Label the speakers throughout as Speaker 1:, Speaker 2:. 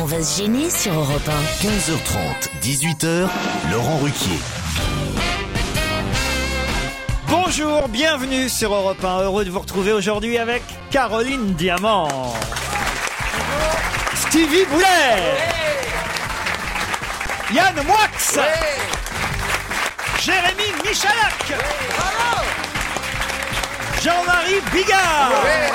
Speaker 1: On va se gêner sur Europe
Speaker 2: 15h30, 18h, Laurent Ruquier.
Speaker 3: Bonjour, bienvenue sur Europe 1. Heureux de vous retrouver aujourd'hui avec Caroline Diamant. Stevie Boulet. Yann Moix. Jérémy Michalak. Jean-Marie Bigard.
Speaker 4: Mais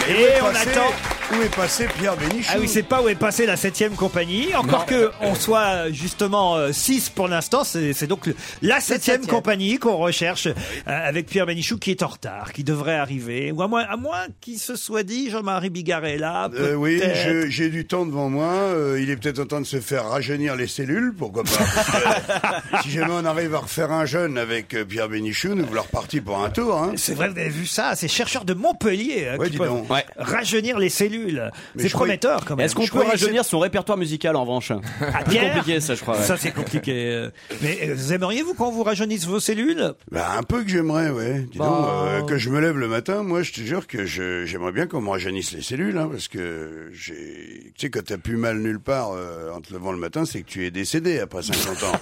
Speaker 4: où
Speaker 3: Et
Speaker 4: est
Speaker 3: on
Speaker 4: passé-
Speaker 3: attend.
Speaker 4: Où est passé Pierre Bénichou
Speaker 3: Ah oui, c'est pas où est passée la septième compagnie. Encore que on soit justement euh, six pour l'instant, c'est c'est donc le- la septième compagnie qu'on recherche euh, avec Pierre Benichou qui est en retard, qui devrait arriver. Ou à moins, à moins qu'il se soit dit Jean-Marie Bigard est là.
Speaker 4: Euh, oui,
Speaker 3: peut-être.
Speaker 4: je- j'ai du temps devant moi. euh, il est peut-être en train de se faire rajeunir les cellules, pourquoi pas. Euh, si jamais on arrive à refaire un jeune avec euh, Pierre Bénichou, nous voilà repartis pour un tour. Hein.
Speaker 3: C'est vrai, vous avez vu ça, ces chercheurs de Montpellier hein,
Speaker 4: Ouais,
Speaker 3: qui
Speaker 4: dis
Speaker 3: peuvent
Speaker 4: donc.
Speaker 5: Ouais.
Speaker 3: rajeunir les cellules.
Speaker 4: Mais
Speaker 3: C'est
Speaker 4: je croyais-
Speaker 3: prometteur quand même.
Speaker 5: Est-ce qu'on
Speaker 4: Je
Speaker 5: peut
Speaker 4: croyais que
Speaker 5: rajeunir son répertoire musical en revanche
Speaker 3: Ah,
Speaker 5: Plus
Speaker 3: Pierre
Speaker 5: compliqué ça, je crois. ouais.
Speaker 3: Ça c'est compliqué. euh. Mais euh, vous aimeriez-vous qu'on vous rajeunisse vos cellules
Speaker 4: Bah, un peu que j'aimerais, ouais. Dis donc, euh, que je me lève le matin, moi, je te jure que je- j'aimerais bien qu'on me rajeunisse les cellules, hein, parce que j'ai, tu sais, quand t'as plus mal nulle part euh, en te levant le matin, c'est que tu es décédé après 50 ans.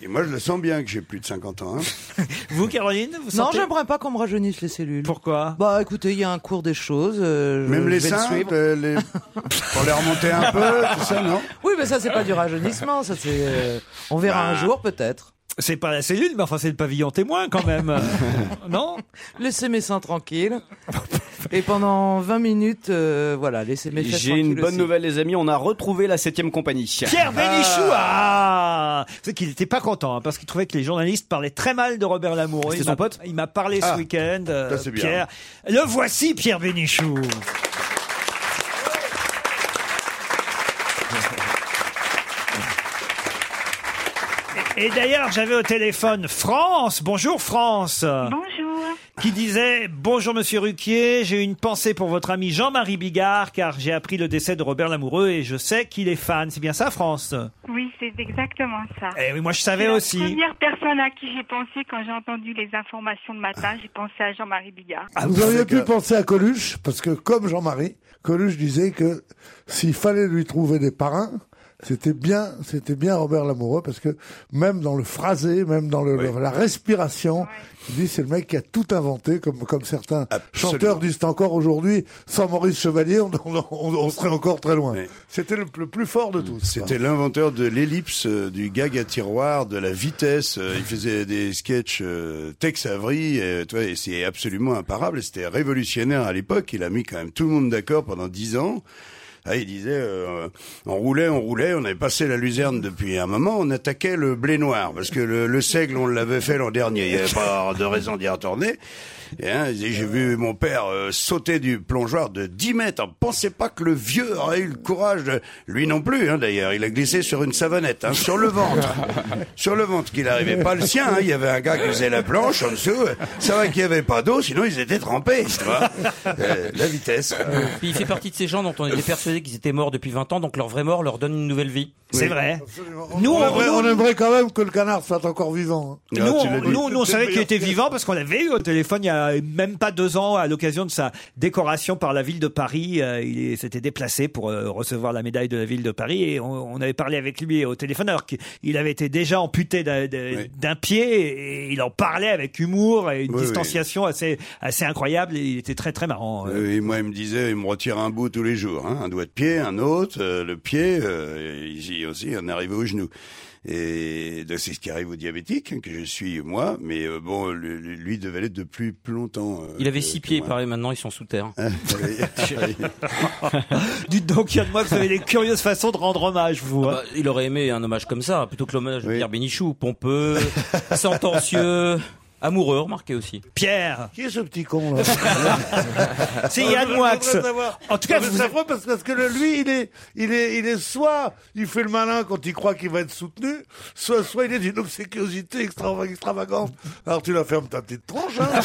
Speaker 4: et, et moi, je le sens bien que j'ai plus de 50 ans. hein.
Speaker 3: Vous Caroline vous
Speaker 6: Non,
Speaker 3: sentez-
Speaker 6: j'aimerais pas qu'on me rajeunisse les cellules.
Speaker 3: Pourquoi
Speaker 6: Bah écoutez, il y a un cours des choses. euh, je-
Speaker 4: Même
Speaker 6: je
Speaker 4: les
Speaker 6: vais le
Speaker 4: seins,
Speaker 6: suivre.
Speaker 4: euh, les- pour les remonter un peu, tout ça, non
Speaker 6: Oui, mais ça c'est pas du rajeunissement, ça c'est. euh, On verra
Speaker 4: Bah.
Speaker 6: un jour peut-être.
Speaker 3: C'est pas la cellule, mais enfin c'est le pavillon témoin quand même. non
Speaker 6: Laissez mes seins tranquilles. Et pendant 20 minutes, euh, voilà, laissez mes fesses
Speaker 5: J'ai
Speaker 6: tranquilles
Speaker 5: une bonne
Speaker 6: aussi.
Speaker 5: nouvelle, les amis. On a retrouvé la septième compagnie.
Speaker 3: Pierre Bénichou, ah C'est qu'il n'était pas content, hein, parce qu'il trouvait que les journalistes parlaient très mal de Robert Lamoureux.
Speaker 5: C'était
Speaker 3: Il
Speaker 5: son
Speaker 3: m'a-
Speaker 5: pote
Speaker 3: Il m'a parlé ce
Speaker 4: Ah,
Speaker 3: week-end, euh,
Speaker 4: ça, c'est bien.
Speaker 3: Pierre. Le voici, Pierre Bénichou. Et d'ailleurs, j'avais au téléphone France. Bonjour France.
Speaker 7: Bonjour.
Speaker 3: qui disait Bonjour Monsieur Ruquier, j'ai une pensée pour votre ami Jean-Marie Bigard car j'ai appris le décès de Robert Lamoureux et je sais qu'il est fan. C'est bien ça, France
Speaker 7: Oui, c'est exactement ça.
Speaker 3: Eh oui, moi je
Speaker 7: C'est
Speaker 3: savais
Speaker 7: la
Speaker 3: aussi.
Speaker 7: première personne à qui j'ai pensé quand j'ai entendu les informations le matin, j'ai pensé à Jean-Marie Bigard.
Speaker 8: Vous auriez
Speaker 4: Ah, c'est
Speaker 8: pu
Speaker 4: que-
Speaker 8: penser à Coluche, parce que comme Jean-Marie, Coluche disait que s'il fallait lui trouver des parrains, c'était bien, c'était bien Robert Lamoureux, parce que même dans le phrasé, même dans le- la respiration, il dit c'est le mec qui a tout inventé, comme, comme certains
Speaker 4: Absolument.
Speaker 8: chanteurs disent encore aujourd'hui, sans Maurice Chevalier, on, on- on- on serait encore très loin.
Speaker 4: Oui.
Speaker 8: C'était le, le plus fort de tous.
Speaker 4: C'était l'inventeur de l'ellipse, euh, du gag à tiroir, de la vitesse. euh, Il faisait des sketchs euh, Tex Avery, euh, tu vois, et c'est absolument imparable. et C'était révolutionnaire à l'époque. Il a mis quand même tout le monde d'accord pendant dix ans. Ah, il disait, euh, on roulait, on roulait, on avait passé la luzerne depuis un moment, on attaquait le blé noir, parce que le, le seigle, on l'avait fait l'an dernier, il n'y avait pas de raison d'y retourner. Et, hein, il disait, j'ai vu mon père euh, sauter du plongeoir de 10 mètres, pensez pas que le vieux aurait eu le courage de... Lui non plus, hein, d'ailleurs, il a glissé sur une savonnette, hein, sur le ventre, sur le ventre qu'il arrivait, pas le sien, hein, il y avait un gars qui faisait la planche en dessous, ça va qu'il n'y avait pas d'eau, sinon ils étaient trempés, tu vois. Euh, la vitesse.
Speaker 9: Puis il fait partie de ces gens dont on était persuadé persuadés qu'ils étaient morts depuis 20 ans, donc leur vraie mort leur donne une nouvelle vie.
Speaker 3: C'est vrai.
Speaker 8: Nous, on, aimerait, on aimerait quand même que le canard soit encore vivant. hein.
Speaker 10: Ah,
Speaker 4: Ah,
Speaker 3: Nous, on, nous, nous, on savait qu'il était vivant parce qu'on l'avait eu au téléphone il y a même pas deux ans à l'occasion de sa décoration par la ville de Paris. Euh, il est- s'était déplacé pour euh, recevoir la médaille de la ville de Paris et on, on avait parlé avec lui au téléphone alors qu'il avait été déjà amputé d'un d'un- d'un pied et il en parlait avec humour et une
Speaker 4: Oui, oui.
Speaker 3: distanciation assez, assez incroyable. Et il était très très marrant.
Speaker 4: Euh, oui, moi, il me disait, il me retire un bout tous les jours, hein, un doigt de pied, un autre, euh, le pied, euh, et j'y aussi on arrive au genou. Et donc, c'est ce qui arrive aux diabétiques hein, que je suis moi, mais euh, bon, lui, lui devait l'être depuis plus longtemps. euh,
Speaker 9: Il avait
Speaker 4: que-
Speaker 9: six
Speaker 4: que
Speaker 9: pieds,
Speaker 4: moi.
Speaker 9: pareil, maintenant ils sont sous terre.
Speaker 3: Dites donc, Yann Moix, vous avez des curieuses façons de rendre hommage, vous.
Speaker 9: Ah bah,
Speaker 3: hein.
Speaker 9: il aurait aimé un hommage comme ça, plutôt que l'hommage de Pierre Bénichou, pompeux, sentencieux, amoureux, remarquez aussi.
Speaker 3: Pierre
Speaker 8: Qui est ce petit con là
Speaker 9: C'est Yann
Speaker 8: Je
Speaker 9: Moix.
Speaker 8: voudrais savoir.
Speaker 9: En tout cas,
Speaker 8: Je voudrais
Speaker 9: vous-
Speaker 8: savoir parce, que- parce que le- lui, il est, il est, il est soit il fait le malin quand il croit qu'il va être soutenu, soit, soit il est d'une obséquiosité extra- extravagante. Alors tu la fermes ta petite tronche. Hein.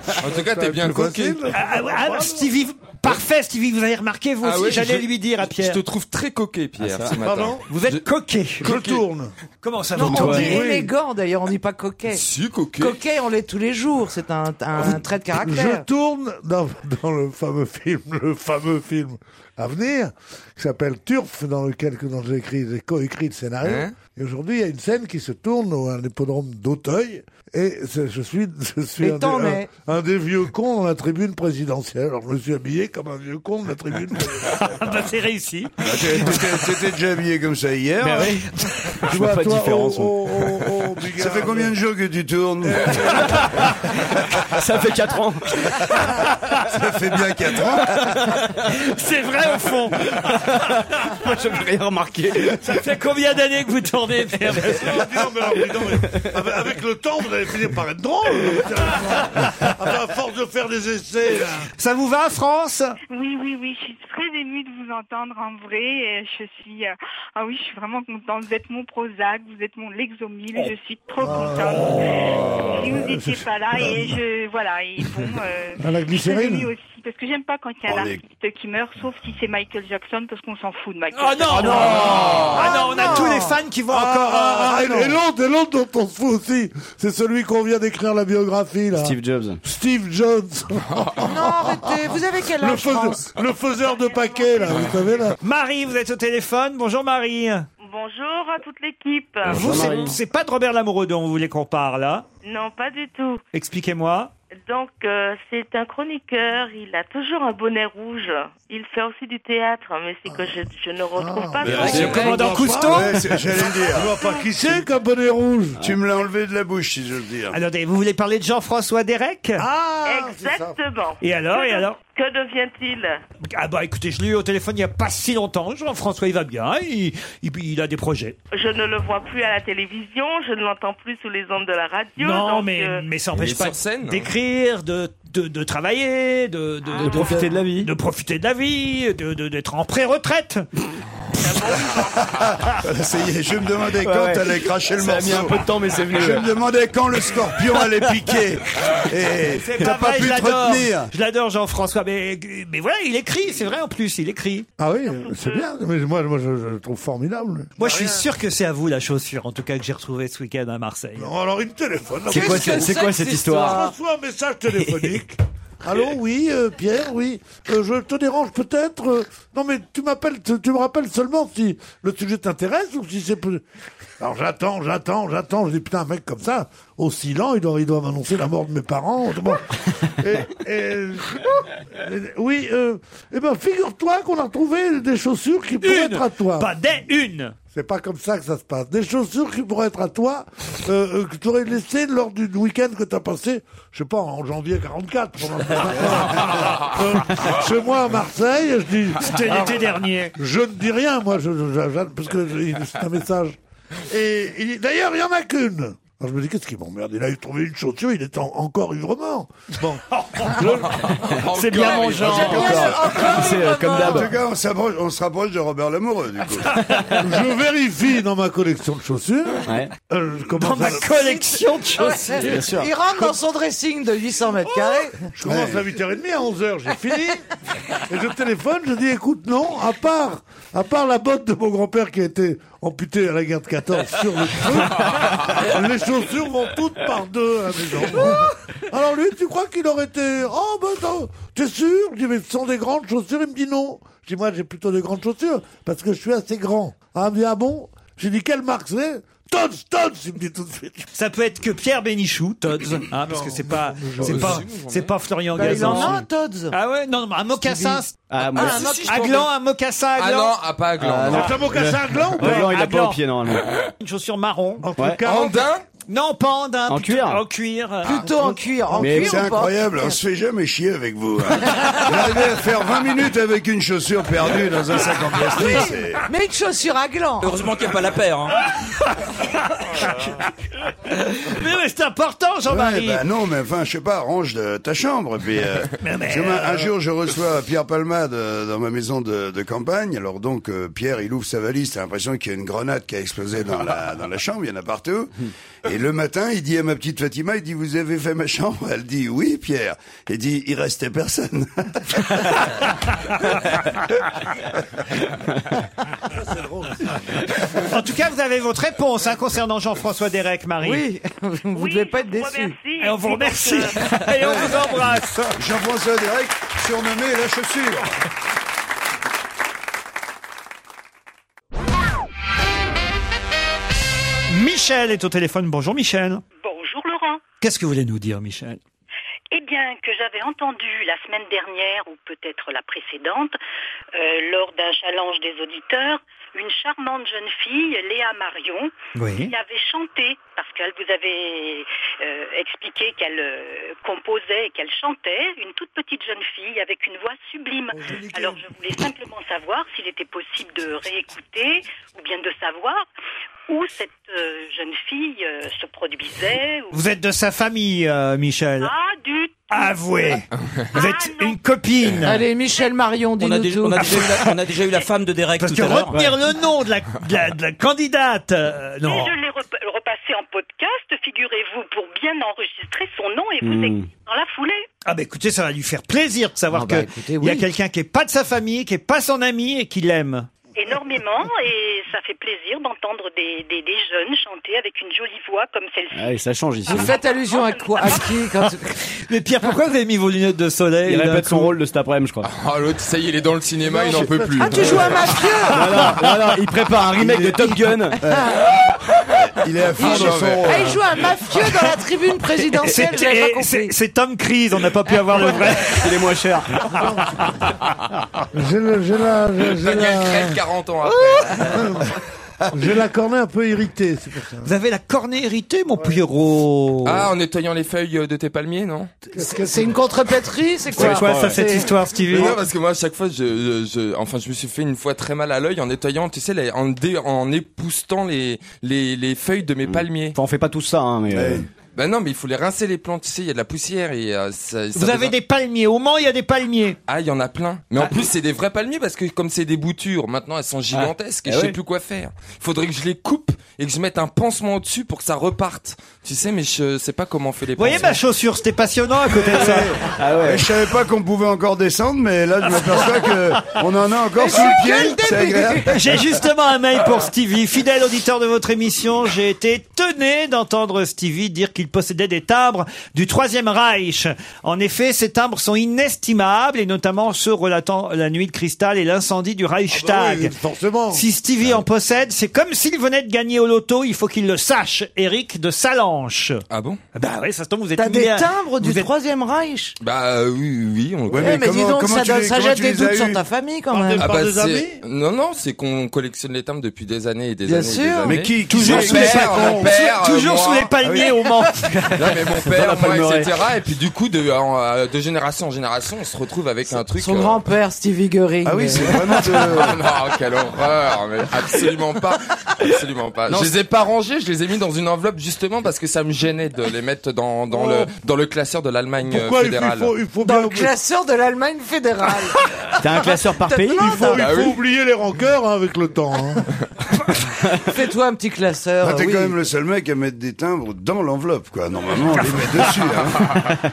Speaker 10: En tout cas,
Speaker 8: Ça
Speaker 10: t'es
Speaker 8: va
Speaker 10: bien
Speaker 8: être plus
Speaker 10: coquine.
Speaker 8: facile.
Speaker 3: Ah, ah, ah, Stevie, parfait Stevie, vous avez remarqué vous
Speaker 10: Ah
Speaker 3: aussi,
Speaker 10: ouais,
Speaker 3: j'allais
Speaker 10: je-
Speaker 3: lui dire à Pierre.
Speaker 10: je te trouve très coquet, Pierre,
Speaker 11: Ah,
Speaker 10: ce matin. Pardon
Speaker 3: Vous êtes coquet.
Speaker 10: Je Coquet. tourne.
Speaker 3: Comment ça
Speaker 6: Non,
Speaker 3: vous
Speaker 6: on dit
Speaker 3: tournez
Speaker 6: élégant d'ailleurs, on dit pas coquet.
Speaker 10: Si, coquet.
Speaker 6: Coquet, on l'est tous les jours, c'est un, un trait de caractère.
Speaker 10: euh,
Speaker 8: Je tourne dans, dans le fameux film, le fameux film à venir, qui s'appelle Turf, dans lequel que dont j'ai écrit, j'ai coécrit le scénario.
Speaker 10: Hein
Speaker 8: et aujourd'hui, il y a une scène qui se tourne au à l'hippodrome d'Auteuil, et c'est- je suis, je suis
Speaker 10: Et
Speaker 8: un, des,
Speaker 10: t'en
Speaker 8: un-
Speaker 10: es.
Speaker 8: un des vieux cons dans la tribune présidentielle. Alors, je me suis habillé comme un vieux con de la tribune.
Speaker 3: bah, c'est réussi.
Speaker 4: Ah, t'es- t'étais- T'étais déjà habillé comme ça hier.
Speaker 8: Mais oui.
Speaker 4: Je oh,
Speaker 8: vois pas de
Speaker 4: différence.
Speaker 8: ça
Speaker 4: fait combien de jours que tu tournes
Speaker 5: Ça fait 4 ans.
Speaker 4: Ça fait bien 4 ans.
Speaker 3: C'est vrai au fond.
Speaker 5: Moi, je n'ai rien remarqué.
Speaker 3: Ça fait combien d'années que vous tournez, Pierre
Speaker 8: Avec, avec le temps, vous allez finir par être drôle. Enfin, à force de faire des essais. là.
Speaker 3: Ça vous va, France
Speaker 7: Oui, oui, oui, je suis très émue de vous entendre en vrai. Et Je suis, euh, ah oui, je suis vraiment contente. Vous êtes mon Prozac, vous êtes mon Lexomil. Je suis trop contente. Si vous n'étiez pas là, et je, voilà, et bon, euh,
Speaker 8: À la
Speaker 7: je suis
Speaker 8: glycérine
Speaker 7: émue aussi, parce que j'aime pas quand il y a un
Speaker 8: On est-
Speaker 7: artiste qui meurt, sauf si c'est Michael Jackson, parce qu'on s'en fout de Michael.
Speaker 3: Oh non
Speaker 7: Jackson.
Speaker 3: Ah non, on a tous les fans qui vont encore.
Speaker 8: Ah,
Speaker 3: euh,
Speaker 8: et et l'autre, et l'autre dont on se fout aussi, c'est celui qu'on vient d'écrire la biographie là.
Speaker 5: Steve Jobs.
Speaker 8: Steve Jones.
Speaker 6: Non, arrêtez, vous avez quel
Speaker 8: le,
Speaker 6: âge,
Speaker 8: faiseur,
Speaker 6: France
Speaker 8: le faiseur de paquets là, vous savez là.
Speaker 3: Marie, vous êtes au téléphone. Bonjour Marie. Ah,
Speaker 12: Bonjour à toute l'équipe.
Speaker 3: Vous, c'est- c'est pas de Robert Lamoureux dont vous voulez qu'on parle, là
Speaker 12: Non, pas du tout.
Speaker 3: Expliquez-moi.
Speaker 12: Donc, euh, c'est un chroniqueur, il a toujours un bonnet rouge. Il fait aussi du théâtre, mais c'est
Speaker 3: Ah.
Speaker 12: que je, je ne retrouve pas
Speaker 4: Mais
Speaker 12: son-
Speaker 4: c'est vrai,
Speaker 3: commandant
Speaker 4: je vois pas.
Speaker 3: Cousteau
Speaker 4: Ouais, c'est- J'allais le dire.
Speaker 8: Je vois pas qui c'est qu'un bonnet rouge.
Speaker 4: Tu me l'as enlevé de la bouche, si je le dire.
Speaker 3: Attendez, vous voulez parler de Jean-François Derek
Speaker 8: Ah.
Speaker 12: Exactement.
Speaker 3: Ah, Et alors,
Speaker 12: Que
Speaker 3: et
Speaker 12: de-
Speaker 3: alors
Speaker 12: Que devient-il
Speaker 3: Ah bah écoutez, je l'ai eu au téléphone il y a pas si longtemps. Jean-François, il va bien, il, il- il a des projets.
Speaker 12: Je ne le vois plus à la télévision, je ne l'entends plus sous les ondes de la radio.
Speaker 3: non,
Speaker 12: donc,
Speaker 3: mais,
Speaker 12: euh,
Speaker 3: mais ça n'empêche pas d'écrire, de, de, de travailler, de, de, de
Speaker 5: profiter hein. Ah. de la
Speaker 3: vie. De profiter de la vie, de- de- d'être en pré-retraite.
Speaker 4: Ça y est, je me demandais
Speaker 5: Ouais,
Speaker 4: quand
Speaker 5: ouais.
Speaker 4: t'allais cracher le
Speaker 5: Ça a
Speaker 4: morceau.
Speaker 5: mis un peu de temps, mais c'est venu,
Speaker 4: Je
Speaker 5: ouais.
Speaker 4: me demandais quand le scorpion allait piquer. Et
Speaker 3: C'est
Speaker 4: t'as pas
Speaker 3: vrai,
Speaker 4: pu
Speaker 3: je
Speaker 4: te
Speaker 3: l'adore.
Speaker 4: retenir.
Speaker 3: Je l'adore, Jean-François. Mais, mais voilà, il écrit, c'est vrai en plus, il écrit.
Speaker 8: Ah oui, c'est bien. Mais moi, moi, je, je le trouve formidable.
Speaker 3: Moi, je suis sûr que c'est à vous la chaussure, en tout cas que j'ai retrouvée ce week-end à Marseille.
Speaker 8: Non, oh, alors il me téléphone.
Speaker 3: C'est quoi
Speaker 8: Qu'est-ce
Speaker 3: ce-
Speaker 8: que
Speaker 3: c'est quoi
Speaker 8: que
Speaker 3: cette histoire
Speaker 8: Je reçois un message téléphonique. Allô, oui, euh, Pierre, oui. Euh, je te dérange peut-être. euh, non, mais tu m'appelles, tu, tu me rappelles seulement si le sujet t'intéresse ou si c'est. peu- Alors j'attends, j'attends, j'attends. Je dis putain, un mec comme ça, aussi lent, il doit, il doit m'annoncer la mort de mes parents. Bon. Et- et- euh, oui, euh, eh ben figure-toi qu'on a retrouvé des chaussures qui pourraient être à toi.
Speaker 3: Pas des une.
Speaker 8: C'est pas comme ça que ça se passe. Des chaussures qui pourraient être à toi, euh, euh, que tu aurais laissées lors du week-end que t'as passé, je sais pas, en janvier 44. pendant le- Euh, chez moi à Marseille, je dis.
Speaker 3: C'était
Speaker 8: Alors,
Speaker 3: l'été dernier.
Speaker 8: Je ne dis rien, moi, je, je- je- je- parce que je- c'est un message. Et il dit, d'ailleurs, il y en a qu'une. Alors je me dis, qu'est-ce qui m'emmerde Il a trouvé une chaussure, il est en- encore ivrement. Bon.
Speaker 3: Oh,
Speaker 4: Encore,
Speaker 8: Je-
Speaker 4: il est vraiment encore.
Speaker 8: C'est comme d'hab.
Speaker 4: En tout cas, on s'approche- on se rapproche de Robert Lamoureux, du coup.
Speaker 8: Je vérifie dans ma collection de chaussures. Euh, je commence
Speaker 4: Dans ma
Speaker 8: à-
Speaker 4: collection de
Speaker 6: Ouais. Il rentre dans son dressing de 800 mètres carrés.
Speaker 8: Je commence à 8h30, à 11h, j'ai fini. Et je téléphone, je dis écoute, non, à part, à part la botte de mon grand-père qui a été amputée à la guerre de 14 sur le feu, les chaussures vont toutes par deux à la maison. Alors lui, tu crois qu'il aurait été. Oh, ben, non, t'es sûr Je dis mais ce sont des grandes chaussures. Il me dit non. Je dis moi, j'ai plutôt des grandes chaussures parce que je suis assez grand. Ah, bien ah bon J'ai dit quelle marque c'est Todds, Todds Il me dit tout de suite.
Speaker 3: Ça peut être que Pierre Bénichou, Todds, hein, parce que c'est pas, c'est pas, c'est pas Florian
Speaker 6: Bah, il
Speaker 3: Gazan.
Speaker 6: en a un, Todds.
Speaker 3: Ah ouais, non, non, un mocassin.
Speaker 6: Stevie.
Speaker 3: Ah,
Speaker 6: moi
Speaker 3: un
Speaker 6: aussi.
Speaker 3: un gland, un mocassin, un
Speaker 6: Ah
Speaker 3: gland.
Speaker 6: non, ah, pas un gland, Ah, non.
Speaker 3: C'est un mocassin, un
Speaker 6: Le-
Speaker 3: gland
Speaker 6: le gland, il l'a
Speaker 3: un
Speaker 6: pas au pied, normalement.
Speaker 3: Une chaussure marron.
Speaker 6: Ouais. 40. En daim
Speaker 3: Non, pas en daim.
Speaker 4: En
Speaker 3: plutôt-
Speaker 4: cuir
Speaker 3: En cuir.
Speaker 6: Plutôt en cuir. En
Speaker 4: Mais
Speaker 6: cuir
Speaker 4: c'est
Speaker 6: ou pas
Speaker 4: incroyable, on se fait jamais chier avec vous. hein. Vous allez faire 20 minutes avec une chaussure perdue dans un sac en
Speaker 6: Oui,
Speaker 4: plastique. Ah, c'est-
Speaker 6: mais une chaussure à gland.
Speaker 9: Heureusement qu'il n'y a pas la paire. hein.
Speaker 3: Mais, mais
Speaker 6: bah,
Speaker 3: c'est important, Jean-Marie.
Speaker 4: Ouais, bah non, mais enfin, je sais pas, range de ta chambre. Puis, euh,
Speaker 3: Mais- mais,
Speaker 4: parce que moi,
Speaker 3: euh,
Speaker 4: un jour, je reçois Pierre Palmade euh, dans ma maison de, de campagne. Alors donc, euh, Pierre, il ouvre sa valise. T'as l'impression qu'il y a une grenade qui a explosé dans la, dans la chambre. Il y en a partout. Et le matin, il dit à ma petite Fatima, il dit, vous avez fait ma chambre Elle dit, oui, Pierre. Il dit, il restait personne.
Speaker 3: En tout cas, vous avez votre réponse hein, concernant Jean-François Derek, Marie.
Speaker 6: Oui, vous ne devez pas être déçu.
Speaker 3: Et on vous remercie. Et on vous embrasse.
Speaker 4: Jean-François Derek, surnommé la chaussure.
Speaker 3: Michel est au téléphone. Bonjour, Michel.
Speaker 7: Bonjour Laurent.
Speaker 3: Qu'est-ce que vous voulez nous dire, Michel
Speaker 7: Eh bien, que j'avais entendu la semaine dernière, ou peut-être la précédente, euh, lors d'un challenge des auditeurs, une charmante jeune fille, Léa Marion,
Speaker 3: Oui.
Speaker 7: qui avait chanté, parce qu'elle vous avait euh, expliqué qu'elle euh, composait et qu'elle chantait, une toute petite jeune fille avec une voix sublime. Alors je voulais simplement savoir s'il était possible de réécouter, ou bien de savoir où cette euh, jeune fille euh, se produisait. ou-
Speaker 3: Vous êtes de sa famille, euh, Michel.
Speaker 7: Ah, du
Speaker 3: Avouez. Vous êtes une copine.
Speaker 6: Allez, Michel Marion,
Speaker 9: On a,
Speaker 6: dis-nous
Speaker 9: déjà,
Speaker 6: tout.
Speaker 9: on a déjà eu la, on a déjà eu la femme de Derek
Speaker 3: Parce
Speaker 9: tout
Speaker 3: que
Speaker 9: à l'heure.
Speaker 3: retenir le nom de la, de la- de la candidate, euh, non.
Speaker 7: Et je l'ai rep- repassé en podcast, figurez-vous, pour bien enregistrer son nom et vous
Speaker 3: Hmm.
Speaker 7: écrire dans la foulée.
Speaker 3: Ah bah écoutez, ça va lui faire plaisir de savoir
Speaker 7: Ah bah
Speaker 3: que
Speaker 7: écoutez,
Speaker 3: il y a
Speaker 7: oui.
Speaker 3: quelqu'un qui est pas de sa famille, qui est pas son ami et qui l'aime.
Speaker 7: Énormément, et ça fait plaisir d'entendre des, des, des jeunes chanter avec une jolie voix comme celle-ci.
Speaker 3: Ah, ça change ici.
Speaker 6: Vous faites allusion à quoi À qui quand-
Speaker 3: Mais Pierre, pourquoi vous avez mis vos lunettes de soleil
Speaker 11: Il
Speaker 3: d'un
Speaker 11: répète son
Speaker 3: coup
Speaker 11: rôle de cet après-midi, je crois. Ah, l'autre, ça y est, il est dans le cinéma, il n'en peut plus.
Speaker 6: Ah, tu joues à mafieux
Speaker 11: Non, non, non, il prépare un remake de Top Gun.
Speaker 4: Il est à
Speaker 6: Il joue,
Speaker 3: euh,
Speaker 6: Ah, il joue un mafieux dans la tribune présidentielle,
Speaker 3: C'est-
Speaker 6: j'avais pas
Speaker 3: et
Speaker 6: compris.
Speaker 3: c'est- C'est Tom Cruise, on n'a pas pu avoir le vrai. Il est moins cher.
Speaker 8: J'ai le- j'ai la. j'ai- j'ai
Speaker 11: Daniel
Speaker 8: la-
Speaker 11: Craig, 40 ans après.
Speaker 8: J'ai la cornée un peu irritée, c'est pour ça.
Speaker 3: Vous avez la cornée irritée, mon Pierrot
Speaker 11: Ah, en nettoyant les feuilles de tes palmiers, non
Speaker 6: C'est c'est une contrepétrie, c'est quoi C'est-
Speaker 11: Mais Non, parce que moi, à chaque fois, je, je- je- enfin, je me suis fait une fois très mal à l'œil en nettoyant, tu sais, les- en, dé- en époustant les, les, les feuilles de mes palmiers.
Speaker 5: Enfin, on fait pas tout ça, hein, mais. euh,
Speaker 11: Bah non, mais il faut les rincer les plantes, tu sais, il y a de la poussière et euh, ça, ça
Speaker 3: Vous avez
Speaker 11: devient-
Speaker 3: des palmiers. Au Mans, il y a des palmiers.
Speaker 11: Ah, il y en a plein. Mais en plus, c'est des vrais palmiers parce que comme c'est des boutures, maintenant elles sont gigantesques et
Speaker 3: Ah
Speaker 11: je sais
Speaker 3: ouais.
Speaker 11: plus quoi faire. Faudrait que je les coupe et que je mette un pansement au-dessus pour que ça reparte. Tu sais, mais je sais pas comment on fait les Ah
Speaker 3: Vous voyez ma chaussure, c'était passionnant à côté de ça.
Speaker 4: Et Je savais pas qu'on pouvait encore descendre, mais là, je m'aperçois que on en a encore sous le pied. C'est agréable.
Speaker 3: J'ai justement un mail pour Stevie, fidèle auditeur de votre émission. J'ai été étonné d'entendre Stevie dire qu'il possédait des timbres du Troisième Reich. En effet, ces timbres sont inestimables et notamment ceux relatant la nuit de cristal et l'incendie du Reichstag.
Speaker 8: oui, forcément.
Speaker 3: Si Stevie en possède, c'est comme s'il venait de gagner au loto. Il faut qu'il le sache. Eric de Salanche.
Speaker 11: Ah bon
Speaker 3: Bah oui, ça se tombe, vous êtes
Speaker 6: T'as des
Speaker 3: milliard-
Speaker 6: timbres du
Speaker 3: vous êtes-
Speaker 6: Troisième Reich
Speaker 11: Bah euh, oui, oui, on le
Speaker 6: Eh, mais, dis donc, ça, donne- ça jette des doutes sur ta famille quand même.
Speaker 11: Ah bah, c'est- Non, non, c'est qu'on collectionne les timbres depuis des années et des
Speaker 6: Bien
Speaker 11: années. et des
Speaker 6: sûr.
Speaker 11: années.
Speaker 6: Mais qui- qui Toujours
Speaker 11: Mon
Speaker 6: sous les
Speaker 11: père,
Speaker 6: palmiers.
Speaker 11: mon père,
Speaker 3: Toujours
Speaker 11: euh,
Speaker 3: sous
Speaker 11: moi.
Speaker 3: les palmiers au Mans.
Speaker 11: Non, mais mon
Speaker 5: Dans la
Speaker 11: père, moi,
Speaker 5: Palmeraie.
Speaker 11: etc. Et puis du coup, de, en, euh, de génération en génération, on se retrouve avec un truc.
Speaker 6: Son
Speaker 11: euh,
Speaker 6: grand-père, Stevie Goering.
Speaker 11: Ah oui, c'est vraiment de... Oh non, quelle horreur, mais absolument pas, absolument pas.
Speaker 5: Non,
Speaker 11: je les ai pas rangés, je les ai mis dans une enveloppe justement parce que ça me gênait de les mettre dans, dans, le, dans le classeur de l'Allemagne euh,
Speaker 8: Pourquoi il faut,
Speaker 11: fédérale.
Speaker 8: il faut, il faut
Speaker 6: Dans
Speaker 8: bien
Speaker 6: le
Speaker 8: oublier-
Speaker 6: classeur de l'Allemagne fédérale.
Speaker 11: T'as un classeur
Speaker 6: par T'as pays plein
Speaker 8: Il faut,
Speaker 6: de-
Speaker 8: il
Speaker 6: Bah
Speaker 8: faut
Speaker 6: oui.
Speaker 8: oublier les rancœurs hein, avec le temps. hein.
Speaker 6: Fais-toi un petit classeur.
Speaker 4: Ah, T'es
Speaker 6: oui.
Speaker 4: quand même le seul mec à mettre des timbres dans l'enveloppe, quoi. Normalement, on les met dessus. hein.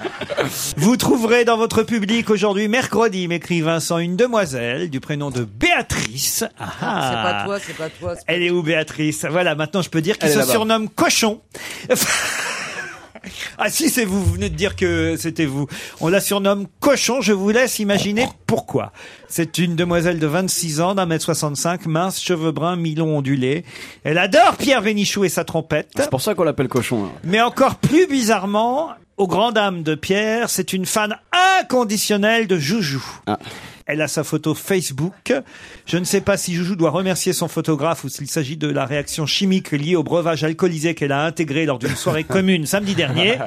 Speaker 3: Vous trouverez dans votre public aujourd'hui, mercredi, m'écrit Vincent, une demoiselle du prénom de Béatrice. Ah,
Speaker 6: C'est
Speaker 3: ah.
Speaker 6: pas toi, c'est pas toi. c'est-
Speaker 3: Elle est où Béatrice Voilà, maintenant je peux dire qu'il
Speaker 6: Elle est
Speaker 3: se
Speaker 6: là-bas.
Speaker 3: surnomme Cochon. ah si, c'est vous, vous venez de dire que c'était vous. On la surnomme Cochon, je vous laisse imaginer pourquoi. C'est une demoiselle de 26 ans, d'un mètre 65, mince, cheveux bruns, mi-long ondulé. Elle adore Pierre Vénichou et sa trompette.
Speaker 5: Ah, C'est pour ça qu'on l'appelle cochon. hein.
Speaker 3: Mais encore plus bizarrement, aux grandes dames de Pierre, c'est une fan inconditionnelle de Joujou. Elle a sa photo Facebook. Je ne sais pas si Joujou doit remercier son photographe ou s'il s'agit de la réaction chimique liée au breuvage alcoolisé qu'elle a intégré lors d'une soirée commune samedi dernier.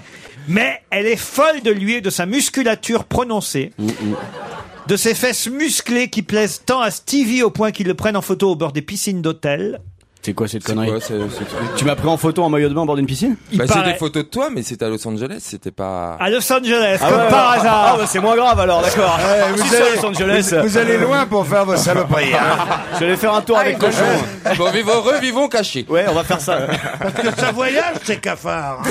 Speaker 3: Mais elle est folle de lui et de sa musculature prononcée. De ses fesses musclées qui plaisent tant à Stevie au point qu'il le prenne en photo au bord des piscines d'hôtel.
Speaker 5: C'est quoi cette connerie Tu m'as pris en photo en maillot de bain au bord d'une piscine
Speaker 11: Bah,
Speaker 3: paraît-
Speaker 11: C'est des photos de toi, mais c'était à Los Angeles, c'était pas...
Speaker 3: À Los Angeles,
Speaker 5: Ah
Speaker 3: comme
Speaker 5: ouais,
Speaker 3: par
Speaker 5: ouais.
Speaker 3: hasard.
Speaker 5: Ah, bah, c'est moins grave alors, d'accord. Ah,
Speaker 4: Eh, vous
Speaker 5: Si c'est à
Speaker 4: allez-
Speaker 5: Los Angeles.
Speaker 4: vous- vous allez loin pour faire vos saloperies, hein.
Speaker 5: Je vais faire un tour avec Cochon.
Speaker 11: Bon, vivons heureux, vivons cachés.
Speaker 5: Ouais, on va faire ça.
Speaker 8: Parce que ça voyage, ces cafards.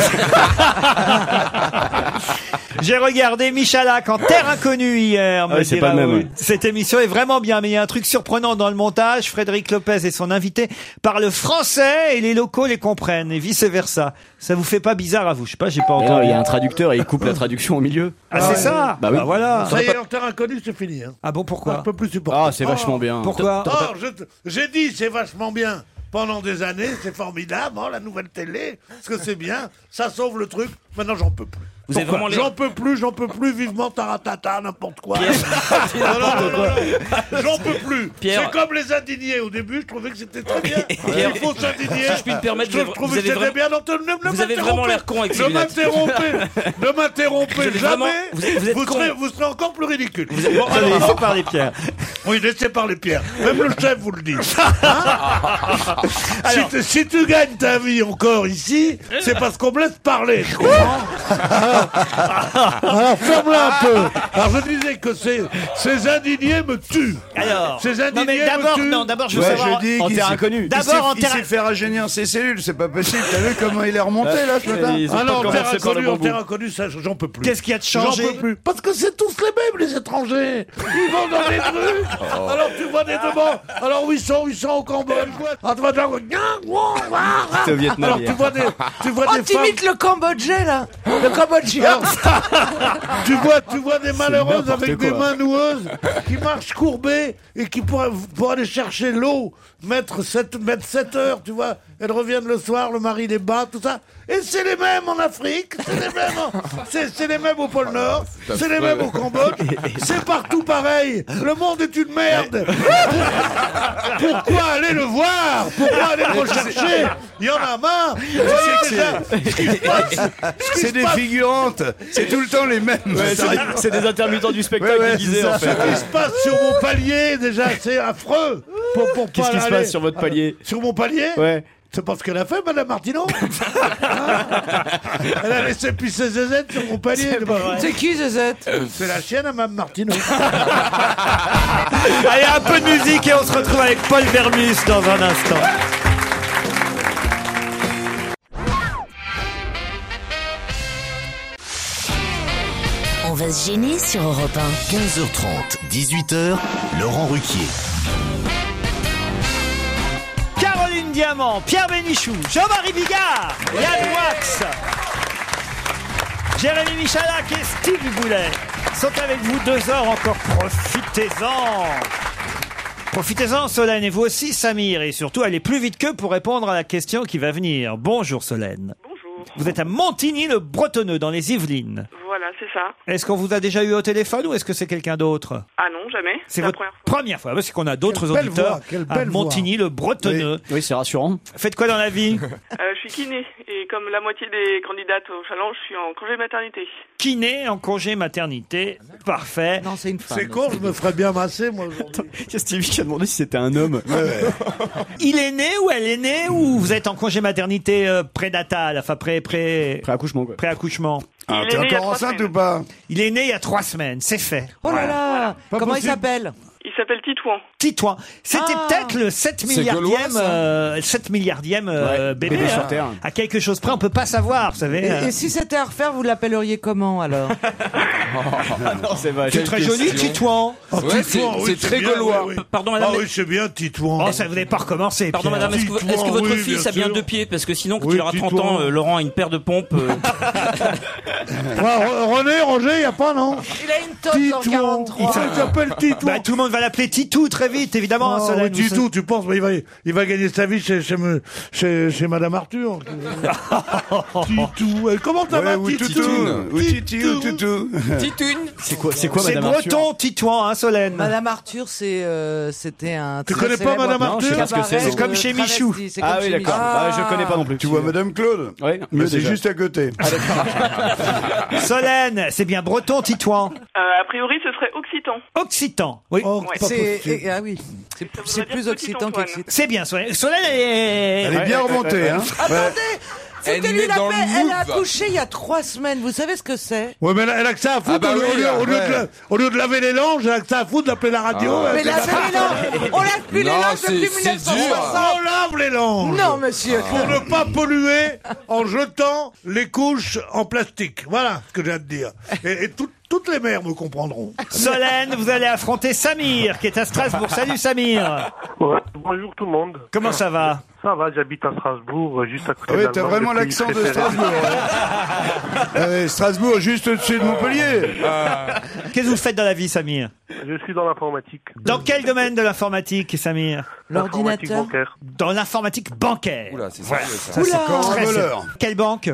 Speaker 3: J'ai regardé Michalak en Terre Inconnue hier.
Speaker 5: Ah
Speaker 3: me
Speaker 5: oui, c'est
Speaker 3: dit
Speaker 5: pas le
Speaker 3: Raoul.
Speaker 5: même, ouais.
Speaker 3: Cette émission est vraiment bien, mais il y a un truc surprenant dans le montage. Frédéric Lopez et son invité parlent français et les locaux les comprennent et vice versa. Ça vous fait pas bizarre à vous Je sais pas, j'ai pas
Speaker 5: Mais non,
Speaker 3: entendu.
Speaker 5: Oh, il y a un traducteur et il coupe la traduction au milieu.
Speaker 3: Ah, c'est ça
Speaker 5: Bah oui.
Speaker 3: Bah voilà.
Speaker 8: Ça y est, en terre inconnue, c'est fini. Hein.
Speaker 3: Ah bon, pourquoi
Speaker 8: Un peu plus supportable.
Speaker 5: Ah, c'est vachement bien.
Speaker 3: Pourquoi
Speaker 8: Oh, je te- J'ai dit, c'est vachement bien. Pendant des années, c'est formidable, oh, la nouvelle télé, parce que c'est bien, ça sauve le truc. Maintenant, j'en peux plus.
Speaker 9: Vous êtes vraiment les-
Speaker 8: J'en peux plus, j'en peux plus, vivement taratata, n'importe quoi.
Speaker 9: Pierre-
Speaker 8: Non, non, non, non, non, J'en peux plus.
Speaker 9: Pierre-
Speaker 8: C'est comme les indignés. Au début, je trouvais que c'était très bien.
Speaker 9: Pierre-
Speaker 8: Il faut s'indigner.
Speaker 9: Si je puis me permettre,
Speaker 8: je
Speaker 9: vous
Speaker 8: trouvais
Speaker 9: avez
Speaker 8: que c'était
Speaker 9: vraiment-
Speaker 8: bien. Non, ne- ne
Speaker 9: vous avez
Speaker 8: m'interrompez.
Speaker 9: vraiment l'air con avec ces
Speaker 8: Ne
Speaker 9: lunettes.
Speaker 8: m'interrompez. Ne
Speaker 9: Vous
Speaker 8: m'interrompez
Speaker 9: avez
Speaker 8: jamais.
Speaker 9: vraiment- vous êtes- vous êtes con.
Speaker 8: serez, vous serez encore plus ridicule.
Speaker 9: Vous êtes-
Speaker 3: Allez, laissez parler Pierre.
Speaker 8: Oui, laissez parler Pierre. Même le chef vous le dit. Hein si, tu, si tu gagnes ta vie encore ici, c'est parce qu'on me laisse parler. tu comprends Alors ferme-la un peu. Alors je disais que ces, ces indignés me tuent.
Speaker 3: Alors,
Speaker 8: ces indignés
Speaker 3: non, mais d'abord,
Speaker 8: me tuent.
Speaker 3: non, d'abord, je veux
Speaker 4: Ouais,
Speaker 3: savoir-
Speaker 4: je dis
Speaker 3: en
Speaker 4: qu'il
Speaker 3: terre
Speaker 4: s'est-
Speaker 3: inconnue.
Speaker 4: il
Speaker 3: D'abord,
Speaker 4: s'est-
Speaker 3: en
Speaker 4: Il
Speaker 3: terre-
Speaker 4: s'est fait rajeunir ses cellules, c'est pas possible. T'as vu comment il est remonté là ce matin
Speaker 5: Ils ont
Speaker 8: Ah
Speaker 5: pas
Speaker 8: non, en terre
Speaker 5: commencé par le
Speaker 8: inconnue,
Speaker 5: bon
Speaker 8: en terre
Speaker 5: bout.
Speaker 8: inconnue, ça j'en peux plus.
Speaker 3: Qu'est-ce qu'il y a de changé
Speaker 8: J'en peux plus. Parce que c'est tous les mêmes, les étrangers. Ils vont dans les trucs.
Speaker 3: Oh.
Speaker 5: Oh.
Speaker 8: Alors tu vois
Speaker 5: Ah.
Speaker 8: des demandes. Alors où ils sont Ils sont au Cambodge. Ah, tu vois, genre, gna, wouah, wouah.
Speaker 5: C'est au Vietnam,
Speaker 8: Alors tu
Speaker 5: hier.
Speaker 8: vois des, tu vois
Speaker 6: Oh,
Speaker 8: des femmes.
Speaker 6: t'imites le Cambodgien, là Le Cambodgien
Speaker 8: Tu vois, tu vois des malheureuses
Speaker 5: n'importe
Speaker 8: avec des
Speaker 5: quoi.
Speaker 8: mains noueuses qui marchent courbées et qui pour, pour aller chercher l'eau mettre 7, mettre 7 heures, tu vois. Elles reviennent le soir, le mari les bat, tout ça. Et c'est les mêmes en Afrique, c'est les mêmes, en- c'est, c'est les mêmes au pôle Nord,
Speaker 11: c'est
Speaker 8: c'est les
Speaker 11: affreux.
Speaker 8: mêmes au Cambodge, c'est partout pareil. Le monde est une merde. Pourquoi aller le voir Pourquoi aller le rechercher Il y en a marre. C'est,
Speaker 4: C'est des figurantes, c'est tout le temps les mêmes.
Speaker 5: Ouais,
Speaker 4: Ça-
Speaker 5: c'est- C'est des intermittents du spectacle
Speaker 4: Ouais, ouais,
Speaker 5: déguisés
Speaker 4: c'est ça.
Speaker 5: en fait.
Speaker 8: Ce qui se
Speaker 4: Ah,
Speaker 8: passe sur mon palier, déjà, c'est affreux. Pour, pour pas
Speaker 5: Qu'est-ce qui se
Speaker 8: aller- Ah,
Speaker 5: passe sur votre palier
Speaker 8: Sur mon palier
Speaker 5: Ouais.
Speaker 8: C'est pas ce qu'elle a fait, Madame Martineau Hein Elle a laissé pisser Zezette sur mon palier. C'est pas vrai.
Speaker 6: C'est qui, Zezette
Speaker 8: C'est la chienne à Madame Martineau.
Speaker 3: Allez, un peu de musique et on se retrouve avec Paul Vermus dans un instant.
Speaker 1: On va se gêner sur Europe 1.
Speaker 2: 15h30, 18h, Laurent Ruquier.
Speaker 3: Caroline Diamant, Pierre Bénichou, Jean-Marie Bigard, Yann Wax, Jérémy Michalak et Steve Boulet sont avec vous deux heures encore. Profitez-en Profitez-en, Solène, et vous aussi, Samir, et surtout, allez plus vite qu'eux pour répondre à la question qui va venir. Bonjour, Solène.
Speaker 12: Bonjour.
Speaker 3: Vous êtes à Montigny-le-Bretonneux, dans les Yvelines.
Speaker 12: Voilà,
Speaker 13: c'est ça.
Speaker 3: Est-ce qu'on vous a déjà eu au téléphone ou est-ce que c'est quelqu'un d'autre
Speaker 13: Ah non, jamais.
Speaker 3: C'est
Speaker 13: la
Speaker 3: votre
Speaker 13: première.
Speaker 3: première fois, parce qu'on a d'autres
Speaker 8: belle
Speaker 3: auditeurs
Speaker 8: voix, quelle
Speaker 3: à
Speaker 8: belle voix.
Speaker 3: Montigny, le Bretonneux. Oui, c'est rassurant. Faites quoi dans la vie
Speaker 13: Euh, je suis kiné et comme la moitié des candidates au challenge, je suis en congé maternité.
Speaker 3: Kiné en congé maternité, parfait. Non,
Speaker 6: c'est une
Speaker 3: femme.
Speaker 8: C'est con, je me ferais bien masser, moi, aujourd'hui.
Speaker 3: Stevie qui a demandé si c'était un homme. Il est né ou elle est née ou vous êtes en congé maternité euh, prénatal, enfin pré pré préaccouchement quoi. Préaccouchement.
Speaker 4: Ah, Il est t'es né il y a encore trois enceinte
Speaker 3: ou pas Il est né il y a trois semaines, c'est fait.
Speaker 6: Oh là là
Speaker 3: Pas
Speaker 6: Comment il
Speaker 3: possible.
Speaker 6: s'appelle
Speaker 13: Il s'appelle Titouan.
Speaker 3: Titouan. C'était peut-être le 7
Speaker 6: C'est gaulois,
Speaker 3: milliardième,
Speaker 6: ça.
Speaker 3: euh, 7 milliardième euh,
Speaker 6: Ouais,
Speaker 3: bébé.
Speaker 6: bébé sur
Speaker 3: hein.
Speaker 6: Terre.
Speaker 3: À quelque chose près, on peut pas savoir, vous savez.
Speaker 6: et,
Speaker 3: euh.
Speaker 6: et si c'était à refaire, vous l'appelleriez comment alors
Speaker 3: Oh,
Speaker 6: Ah
Speaker 3: bah, c'est
Speaker 6: vache.
Speaker 3: Tu es très
Speaker 6: Quelle
Speaker 3: joli,
Speaker 6: question.
Speaker 3: Titouan.
Speaker 6: Oh, Ouais, Titouan, c'est- oui, c'est c'est très bien, gaulois. oui, oui.
Speaker 3: Pardon,
Speaker 9: madame,
Speaker 3: Ah
Speaker 9: mais-
Speaker 3: oui, c'est bien, Titouan. Oh, ça vous n'avez pas recommencer.
Speaker 9: Pardon madame, est-ce que, est-ce que votre fils a bien deux pieds Parce que sinon, quand
Speaker 3: Oui,
Speaker 9: il aura 30 ans,
Speaker 3: dis-toi.
Speaker 9: euh, Laurent a une paire de pompes. euh,
Speaker 8: René, Roger, il a pas, non
Speaker 6: Il a une tonne en 43.
Speaker 8: Il s'appelle Titou.
Speaker 3: Bah, tout le monde va l'appeler Titou très vite, évidemment.
Speaker 8: Non,
Speaker 3: Solène,
Speaker 8: mais
Speaker 3: vous
Speaker 8: Titou, Ah, tu penses, bah, il va, il va gagner sa vie chez, chez, me- chez, chez Madame Arthur. Titou, euh, comment ça
Speaker 4: Ouais,
Speaker 8: va,
Speaker 4: ou
Speaker 8: Titou
Speaker 4: Toutoune. Ou Titou, Toutou.
Speaker 8: Titoune.
Speaker 3: C'est quoi,
Speaker 6: c'est quoi, Madame
Speaker 3: C'est breton, Titouan, hein, Solène.
Speaker 6: Madame Arthur, c'est, euh, c'était un.
Speaker 4: Tu
Speaker 6: très
Speaker 4: connais pas
Speaker 6: célèbre
Speaker 4: Madame Arthur
Speaker 6: cabaret
Speaker 4: C'est Ah
Speaker 6: de
Speaker 4: comme chez
Speaker 6: travesti,
Speaker 4: Michou.
Speaker 6: c'est comme chez Michou.
Speaker 4: Bah,
Speaker 6: Ah.
Speaker 4: plus. Tu vois Madame Claude Oui. Mais
Speaker 3: mieux
Speaker 4: c'est
Speaker 3: déjà.
Speaker 4: juste à côté.
Speaker 3: Ah, Solène, c'est bien breton, Titouan.
Speaker 13: Euh, a priori, ce serait Occitan.
Speaker 3: Occitan. Oui.
Speaker 13: Ouais.
Speaker 6: C'est- eh, ah oui, c'est plus, c'est plus occitan qu'occitan.
Speaker 3: C'est bien, Solène. Solène, elle est.
Speaker 4: Elle est bien remontée, hein.
Speaker 6: Attendez
Speaker 3: Elle
Speaker 6: Foutez-lui
Speaker 3: est
Speaker 6: la
Speaker 3: dans
Speaker 6: paix,
Speaker 3: le
Speaker 6: elle a
Speaker 3: move.
Speaker 6: accouché il y a trois semaines, vous savez ce que c'est
Speaker 8: Ouais, mais elle a- elle a que ça à foutre.
Speaker 6: Ah bah
Speaker 8: au, lieu-
Speaker 6: oui,
Speaker 8: au lieu, au lieu
Speaker 6: ouais.
Speaker 8: de, la- au lieu de laver les langes, elle a que ça à foutre d'appeler la radio.
Speaker 6: Ah.
Speaker 8: elle
Speaker 6: Mais
Speaker 8: fait
Speaker 6: laver
Speaker 8: la-
Speaker 6: les langes On lave plus les
Speaker 8: Non,
Speaker 6: langes depuis
Speaker 8: c'est- c'est dur.
Speaker 6: 1960.
Speaker 8: On lave les langes
Speaker 6: Non, monsieur.
Speaker 8: Pour ne pas polluer en jetant les couches en plastique. Voilà ce que j'ai à te dire. Et, et tout- toutes les mères me comprendront.
Speaker 3: Solène, vous allez affronter Samir, qui est à Strasbourg. Salut Samir.
Speaker 14: Bonjour tout le monde.
Speaker 3: Comment ça va
Speaker 14: Ça va, j'habite à Strasbourg, euh, juste à côté
Speaker 4: Ah oui,
Speaker 14: de
Speaker 4: t'as
Speaker 14: l'Allemagne,
Speaker 4: vraiment
Speaker 14: le pays
Speaker 4: l'accent de
Speaker 14: préféré.
Speaker 4: Strasbourg,
Speaker 3: Ah
Speaker 4: Euh, Strasbourg, juste au-dessus de Montpellier.
Speaker 3: Qu'est-ce que vous faites dans la vie, Samir
Speaker 14: Je suis dans l'informatique.
Speaker 3: Dans quel domaine de l'informatique, Samir
Speaker 14: L'ordinateur. L'informatique bancaire.
Speaker 3: Dans l'informatique bancaire. Oula,
Speaker 14: c'est
Speaker 3: Voilà.
Speaker 14: sérieux, ça.
Speaker 3: Ça, c'est
Speaker 14: Oula. Encore un
Speaker 3: très
Speaker 14: voleur.
Speaker 3: sérieux. Quelle banque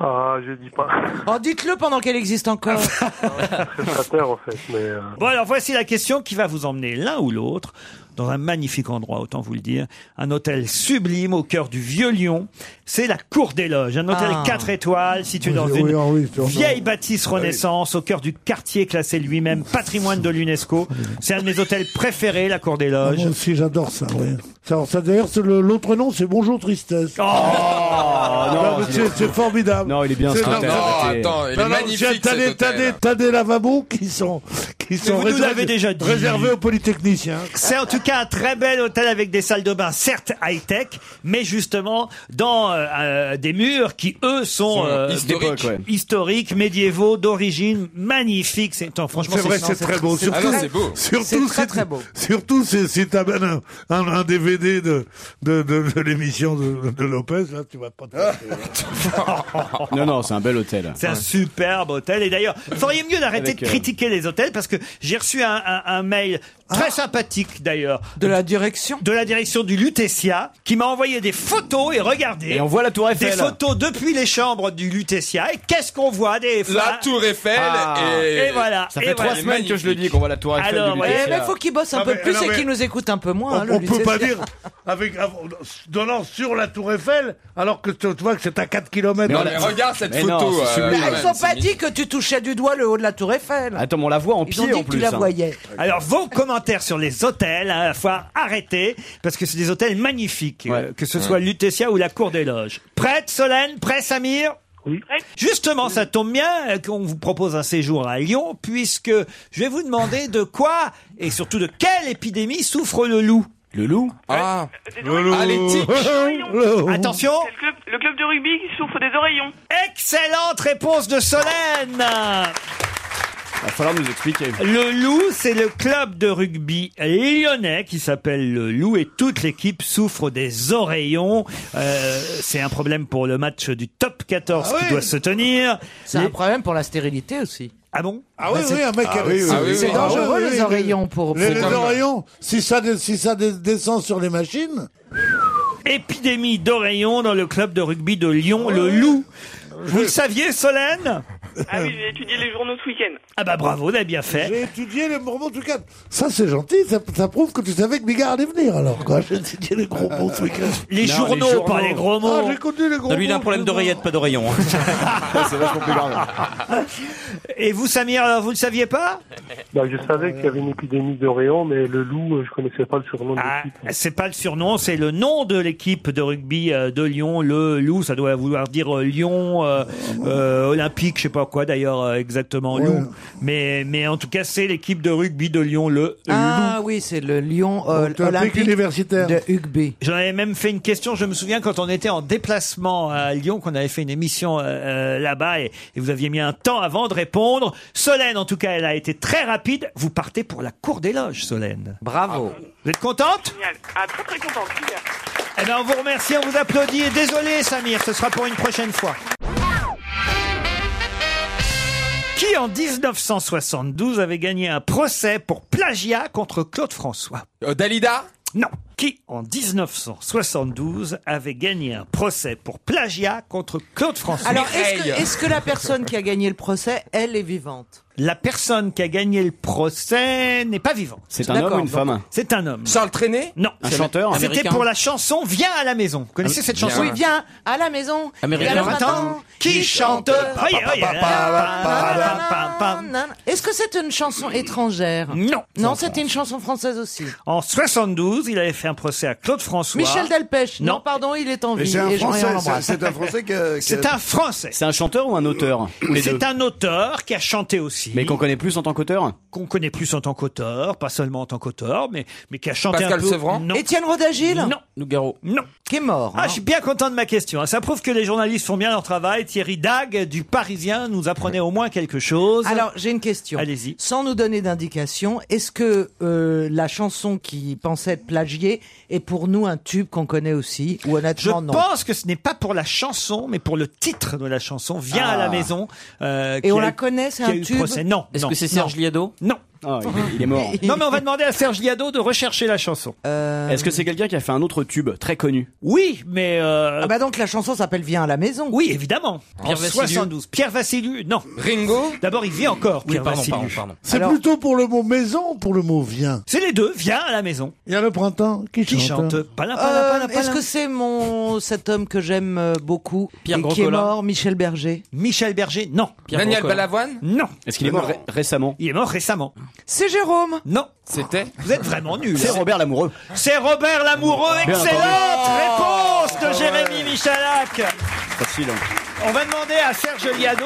Speaker 14: Ah, je dis pas. Ah,
Speaker 6: Oh, dites-le pendant qu'elle existe encore.
Speaker 14: C'est pas terre, en fait, mais... euh,
Speaker 3: Bon, alors voici la question qui va vous emmener l'un ou l'autre dans un magnifique endroit, autant vous le dire. Un hôtel sublime au cœur du vieux Lyon. C'est la Cour des Loges, un hôtel
Speaker 8: Ah.
Speaker 3: 4 étoiles situé dans
Speaker 8: Oui,
Speaker 3: une
Speaker 8: oui, ah oui, tu vois.
Speaker 3: vieille bâtisse Renaissance au cœur du quartier classé lui-même patrimoine de l'UNESCO. C'est un de mes hôtels préférés, la Cour des
Speaker 8: Ah,
Speaker 3: Loges.
Speaker 8: Moi aussi, j'adore ça, ouais. ça, ça, D'ailleurs, c'est le- l'autre nom, c'est Bonjour Tristesse.
Speaker 6: Oh,
Speaker 3: Oh,
Speaker 5: non,
Speaker 8: mais
Speaker 5: c'est-
Speaker 8: c'est- c'est formidable. Non, il est
Speaker 5: bien, cet hôtel. Non, attends, il est
Speaker 8: T'as
Speaker 5: magnifique, cet
Speaker 8: des- t'as
Speaker 5: hôtel.
Speaker 8: des- t'as des lavabos qui sont, qui
Speaker 3: Mais
Speaker 8: sont
Speaker 3: vous nous
Speaker 8: réservés-
Speaker 3: l'avez déjà dit.
Speaker 8: réservés aux polytechniciens.
Speaker 3: C'est en tout cas un très bel hôtel avec des salles de bain, certes high-tech, mais justement dans euh, euh, des murs qui, eux, sont
Speaker 5: Sont
Speaker 3: euh,
Speaker 5: historiques.
Speaker 3: d'époque, historiques, médiévaux, d'origine, magnifiques. C'est attends, franchement,
Speaker 8: C'est vrai, c'est très beau. Surtout, Surtout, si- Surtout, si, si t'amènes un, un, un DVD de, de, de, de l'émission de, de Lopez, là, tu vas pas te...
Speaker 4: Ah.
Speaker 5: Non, non, c'est un bel hôtel.
Speaker 3: C'est un superbe hôtel. Et d'ailleurs, vous feriez mieux d'arrêter
Speaker 5: Avec,
Speaker 3: de
Speaker 5: euh,
Speaker 3: critiquer les hôtels parce que j'ai reçu un, un- un mail très
Speaker 5: Ah.
Speaker 3: sympathique d'ailleurs.
Speaker 6: De la direction
Speaker 3: De la direction du Lutetia qui m'a envoyé des photos et regardez.
Speaker 5: Et on voit la Tour Eiffel.
Speaker 3: Des photos depuis les chambres du Lutetia. Et qu'est-ce qu'on voit des
Speaker 11: La Tour Eiffel
Speaker 3: Ah.
Speaker 11: et...
Speaker 3: Et voilà.
Speaker 5: Ça
Speaker 3: Et
Speaker 5: fait
Speaker 3: voilà.
Speaker 5: trois semaines que je le dis qu'on voit la tour Eiffel
Speaker 3: Alors,
Speaker 5: du
Speaker 3: ouais,
Speaker 5: Lutetia.
Speaker 6: Eh, mais faut qu'il bosse un
Speaker 8: Ah,
Speaker 6: peu
Speaker 8: mais-
Speaker 6: plus
Speaker 8: non,
Speaker 6: et
Speaker 8: mais-
Speaker 6: qu'il nous écoute un peu moins. hein,
Speaker 8: On,
Speaker 6: le
Speaker 8: on
Speaker 6: Luc
Speaker 8: peut pas
Speaker 6: Cécile.
Speaker 8: dire avec av- se donnant sur la Tour Eiffel alors que tu, tu vois que c'est à 4 km.
Speaker 5: Mais on la- Mais regarde cette mais non, photo, c'est euh,
Speaker 6: Mais
Speaker 5: sublime.
Speaker 6: Bah, ils ont pas
Speaker 5: C'est
Speaker 6: dit que tu touchais du doigt le haut de la Tour Eiffel.
Speaker 5: Attends, mais Ah, on la voit en
Speaker 6: Ils ont
Speaker 5: pied
Speaker 6: dit
Speaker 5: en
Speaker 6: que
Speaker 5: plus.
Speaker 6: tu la
Speaker 5: hein.
Speaker 6: voyais.
Speaker 3: Alors vos commentaires sur les hôtels, hein, à la fois arrêtez, parce que c'est des hôtels magnifiques, euh, que ce soit Lutetia ou la Cour des Loges. Prête Solène, prête Samir Justement, ça tombe bien euh, qu'on vous propose un séjour à Lyon, puisque je vais vous demander de quoi et surtout de quelle épidémie souffre le loup.
Speaker 5: Le loup
Speaker 3: Ah,
Speaker 11: Ah, les tiques.
Speaker 3: Attention
Speaker 13: C'est le club, le club de rugby qui souffre des oreillons.
Speaker 3: Excellente réponse de Solène
Speaker 5: Va falloir nous expliquer.
Speaker 3: Le Loup, c'est le club de rugby lyonnais qui s'appelle le Loup et toute l'équipe souffre des oreillons. Euh, c'est un problème pour le match du top 14
Speaker 6: Ah
Speaker 3: qui
Speaker 6: oui.
Speaker 3: doit se tenir.
Speaker 6: C'est un problème pour la stérilité aussi.
Speaker 3: Ah bon
Speaker 8: Ah oui,
Speaker 6: Bah, c'est-
Speaker 8: oui, un mec.
Speaker 6: Ah oui, oui, oui,
Speaker 8: c'est
Speaker 6: oui. Ah
Speaker 8: dangereux
Speaker 6: oui, oui,
Speaker 8: les
Speaker 6: oui.
Speaker 8: oreillons pour.
Speaker 6: Les-
Speaker 8: Les,
Speaker 6: les
Speaker 8: oreillons, si ça, dé- si ça dé- descend sur les machines.
Speaker 3: Épidémie d'oreillons dans le club de rugby de Lyon, le Loup. Vous le saviez, Solène
Speaker 13: Ah oui, j'ai étudié les journaux ce week-end.
Speaker 3: Ah bah bravo, on a bien fait.
Speaker 8: J'ai étudié les Mormons du Cap. Ça, c'est gentil. Ça, ça prouve que tu savais que Bigard allait venir, alors, quoi. J'ai étudié les gros
Speaker 14: Euh,
Speaker 8: mots ce week-end.
Speaker 3: Les
Speaker 9: Non,
Speaker 3: journaux,
Speaker 9: les journaux.
Speaker 3: pas les gros mots.
Speaker 8: Ah, j'ai connu les gros
Speaker 9: Non, lui, il a un
Speaker 8: mots,
Speaker 9: problème
Speaker 8: je
Speaker 9: d'oreillette, pas d'oreillon. hein.
Speaker 3: c'est vachement plus grave. Et vous, Samir, alors, vous le saviez pas
Speaker 14: Bah, je savais qu'il y avait une épidémie de rayon, mais le loup, euh, je connaissais pas le surnom de
Speaker 3: Ah,
Speaker 14: l'équipe.
Speaker 3: C'est pas le surnom, c'est le nom de l'équipe de rugby euh, de Lyon. Le loup, ça doit vouloir dire euh, Lyon euh, euh, Olympique, je sais pas quoi d'ailleurs euh, exactement loup. Mais mais en tout cas, c'est l'équipe de rugby de Lyon le
Speaker 6: Ah oui, c'est le Lyon euh, olympique de Hugues B.
Speaker 3: J'en avais même fait une question, je me souviens, quand on était en déplacement à Lyon, qu'on avait fait une émission euh, euh, là-bas et, et vous aviez mis un temps avant de répondre. Solène, en tout cas, elle a été très rapide. Vous partez pour la cour des loges, Solène. Bravo. Vous êtes contente
Speaker 13: Génial. Ah, très très contente, super.
Speaker 3: Eh bien, on vous remercie, on vous applaudit et désolé, Samir, ce sera pour une prochaine fois. Qui en 1972 avait gagné un procès pour plagiat contre Claude François Dalida Non. Qui en 1972 avait gagné un procès pour plagiat contre Claude François
Speaker 6: Alors, est-ce que, est-ce que la personne qui a gagné le procès, elle est vivante
Speaker 3: La personne qui a gagné le procès n'est pas vivante.
Speaker 5: C'est un homme
Speaker 3: D'accord,
Speaker 5: ou une
Speaker 3: donc,
Speaker 5: femme
Speaker 3: C'est un homme. Charles Trenet Non.
Speaker 5: Un chanteur
Speaker 3: C'était
Speaker 5: Américain
Speaker 3: pour la chanson Viens à la maison. Vous connaissez cette chanson
Speaker 6: Oui, viens à la maison.
Speaker 3: Américain.
Speaker 6: Et alors,
Speaker 3: Attends,
Speaker 6: maintenant,
Speaker 3: qui chante Ah, oui, ah, oui,
Speaker 6: nanana. Est-ce que c'est une chanson étrangère
Speaker 3: Non.
Speaker 6: Non, c'était une chanson française aussi.
Speaker 3: En 72, il avait fait un procès à Claude François.
Speaker 6: Michel Delpech. Non, pardon, il est en vie. et je- et on l'embrasse.
Speaker 3: C'est un Français.
Speaker 5: C'est un chanteur ou un auteur Les deux.
Speaker 3: C'est un auteur qui a chanté aussi.
Speaker 5: Mais qu'on connaît plus en tant qu'auteur
Speaker 3: Qu'on connaît plus en tant qu'auteur, pas seulement en tant qu'auteur, mais, mais qui a chanté
Speaker 5: Pascal
Speaker 3: un peu.
Speaker 5: Sevran
Speaker 3: Non.
Speaker 6: Étienne Rodagil
Speaker 3: Non.
Speaker 9: Nougaro.
Speaker 3: Non.
Speaker 6: Qui est mort. hein.
Speaker 3: Ah, je suis bien content de ma question. hein. Ça prouve que les journalistes font bien leur travail. Thierry Dag du Parisien nous apprenait au moins quelque chose.
Speaker 6: Alors, j'ai une question.
Speaker 3: Allez-y.
Speaker 6: Sans nous donner d'indication, est-ce que euh, la chanson qui pensait être plagiée est pour nous un tube qu'on connaît aussi Ou
Speaker 3: Je
Speaker 6: honnêtement, non
Speaker 3: pense que ce n'est pas pour la chanson, mais pour le titre de la chanson, Viens à la
Speaker 6: Ah.
Speaker 3: maison. euh,
Speaker 6: Et
Speaker 3: qui
Speaker 6: on
Speaker 3: a
Speaker 6: la
Speaker 3: eu-
Speaker 6: connaît, c'est
Speaker 3: qui a
Speaker 6: un
Speaker 3: eu
Speaker 6: tube
Speaker 3: procès. Non.
Speaker 9: Est-ce
Speaker 3: non,
Speaker 9: que c'est Serge
Speaker 3: non.
Speaker 9: Liado
Speaker 3: Non.
Speaker 5: Ah, il est- il est mort.
Speaker 3: Non, mais on va demander à Serge Liado de rechercher la chanson.
Speaker 5: Est-ce que c'est quelqu'un qui a fait un autre tube très connu
Speaker 3: Oui, mais. euh,
Speaker 6: Ah bah donc la chanson s'appelle Viens à la maison.
Speaker 3: Oui, évidemment.
Speaker 5: Pierre
Speaker 3: en
Speaker 5: Vassiliou.
Speaker 3: 72. Pierre Vassiliou, non. Ringo D'abord, il vit encore,
Speaker 9: Oui,
Speaker 3: Pierre
Speaker 9: pardon,
Speaker 3: Vassiliou.
Speaker 9: pardon, pardon.
Speaker 8: C'est plutôt pour le mot maison ou pour le mot viens
Speaker 3: C'est les deux, viens à la maison.
Speaker 8: Il y a le printemps qui,
Speaker 3: Qui
Speaker 8: chante.
Speaker 3: chante Palin, palin,
Speaker 6: Euh,
Speaker 3: palin,
Speaker 6: Est-ce
Speaker 3: palin.
Speaker 6: que c'est mon cet homme que j'aime euh, beaucoup
Speaker 3: Pierre
Speaker 6: et qui est
Speaker 3: Grocola.
Speaker 6: mort, Michel Berger
Speaker 3: Michel Berger, non.
Speaker 6: Pierre Daniel Bocola.
Speaker 3: Balavoine Non.
Speaker 5: Est-ce qu'il est mort
Speaker 3: Non.
Speaker 5: ré- récemment
Speaker 3: Il est mort récemment.
Speaker 6: C'est Jérôme
Speaker 3: Non.
Speaker 5: C'était
Speaker 3: Vous êtes vraiment nuls.
Speaker 5: C'est Robert Lamoureux.
Speaker 3: C'est Robert Lamoureux.
Speaker 5: Bien
Speaker 3: Excellente réponse de Jérémy Michalak.
Speaker 5: Facile. hein.
Speaker 3: On va demander à Serge Liado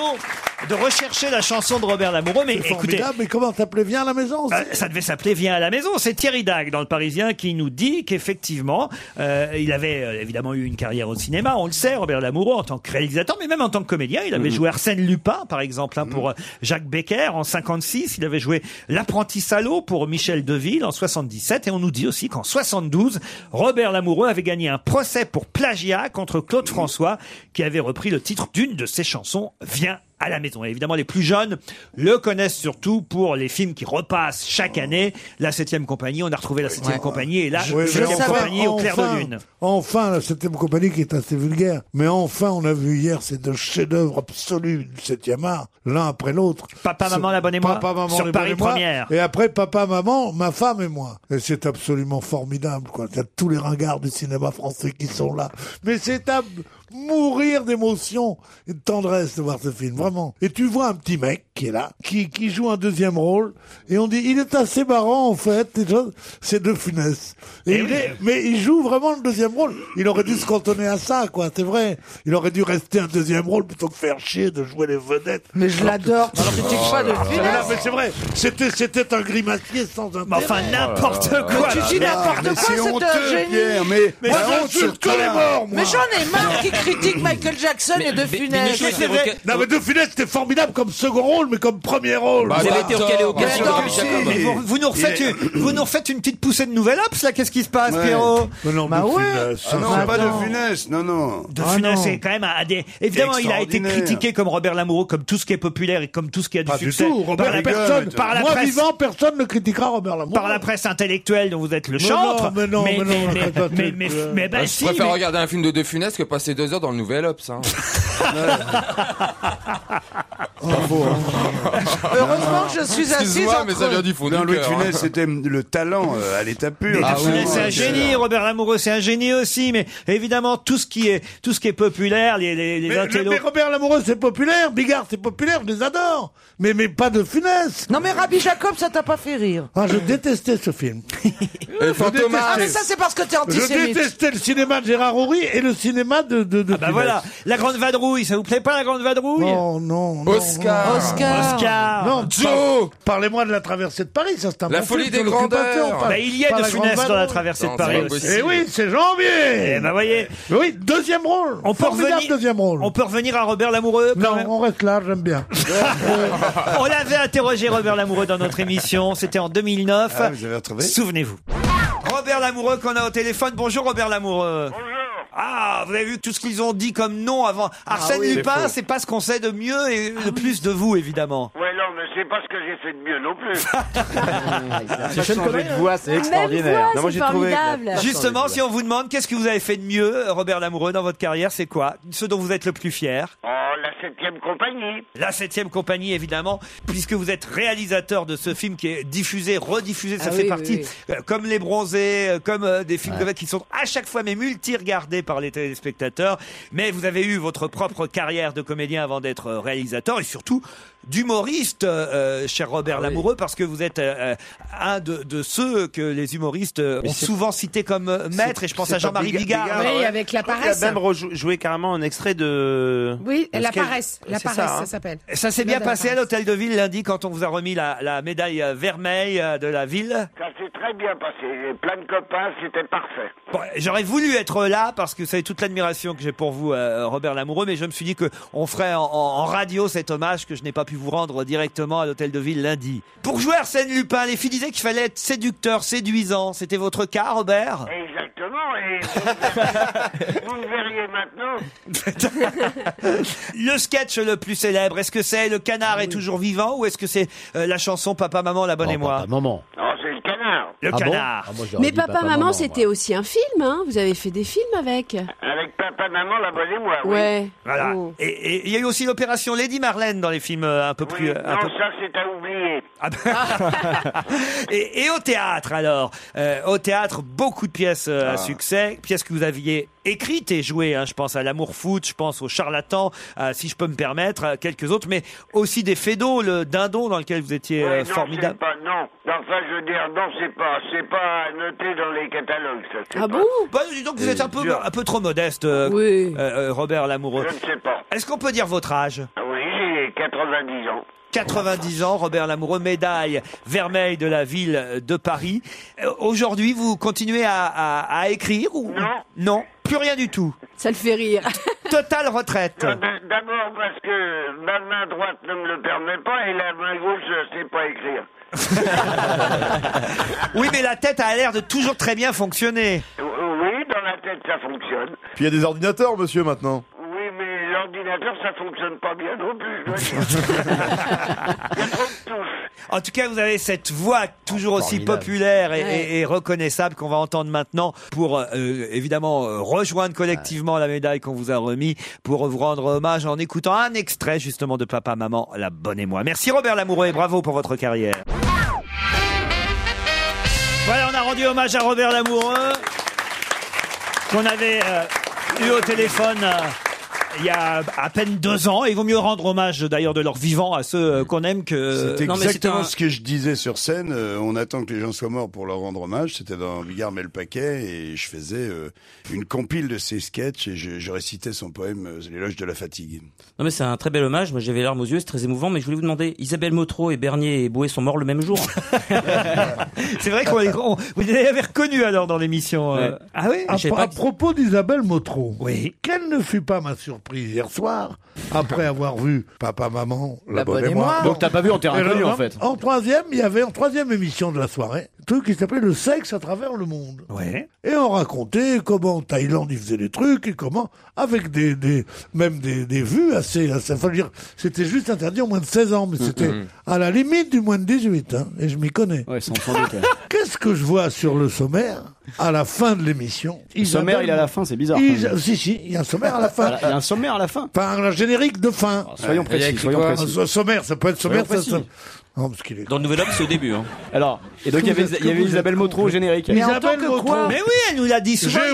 Speaker 3: de rechercher la chanson de Robert Lamoureux. Mais
Speaker 8: C'est
Speaker 3: écoutez,
Speaker 8: formidable, mais comment t'appelais Viens à la maison
Speaker 3: Euh, ça devait s'appeler Viens à la maison. C'est Thierry Dag dans le Parisien qui nous dit qu'effectivement, euh, il avait euh, évidemment eu une carrière au cinéma. On le sait, Robert Lamoureux en tant que réalisateur, mais même en tant que comédien, il avait joué Arsène Lupin, par exemple, hein, pour euh, Jacques Becker en 56. Il avait joué L'apprenti salaud pour Michel Deville en 77. Et on nous dit aussi qu'en 72, Robert Lamoureux avait gagné un procès pour plagiat contre Claude François, qui avait repris le titre d'une de ses chansons, Viens à la maison. Et évidemment, les plus jeunes le connaissent surtout pour les films qui repassent chaque année. La septième compagnie, on a retrouvé la septième compagnie, et là,
Speaker 8: Ouais, mais
Speaker 3: septième
Speaker 8: enfin,
Speaker 3: compagnie au clair
Speaker 8: enfin,
Speaker 3: de lune.
Speaker 8: Enfin, la septième compagnie qui est assez vulgaire. Mais enfin, on a vu hier ces deux chefs-d'œuvre absolus du septième art, l'un après l'autre.
Speaker 3: Papa, maman, la bonne et moi,
Speaker 8: Papa, maman, la
Speaker 3: sur
Speaker 8: bonne
Speaker 3: Paris
Speaker 8: et moi,
Speaker 3: Première.
Speaker 8: Et après, papa, maman, ma femme et moi. Et c'est absolument formidable, quoi. T'as tous les ringards du cinéma français qui sont là. Mais c'est à mourir d'émotion et de tendresse de voir ce film, vraiment. Et tu vois un petit mec qui est là, qui, qui joue un deuxième rôle, et on dit, il est assez marrant, en fait, et choses- c'est de funeste. Et il est- mais il joue vraiment le deuxième rôle. Il aurait dû se cantonner à ça, quoi, c'est vrai. Il aurait dû rester un deuxième rôle plutôt que faire chier de jouer les vedettes.
Speaker 6: Mais je l'adore. Tu critiques pas de
Speaker 8: Mais
Speaker 6: Funès.
Speaker 8: Ah, non, mais c'est vrai, c'était, c'était un grimacier sans intérêt.
Speaker 3: Mais enfin,
Speaker 8: Oh
Speaker 3: n'importe quoi.
Speaker 6: Mais tu dis
Speaker 3: Oh là.
Speaker 6: n'importe
Speaker 3: Mais
Speaker 6: quoi, c'est un génie.
Speaker 4: mais,
Speaker 3: Mais
Speaker 8: Moi,
Speaker 3: la honte
Speaker 8: j'insulte
Speaker 3: sur
Speaker 8: tous
Speaker 3: toi.
Speaker 8: les morts, moi.
Speaker 6: Mais j'en ai marre qui critique Michael Jackson et De Funès.
Speaker 8: Mais c'est vrai. Non, mais De Funès, c'était formidable comme second rôle, mais comme premier rôle.
Speaker 3: Bah,
Speaker 9: Vous avez été recalé au casting de Michel Jacob.
Speaker 3: Mais vous, vous nous refaites
Speaker 8: Il est-
Speaker 3: une, vous nous refaites une petite poussée de nouvelle ops, là, qu'est-ce qui se passe, Pierrot
Speaker 8: Mais non,
Speaker 6: Bah
Speaker 8: de
Speaker 6: ouais.
Speaker 8: Funès,
Speaker 4: Ah non,
Speaker 8: ça,
Speaker 4: pas
Speaker 8: ça-
Speaker 4: de funeste, non, Ah non.
Speaker 3: De Funès c'est quand même un des. Évidemment, il a été
Speaker 4: Extraordinaire.
Speaker 3: critiqué comme Robert Lamoureux, comme tout ce qui est populaire et comme tout ce qui a du
Speaker 8: Pas du
Speaker 3: succès.
Speaker 8: tout,
Speaker 3: par
Speaker 8: Robert,
Speaker 3: la,
Speaker 8: personne,
Speaker 3: par la
Speaker 8: moi
Speaker 3: presse,
Speaker 8: vivant, personne ne critiquera Robert Lamoureux.
Speaker 3: par la presse intellectuelle dont vous êtes le
Speaker 8: Mais
Speaker 3: chantre.
Speaker 8: non, mais non, mais non, la
Speaker 3: mais, mais,
Speaker 8: presse
Speaker 3: mais, mais,
Speaker 8: intellectuelle.
Speaker 3: mais bah
Speaker 11: Ah, je
Speaker 3: si,
Speaker 11: préfère
Speaker 3: mais-
Speaker 11: regarder un film de De Funès que passer deux heures dans le Nouvel Ops. hein.
Speaker 4: Ah,
Speaker 6: Heureusement que je suis assise
Speaker 11: Excuse-moi, mais ça
Speaker 6: entre
Speaker 11: vient du fond
Speaker 4: Non,
Speaker 11: du
Speaker 4: Louis
Speaker 11: cœur.
Speaker 4: Funès, c'était le talent euh, à l'état pur.
Speaker 3: Mais
Speaker 8: Ah,
Speaker 3: Dufresne, Ah, c'est un génie, Robert Lamoureux, c'est un génie aussi, mais évidemment, tout ce qui est, tout ce qui est populaire, les, les, les
Speaker 8: Mais,
Speaker 3: intellos-
Speaker 8: mais Robert Lamoureux, c'est populaire. Bigard, c'est populaire. Je les adore. Mais, mais pas de funeste.
Speaker 6: Non, mais Rabbi Jacob, ça t'a pas fait rire.
Speaker 8: Ah, je détestais ce film. Euh,
Speaker 11: Et
Speaker 6: Fantomas. Ah, mais ça, c'est parce que t'es
Speaker 8: Je
Speaker 6: antisémite.
Speaker 8: détestais le cinéma de Gérard Horry et le cinéma de. de, de
Speaker 3: Bah voilà, la grande vadrouille, ça vous plaît pas la grande vadrouille
Speaker 8: Non, non, non,
Speaker 3: Oscar.
Speaker 8: non.
Speaker 3: Oscar. Oscar.
Speaker 8: Non,
Speaker 3: Joe.
Speaker 8: par- Parlez-moi de la traversée de Paris, ça c'est un
Speaker 3: La
Speaker 8: bon
Speaker 3: folie
Speaker 8: film,
Speaker 3: des
Speaker 8: c'est une
Speaker 3: grandeurs.
Speaker 8: occupation, pas-
Speaker 3: Bah, il y a
Speaker 8: pas
Speaker 3: de
Speaker 8: la
Speaker 3: Funès
Speaker 8: grande
Speaker 3: dans la
Speaker 8: valeur.
Speaker 3: traversée de Non, Paris c'est pas aussi. possible.
Speaker 8: Eh oui, c'est janvier.
Speaker 3: Eh ben, voyez.
Speaker 8: Oui, deuxième rôle.
Speaker 3: On peut,
Speaker 8: Formidable
Speaker 3: revenir,
Speaker 8: deuxième rôle.
Speaker 3: on peut revenir à Robert Lamoureux quand
Speaker 8: Non,
Speaker 3: même
Speaker 8: on reste là, j'aime bien.
Speaker 3: on l'avait interrogé Robert Lamoureux dans notre émission, c'était en 2009.
Speaker 4: Ah, vous avez retrouvé
Speaker 3: Souvenez-vous. Robert Lamoureux qu'on a au téléphone. Bonjour Robert Lamoureux. Bonjour. Ah, vous avez vu tout ce qu'ils ont dit comme nom avant. Arsène
Speaker 15: oui. C'est
Speaker 3: Lupin,
Speaker 15: faux.
Speaker 3: c'est pas ce qu'on sait de mieux et
Speaker 15: Ah
Speaker 3: le plus de vous évidemment.
Speaker 15: Ouais, non, mais c'est pas ce que j'ai fait de mieux non plus.
Speaker 3: C'est Sean Connery, hein.
Speaker 15: Ah, Même voix,
Speaker 3: Non,
Speaker 15: c'est
Speaker 3: moi, j'ai trouvé-
Speaker 15: formidable.
Speaker 3: Justement, si on vous demande qu'est-ce que vous avez fait de mieux, Robert Lamoureux, dans votre carrière, c'est quoi Ce dont vous êtes le plus fier
Speaker 15: Oh, la septième compagnie.
Speaker 3: La septième compagnie, évidemment, puisque vous êtes réalisateur de ce film qui est diffusé, rediffusé, ça
Speaker 15: Ah
Speaker 3: fait
Speaker 15: oui,
Speaker 3: partie,
Speaker 15: oui,
Speaker 3: euh, comme Les Bronzés, euh, comme euh, des films comme ça qui sont à chaque fois mais multi-regardés par les téléspectateurs. Mais vous avez eu votre propre carrière de comédien avant d'être euh, réalisateur et surtout d'humoriste, euh, euh, cher
Speaker 15: Ah
Speaker 3: Robert Lamoureux, parce que vous êtes euh, euh, un de, de ceux que les humoristes euh, ont souvent cité comme euh, maître, et je pense à Jean-Marie Bigard.
Speaker 16: Oui, avec la paresse.
Speaker 17: Il a même rejou- joué carrément un extrait de.
Speaker 16: Oui,
Speaker 17: de
Speaker 16: la
Speaker 17: sketch.
Speaker 16: paresse. La
Speaker 17: C'est
Speaker 16: paresse,
Speaker 17: hein.
Speaker 16: ça s'appelle.
Speaker 3: Ça s'est
Speaker 16: Le
Speaker 3: bien
Speaker 16: de la
Speaker 3: passé à l'hôtel de ville lundi quand on vous a remis la, la médaille euh, vermeille euh, de la ville.
Speaker 15: Ça s'est très bien passé. J'ai plein de copains, c'était parfait.
Speaker 3: Bon, J'aurais voulu être là parce que c'est toute l'admiration que j'ai pour vous, euh, Robert Lamoureux, mais je me suis dit que on ferait en, en- en radio cet hommage que je n'ai pas pu vous rendre directement à l'hôtel de ville lundi. Pour jouer Arsène Lupin, les filles disaient qu'il fallait être séducteur, séduisant. C'était votre cas, Robert
Speaker 15: Exactement. Et vous me verriez maintenant.
Speaker 3: Le sketch le plus célèbre, est-ce que c'est Le canard est toujours vivant ou est-ce que c'est euh, la chanson Papa, maman, la bonne et moi
Speaker 18: Maman.
Speaker 15: Oh, c'est le canard.
Speaker 3: Le canard.
Speaker 19: Mais papa, maman, c'était aussi un film, hein Vous avez fait des films avec.
Speaker 15: Avec papa, maman, la bonne et
Speaker 16: Ah
Speaker 15: moi. oui.
Speaker 19: Ouais.
Speaker 3: Voilà.
Speaker 15: Oh.
Speaker 3: Et- Et il y a eu aussi l'opération Lady Marlène dans les films euh, un peu plus. euh, un
Speaker 15: Non,
Speaker 3: peu- Ah
Speaker 15: ça,
Speaker 3: ben.
Speaker 15: c'est à oublier.
Speaker 3: et, et au théâtre alors, Euh, au théâtre beaucoup de pièces euh, à
Speaker 15: Ah.
Speaker 3: succès, pièces que vous aviez écrites et jouées. hein. je pense à l'amour foot, je pense au charlatan, euh, si je peux me permettre, à quelques autres, mais aussi des fédos, le dindon dans lequel vous étiez
Speaker 15: Ouais,
Speaker 3: euh,
Speaker 15: non,
Speaker 3: formidable.
Speaker 15: c'est Pas, non, enfin, je veux dire, non, c'est pas, c'est pas à noter dans les catalogues, ça.
Speaker 19: Ah
Speaker 15: c'est pas-
Speaker 3: Bah, dis donc, vous
Speaker 15: Euh,
Speaker 3: êtes un peu,
Speaker 15: dur.
Speaker 3: un peu trop modeste, euh, euh, euh, Robert Lamoureux.
Speaker 15: Je ne sais pas.
Speaker 3: Est-ce qu'on peut dire votre âge
Speaker 15: Ah Oui, j'ai 90 ans.
Speaker 3: 90 ans, Robert Lamoureux, médaille vermeille de la ville de Paris. Euh, Aujourd'hui, vous continuez à, à- à écrire ou non Non, plus rien du tout.
Speaker 19: Ça le fait rire.
Speaker 3: Totale retraite.
Speaker 15: Non, d- Ah, ben, D'abord parce que ma main droite ne me le permet pas et la main gauche, je sais pas écrire.
Speaker 3: Oui, mais la tête a l'air de toujours très bien fonctionner.
Speaker 15: Oui, dans la tête, ça fonctionne.
Speaker 10: Puis il y a des ordinateurs, monsieur, maintenant.
Speaker 15: Oui, mais l'ordinateur, ça fonctionne pas bien non plus. je dois dire.
Speaker 3: En tout cas, vous avez cette voix toujours aussi
Speaker 15: formidable.
Speaker 3: populaire et,
Speaker 15: Ouais.
Speaker 3: et- et reconnaissable qu'on va entendre maintenant pour euh, évidemment euh, rejoindre collectivement la médaille qu'on vous a remis pour vous rendre hommage en écoutant un extrait justement de Papa, Maman, la bonne et moi. Merci Robert Lamoureux et bravo pour votre carrière. Voilà, on a rendu hommage à Robert Lamoureux, qu'on avait euh, eu au téléphone euh, il y a à peine deux ans. Et il vaut mieux rendre hommage d'ailleurs de leur vivant à ceux euh, qu'on aime que...
Speaker 4: C'est
Speaker 3: Non, mais
Speaker 4: exactement
Speaker 3: un-
Speaker 4: ce que je disais sur scène. euh, on attend que les gens soient morts pour leur rendre hommage. C'était dans Bigard met le paquet et je faisais euh, une compile de ses sketchs et je, je récitais son poème euh, L'éloge de la fatigue.
Speaker 9: Non mais c'est un très bel hommage, moi j'avais larmes aux yeux, c'est très émouvant, mais je voulais vous demander, Isabelle Motro et Bernier et Bouet sont morts le même jour hein
Speaker 3: C'est vrai qu'on les- on- vous les avez reconnus alors dans l'émission. euh.
Speaker 9: Ouais.
Speaker 3: Ah oui
Speaker 8: À,
Speaker 9: Je sais
Speaker 8: pro-
Speaker 9: pas
Speaker 8: à propos d'Isabelle Motro, quelle ne fut pas ma surprise hier soir après avoir vu Papa, Maman, la, bonne et moi.
Speaker 5: Donc t'as pas vu en terrain
Speaker 8: Et le-
Speaker 5: inconnu en fait.
Speaker 8: En troisième, il y avait en troisième émission de la soirée, truc qui s'appelait Le sexe à travers le monde.
Speaker 3: Ouais.
Speaker 8: Et on racontait comment en Thaïlande ils faisaient des trucs et comment, avec des, des même des, des vues assez, assez enfin, je veux dire, c'était juste interdit au moins de 16 ans, mais c'était
Speaker 5: mhm.
Speaker 8: à la limite du moins de 18, hein, et je m'y connais.
Speaker 5: Ouais, sans sans doute. ouais.
Speaker 8: Qu'est-ce que je vois sur le sommaire à la fin de l'émission
Speaker 5: Le sommaire, il est à la fin, c'est bizarre.
Speaker 8: Isa- Si, si, il y a un sommaire à la fin.
Speaker 5: Il y a un sommaire à la fin.
Speaker 8: Par le générique de fin.
Speaker 5: Ah, soyons précis,
Speaker 8: Ah, Il y a écrit
Speaker 5: soyons
Speaker 8: quoi
Speaker 5: précis.
Speaker 8: Un sommaire, ça peut être sommaire.
Speaker 5: Soyons
Speaker 8: ça- ça-
Speaker 5: précis.
Speaker 8: Non, parce qu'il est.
Speaker 9: Dans le Nouvel Homme, c'est au début. Hein.
Speaker 5: Alors, et donc il y avait, il y avait Isabelle Motro au générique.
Speaker 8: Isabelle Motro.
Speaker 3: Mais oui, elle nous l'a dit
Speaker 8: J'ai
Speaker 3: souvent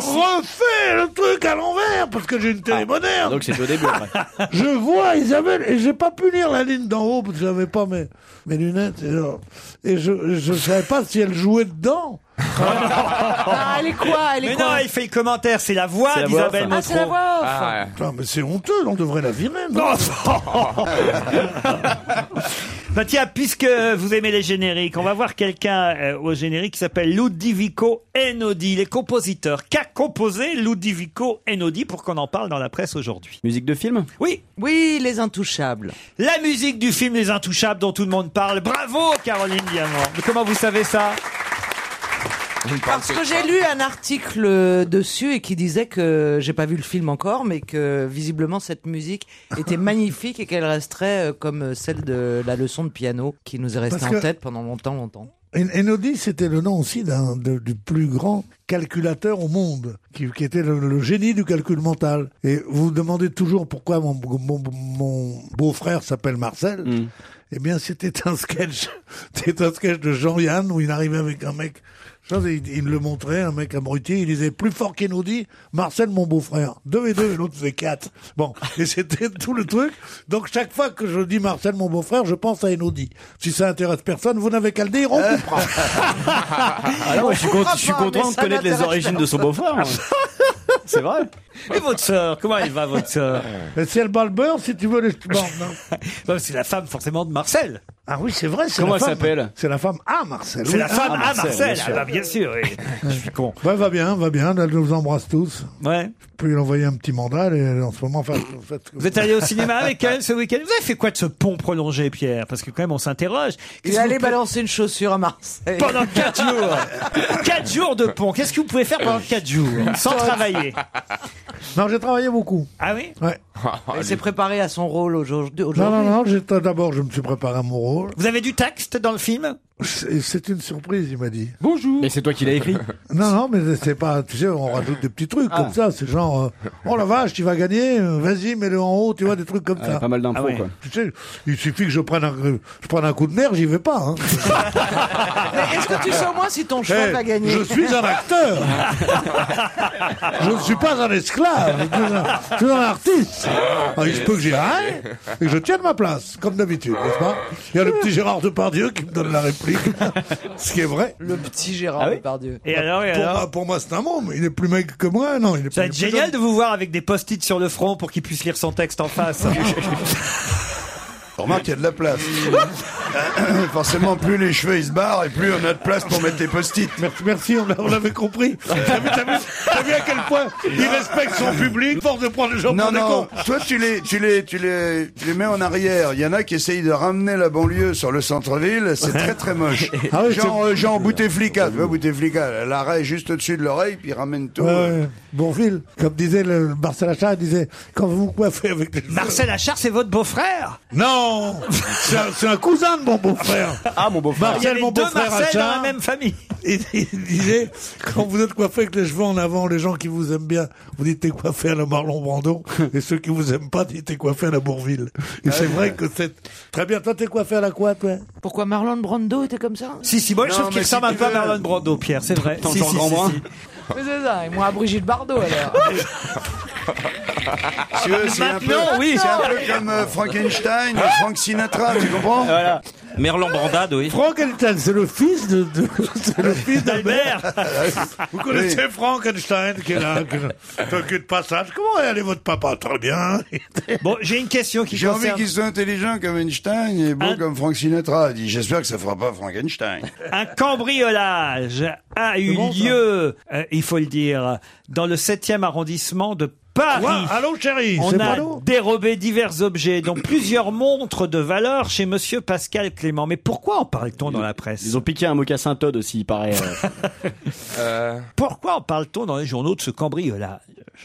Speaker 3: ici.
Speaker 8: refait le truc à l'envers parce que j'ai une télé moderne.
Speaker 5: Ah, Donc c'était au début. après.
Speaker 8: Je vois Isabelle et j'ai pas pu lire la ligne d'en haut parce que j'avais pas mes, mes lunettes et, alors- et je je savais pas si elle jouait dedans.
Speaker 3: Ah,
Speaker 19: elle est quoi Elle est
Speaker 3: Mais
Speaker 19: quoi
Speaker 3: non, il fait le commentaire, c'est la
Speaker 8: C'est
Speaker 3: voix
Speaker 8: la voix
Speaker 3: d'Isabelle
Speaker 8: off. Ah,
Speaker 3: Motro.
Speaker 8: c'est la voix off.
Speaker 3: Ah, ouais.
Speaker 8: Putain, mais c'est honteux, on devrait la virer. Non.
Speaker 3: Bah tiens, puisque vous aimez les génériques, on va voir quelqu'un euh, au générique qui s'appelle Ludovico Einaudi, les compositeurs. Qu'a composé Ludovico Einaudi pour qu'on en parle dans la presse aujourd'hui
Speaker 5: Musique de film
Speaker 3: Oui.
Speaker 6: Oui, Les Intouchables.
Speaker 3: La musique du film Les Intouchables dont tout le monde parle. Bravo Caroline Diamant. Mais comment vous savez ça
Speaker 6: Parce que j'ai lu un article euh, dessus et qui disait que j'ai pas vu le film encore, mais que visiblement cette musique était magnifique et qu'elle resterait euh, comme celle de la leçon de piano qui nous est restée
Speaker 8: Parce
Speaker 6: en
Speaker 8: que-
Speaker 6: tête pendant longtemps, longtemps.
Speaker 8: En- Enodi, c'était le nom aussi d'un de- du plus grand calculateur au monde, qui, qui était le, le génie du calcul mental. Et vous vous demandez toujours pourquoi mon, mon- mon beau-frère s'appelle Marcel. Eh bien, c'était un sketch, c'était un sketch de Jean-Yann où il arrivait avec un mec. je sais, Il, il le montrait, un mec abruti, il disait plus fort qu'Enodi, Marcel mon beau-frère. Deux et deux, et l'autre faisait quatre. Bon, et c'était tout le truc. Donc chaque fois que je dis Marcel mon beau-frère, je pense à Enodi. Si ça intéresse personne, vous n'avez qu'à le dire, on comprend.
Speaker 5: Ah non, je suis, con- je suis content de connaître les origines de son beau-frère.
Speaker 8: Ah,
Speaker 5: C'est vrai.
Speaker 3: Et votre sœur Comment elle va, votre sœur
Speaker 8: Et Euh, si elle bat le beurre, si tu veux les Bon, non.
Speaker 3: Non, mais C'est la femme forcément de Marcel.
Speaker 8: Ah oui, c'est vrai. c'est
Speaker 3: Comment
Speaker 8: la
Speaker 3: elle
Speaker 8: femme-
Speaker 3: s'appelle
Speaker 8: C'est la femme à Marcel.
Speaker 3: C'est
Speaker 8: oui,
Speaker 3: la femme à Marcel.
Speaker 8: bien
Speaker 3: Ah
Speaker 8: sûr.
Speaker 3: bah, bien sûr, oui. Je suis con.
Speaker 8: Ouais, va bien, va bien. Elle nous embrasse tous.
Speaker 3: Ouais.
Speaker 8: Puis lui envoyer un petit mandat. Et en ce moment, enfin, en fait,
Speaker 3: Vous êtes allé au cinéma avec elle ce week-end Vous avez fait quoi de ce pont prolongé, Pierre Parce que quand même, on s'interroge.
Speaker 6: Il est allé balancer une chaussure à Marseille.
Speaker 3: Pendant 4 jours 4 jours de pont Qu'est-ce que vous pouvez faire pendant 4 jours Sans travailler
Speaker 8: Non, j'ai travaillé beaucoup.
Speaker 3: Ah oui
Speaker 8: Ouais.
Speaker 6: Elle s'est préparée à son rôle aujourd'hui.
Speaker 8: Non, non, non. j'ai- D'abord, je me suis préparé à mon rôle.
Speaker 3: Vous avez du texte dans le film
Speaker 8: C'est c'est une surprise, il m'a dit.
Speaker 5: Bonjour. Mais c'est toi qui l'as écrit.
Speaker 6: Oh,
Speaker 8: Non, non, mais c'est pas. Tu sais, on rajoute des petits trucs comme ça. C'est genre, euh, oh la vache, tu vas gagner. euh, Vas-y, mets-le en haut. Tu vois des trucs comme
Speaker 5: Ah,
Speaker 8: ça.
Speaker 5: pas mal d'impro, Ah ouais. quoi.
Speaker 8: Tu sais, il suffit que je prenne un, je prenne un coup de nerf, j'y vais pas. hein.
Speaker 3: Ah.
Speaker 6: Mais est-ce que tu sais au moins si ton cheval
Speaker 8: Eh,
Speaker 6: va gagner
Speaker 8: Je suis un acteur. je ne suis pas un esclave. Je suis un- Je suis un artiste. Ah, il se peut que j'y aille et que je tienne ma place, comme d'habitude, n'est-ce pas Il y a le petit Gérard Depardieu qui me donne la réplique, ce qui est vrai.
Speaker 6: Le petit
Speaker 3: Ah
Speaker 6: Gérard, par Dieu.
Speaker 3: Et alors, et
Speaker 8: Pour,
Speaker 3: alors
Speaker 8: moi- pour moi, c'est un monde. Il est plus mec que moi, non il est
Speaker 3: Ça va
Speaker 8: plus-
Speaker 3: être
Speaker 8: il est plus
Speaker 3: génial
Speaker 8: jeune.
Speaker 3: de vous voir avec des post-it sur le front pour qu'il puisse lire son texte en face.
Speaker 4: Remarque, il y a de la place. Forcément, plus les cheveux ils se barrent et plus on a de place pour mettre des post-it.
Speaker 8: Merci, merci on, l'a- on l'avait compris. T'as vu, t'as vu- t'as vu à quel point il respecte son public, force de prendre les gens
Speaker 4: Non,
Speaker 8: pour des
Speaker 4: non,
Speaker 8: cons.
Speaker 4: toi tu les, tu, les, tu, les, tu les mets en arrière. Il y en a qui essayent de ramener la banlieue sur le centre-ville, c'est très très moche.
Speaker 8: Ah oui,
Speaker 4: Genre,
Speaker 8: c'est-
Speaker 4: euh, genre Bouteflika, tu vois Bouteflika, l'arrêt juste au-dessus de l'oreille, puis il ramène tout.
Speaker 8: Ouais, bon fil. Comme disait le Marcel Achard, il disait quand vous vous coiffez avec les
Speaker 3: Marcel Achard, c'est votre beau-frère
Speaker 8: Non C'est un, c'est un cousin de mon beau-frère.
Speaker 5: Ah, mon beau-frère.
Speaker 3: Il y a
Speaker 8: Marcel,
Speaker 3: les
Speaker 8: mon
Speaker 3: deux
Speaker 8: beau-frère
Speaker 3: Marcel dans
Speaker 8: Achard.
Speaker 3: la même famille.
Speaker 8: Il, il disait quand vous êtes coiffé avec les cheveux en avant, les gens qui vous aiment bien, vous dites t'es coiffé à la Marlon Brando, et ceux qui vous aiment pas, dites t'es coiffé à la Bourville. Et
Speaker 5: Ah
Speaker 8: c'est vrai que c'est très bien. Toi, t'es coiffé à la quoi, toi
Speaker 6: Pourquoi Marlon Brando était comme ça
Speaker 3: Si, si, moi je
Speaker 4: Non,
Speaker 3: trouve qu'il
Speaker 4: mais si
Speaker 3: ressemble un
Speaker 4: tu
Speaker 3: peu à
Speaker 4: veux.
Speaker 3: Marlon Brando, Pierre, c'est vrai.
Speaker 5: Tant Jean Grandbois.
Speaker 6: Mais c'est ça, et moi à Brigitte Bardot alors.
Speaker 4: Tu vois, c'est un peu,
Speaker 3: Maintenant, oui.
Speaker 4: c'est un peu comme euh, Frankenstein,
Speaker 6: Ah.
Speaker 4: euh, Frank Sinatra, tu comprends
Speaker 9: Merlan Brandade, oui.
Speaker 8: Franck Einstein, c'est le fils de, de- c'est le fils d'Albert. Vous connaissez
Speaker 4: Oui.
Speaker 8: Franck Einstein qui est là, qui s'occupe de passage. Comment est allé votre papa Très bien.
Speaker 3: Bon, j'ai une question qui
Speaker 4: J'ai envie
Speaker 3: concerne
Speaker 4: qu'ils soient intelligents comme Einstein et beaux
Speaker 3: Un-
Speaker 4: comme Frank Sinatra. Il dit, J'espère que ça fera pas Frankenstein.
Speaker 3: un cambriolage a eu
Speaker 8: bon, ça
Speaker 3: lieu, euh, il faut le dire, dans le 7e arrondissement de Paris.
Speaker 8: Quoi Allô chérie,
Speaker 3: On
Speaker 8: c'est
Speaker 3: a
Speaker 8: pas nous
Speaker 3: dérobé divers objets, dont plusieurs montres de valeur chez Monsieur Pascal Clément. Mais pourquoi en parle-t-on dans la presse Ils ont piqué un mocassin Todd aussi, il paraît. euh. Pourquoi en parle-t-on dans les journaux de ce cambriolage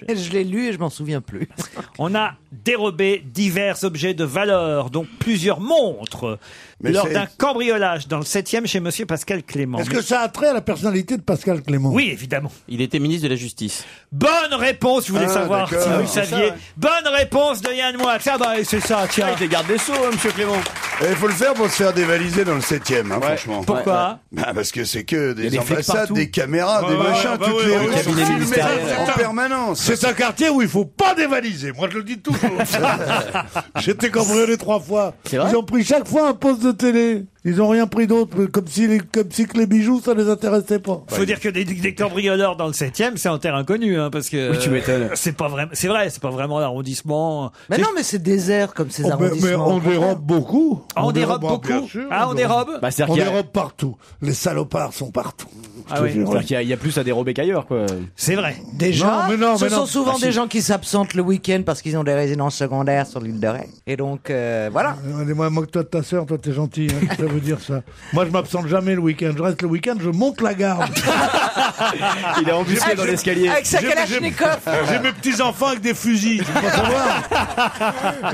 Speaker 6: Je l'ai lu et je m'en souviens plus.
Speaker 3: On a dérobé divers objets de valeur, dont plusieurs montres,
Speaker 8: Mais
Speaker 3: lors
Speaker 8: c'est-
Speaker 3: d'un cambriolage dans le 7e chez Monsieur Pascal Clément.
Speaker 8: Est-ce
Speaker 3: Mais-
Speaker 8: que ça a trait à la personnalité de Pascal Clément
Speaker 3: Oui, évidemment.
Speaker 9: Il était ministre de la Justice.
Speaker 3: Bonne réponse, je voulais
Speaker 9: Ah,
Speaker 3: savoir si
Speaker 9: d'accord.
Speaker 3: vous le
Speaker 9: C'est ça,
Speaker 3: saviez.
Speaker 9: ouais.
Speaker 3: Bonne réponse de Yann Moix. Ah bah, c'est ça, tiens.
Speaker 4: il garde des sceaux, monsieur Clément. Eh, Il faut le faire pour se faire dévaliser dans le 7 e hein, franchement.
Speaker 3: Pourquoi
Speaker 4: Bah, Parce que c'est que
Speaker 3: Il y
Speaker 4: des,
Speaker 3: a des flics
Speaker 4: ambassades,
Speaker 3: partout.
Speaker 4: des caméras,
Speaker 3: Bah
Speaker 4: des
Speaker 3: ouais,
Speaker 4: machins,
Speaker 3: bah
Speaker 4: toutes
Speaker 3: ouais,
Speaker 4: les
Speaker 3: ouais,
Speaker 4: rues
Speaker 3: ouais,
Speaker 4: sont
Speaker 3: cabinet
Speaker 4: filmées
Speaker 3: ministériel.
Speaker 4: en permanence.
Speaker 8: C'est un quartier où il faut pas dévaliser. Moi, je le dis toujours. J'étais cambriolé trois fois.
Speaker 4: C'est vrai
Speaker 8: Ils ont pris chaque fois un poste de télé. Ils ont rien pris d'autre, comme si, les- comme si que les bijoux, ça les intéressait pas.
Speaker 3: Faut dire que des, des cambrioleurs dans le 7e, c'est en terre inconnue, hein, parce que.
Speaker 8: Oui, tu m'étonnes.
Speaker 3: C'est pas vrai, c'est vrai, c'est pas vraiment l'arrondissement.
Speaker 6: Mais
Speaker 3: C'est-
Speaker 6: non, mais c'est désert comme ces
Speaker 8: Oh, mais-
Speaker 6: arrondissements.
Speaker 8: mais on dérobe beaucoup.
Speaker 3: Ah, on dérobe beaucoup
Speaker 8: bien sûr,
Speaker 3: Ah, on dérobe Bah, c'est-à-dire
Speaker 8: On
Speaker 3: qu'il y a-
Speaker 8: dérobe partout. Les salopards sont partout.
Speaker 5: Ah oui. C'est-à-dire qu'il y a- il y, a plus à dérober qu'ailleurs, quoi.
Speaker 3: C'est vrai.
Speaker 6: Déjà,
Speaker 8: Non, mais non,
Speaker 6: ce
Speaker 8: mais
Speaker 6: sont
Speaker 8: non.
Speaker 6: souvent
Speaker 8: Ah, si.
Speaker 6: des gens qui s'absentent le week-end parce qu'ils ont des résidences secondaires sur l'île de Ré. Et donc, euh, voilà.
Speaker 8: Moi, moque-toi de ta sœur, toi t'es gentil, hein, ça veut dire ça. Moi je m'absente jamais le week-end, je reste le week-end, je monte la garde.
Speaker 5: Il est embusqué dans l'escalier.
Speaker 8: J'ai- j'ai- J'ai mes petits-enfants avec des fusils, tu peux pas savoir.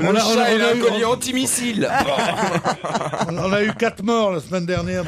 Speaker 11: Mon
Speaker 8: Ah, On a- on a-
Speaker 11: chat, il
Speaker 8: on
Speaker 11: a
Speaker 8: a
Speaker 11: un
Speaker 8: eu-
Speaker 11: collier antimissile.
Speaker 8: On on a eu quatre morts la semaine dernière.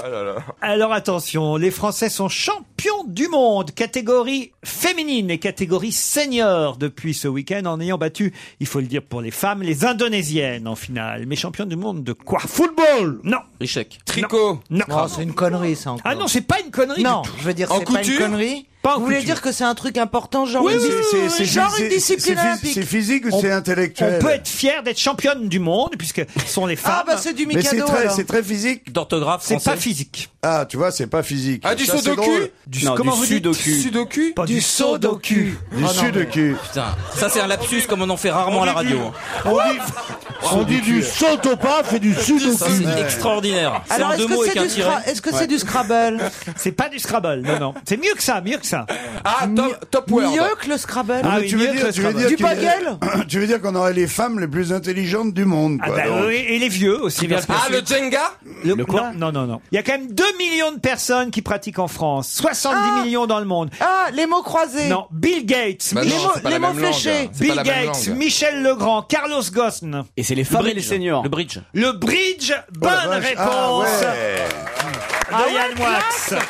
Speaker 11: Ah là là.
Speaker 3: Alors attention, les Français sont champions du monde, catégorie féminine et catégorie senior depuis ce week-end en ayant battu, il faut le dire pour les femmes, les Indonésiennes en finale. Mais champions du monde de quoi Football Non.
Speaker 9: Échec.
Speaker 3: Tricot Non.
Speaker 6: Oh, c'est une connerie, ça encore.
Speaker 3: Ah non, c'est pas une connerie.
Speaker 6: Non,
Speaker 3: du tout.
Speaker 6: je veux dire, c'est pas une connerie.
Speaker 3: Pas en
Speaker 6: Vous voulez
Speaker 3: couture.
Speaker 6: dire que c'est un truc important, genre,
Speaker 3: Oui,
Speaker 6: une,
Speaker 3: oui,
Speaker 6: dis-
Speaker 3: oui, oui,
Speaker 6: genre
Speaker 3: c'est-
Speaker 6: une
Speaker 3: c'est-
Speaker 6: discipline
Speaker 3: c'est phys-
Speaker 6: olympique
Speaker 3: c'est physique ou c'est
Speaker 4: intellectuel
Speaker 3: On peut être fier d'être championne du monde puisque ce sont les femmes.
Speaker 6: bah, c'est du
Speaker 4: Mais c'est très, c'est très physique.
Speaker 9: D'orthographe
Speaker 3: C'est pas physique.
Speaker 4: Ah, tu vois, c'est pas physique.
Speaker 3: Ah, du
Speaker 4: Ça, c'est
Speaker 3: sudoku
Speaker 4: drôle.
Speaker 3: Du- Non, comment du vous dites sudoku.
Speaker 11: Sudoku
Speaker 3: Pas du Ah, saut de cul.
Speaker 4: Du sudoku.
Speaker 9: Putain, ça c'est un lapsus comme on en fait rarement à la radio. hein.
Speaker 8: On dit, on dit du saut au paf et du sud au
Speaker 9: Ça
Speaker 8: cul.
Speaker 9: c'est extraordinaire. C'est
Speaker 6: Alors,
Speaker 9: en
Speaker 6: est-ce
Speaker 9: deux
Speaker 6: que
Speaker 9: mots
Speaker 6: c'est
Speaker 9: avec un
Speaker 6: du,
Speaker 9: tiret.
Speaker 6: scra- est-ce que c'est
Speaker 9: Ouais.
Speaker 6: du Scrabble
Speaker 3: C'est pas du Scrabble, non, non. C'est mieux que ça, mieux que ça.
Speaker 11: Ah, top, top word.
Speaker 6: Mieux que le Scrabble
Speaker 4: Ah, mais
Speaker 3: oui,
Speaker 4: tu veux
Speaker 3: mieux que
Speaker 4: dire,
Speaker 3: le
Speaker 4: tu veux
Speaker 3: Scrabble.
Speaker 4: dire
Speaker 3: Du
Speaker 4: qu'il y a-
Speaker 3: bagel
Speaker 4: Tu veux dire qu'on aurait les femmes les plus intelligentes du monde,
Speaker 3: Ah
Speaker 4: quoi.
Speaker 3: bah
Speaker 4: donc.
Speaker 3: oui, et les vieux aussi. parce que
Speaker 11: Ah,
Speaker 3: c'est-
Speaker 11: le Jenga
Speaker 3: Le, non, non, non, non. Il y a quand même 2 millions de personnes qui pratiquent en France, 70 millions dans le monde.
Speaker 6: Ah, les mots croisés.
Speaker 3: Non, Bill Gates,
Speaker 11: Bah non,
Speaker 3: Mich-
Speaker 11: c'est pas la même langue, hein. C'est pas
Speaker 3: Bill
Speaker 11: la même
Speaker 3: Gates,
Speaker 11: langue.
Speaker 3: Michel Legrand, Carlos Ghosn.
Speaker 5: Et c'est les
Speaker 3: femmes
Speaker 5: femmes
Speaker 3: et
Speaker 5: et les
Speaker 3: les
Speaker 5: seniors. Le
Speaker 9: bridge.
Speaker 3: Le bridge,
Speaker 6: Oh
Speaker 3: bonne
Speaker 4: la vache.
Speaker 3: réponse.
Speaker 4: Ah, ouais.
Speaker 3: Ah, Yann Moix.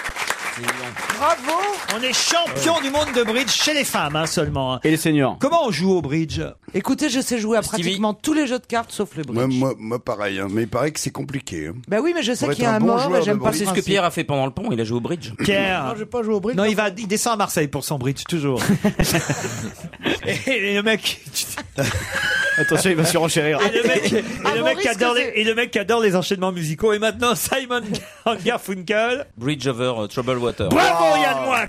Speaker 6: Bravo
Speaker 3: On est champion du monde de bridge chez les femmes hein, seulement.
Speaker 5: Et les seniors.
Speaker 3: Comment on joue au bridge
Speaker 6: Écoutez, je sais jouer à pratiquement tous les jeux de cartes sauf le bridge.
Speaker 4: Moi, moi, moi, pareil, hein, mais il paraît que c'est compliqué. hein.
Speaker 6: Bah oui, mais je sais
Speaker 4: Pour
Speaker 6: qu'il y
Speaker 4: être
Speaker 6: a
Speaker 4: un
Speaker 6: un
Speaker 4: bon
Speaker 6: mort
Speaker 4: joueur
Speaker 6: et
Speaker 4: de
Speaker 6: j'aime pas
Speaker 9: Ah, c'est ce que Pierre a fait pendant le pont, il a joué au bridge.
Speaker 3: Pierre.
Speaker 8: Non, j'ai pas joué au bridge.
Speaker 3: Non, il va, il descend à Marseille pour son bridge toujours. et, et le mec,
Speaker 5: Attention, il va surenchérir.
Speaker 3: et le mec, et
Speaker 8: Ah,
Speaker 19: À
Speaker 3: le
Speaker 19: mon
Speaker 3: mec qui
Speaker 19: risque,
Speaker 3: adore les,
Speaker 19: c'est-
Speaker 3: et le mec qui adore les enchaînements musicaux. Et maintenant, Simon Garfunkel.
Speaker 9: Bridge over euh, troubled water.
Speaker 20: Bah
Speaker 3: Bravo Yann Moix.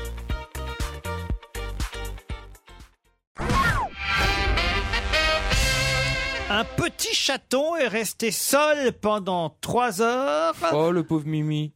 Speaker 3: Un petit chaton est resté seul pendant trois heures.
Speaker 11: Oh, le pauvre Mimi.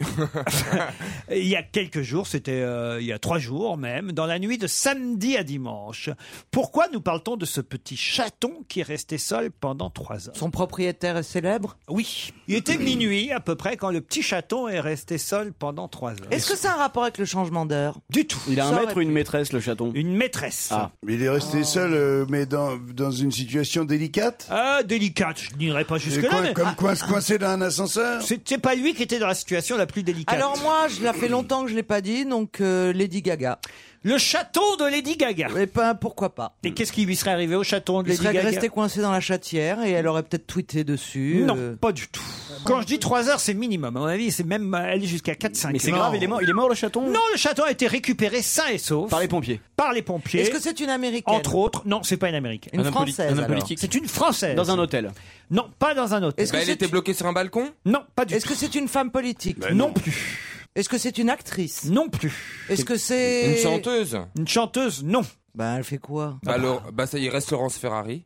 Speaker 3: Il y a quelques jours, c'était euh, il y a trois jours même, dans la nuit de samedi à dimanche. Pourquoi nous parle-t-on de ce petit chaton qui est resté seul pendant trois heures
Speaker 6: Son propriétaire est célèbre
Speaker 3: Oui. Il était minuit à peu près quand le petit chaton est resté seul pendant trois heures.
Speaker 6: Est-ce que ça a un rapport avec le changement d'heure
Speaker 3: Du tout.
Speaker 5: Il a un
Speaker 6: Ça
Speaker 5: maître ou
Speaker 6: aurait
Speaker 5: une maîtresse, le chaton
Speaker 3: Une maîtresse.
Speaker 5: Ah.
Speaker 4: Mais il est resté seul, euh, mais dans, dans une situation délicate
Speaker 3: Ah, délicat. délicate, je n'irai pas jusque-là.
Speaker 4: quoi,
Speaker 3: mais-
Speaker 4: comme quoi se coincer dans un ascenseur
Speaker 3: C'était pas lui qui était dans la situation la plus délicate.
Speaker 6: Alors moi, je la fait longtemps que je l'ai pas dit, donc euh, Lady Gaga.
Speaker 3: Le château de Lady Gaga.
Speaker 6: Et pas pourquoi pas.
Speaker 3: Et qu'est-ce qui lui serait arrivé au château de
Speaker 6: Il
Speaker 3: Lady
Speaker 6: serait
Speaker 3: Gaga
Speaker 6: resté coincé dans la chatière et elle aurait peut-être tweeté dessus.
Speaker 3: Non, pas du tout. Quand je dis 3 heures, c'est minimum. À mon avis, c'est même aller jusqu'à 4-5
Speaker 6: Mais c'est grave, il est mort- il est
Speaker 3: le chaton Non, le chaton a été récupéré sain et sauf. Par les pompiers Par les pompiers.
Speaker 6: Est-ce que c'est une américaine
Speaker 3: Entre autres, non, c'est pas une américaine.
Speaker 6: Une Un homme poli- Française, un homme alors. politique.
Speaker 3: C'est une française.
Speaker 6: Dans un
Speaker 3: hôtel Non, pas dans un hôtel.
Speaker 6: Est-ce que Bah, elle c'est- était
Speaker 3: bloquée sur un balcon Non, pas du
Speaker 6: Est-ce que c'est une femme politique
Speaker 3: non. plus.
Speaker 6: Est-ce que c'est une actrice
Speaker 3: Non plus.
Speaker 6: Est-ce que c'est
Speaker 11: Une chanteuse
Speaker 3: Une chanteuse, non.
Speaker 6: Bah, elle fait quoi
Speaker 11: Bah, le- bah, ça y est, reste Laurence Ferrari.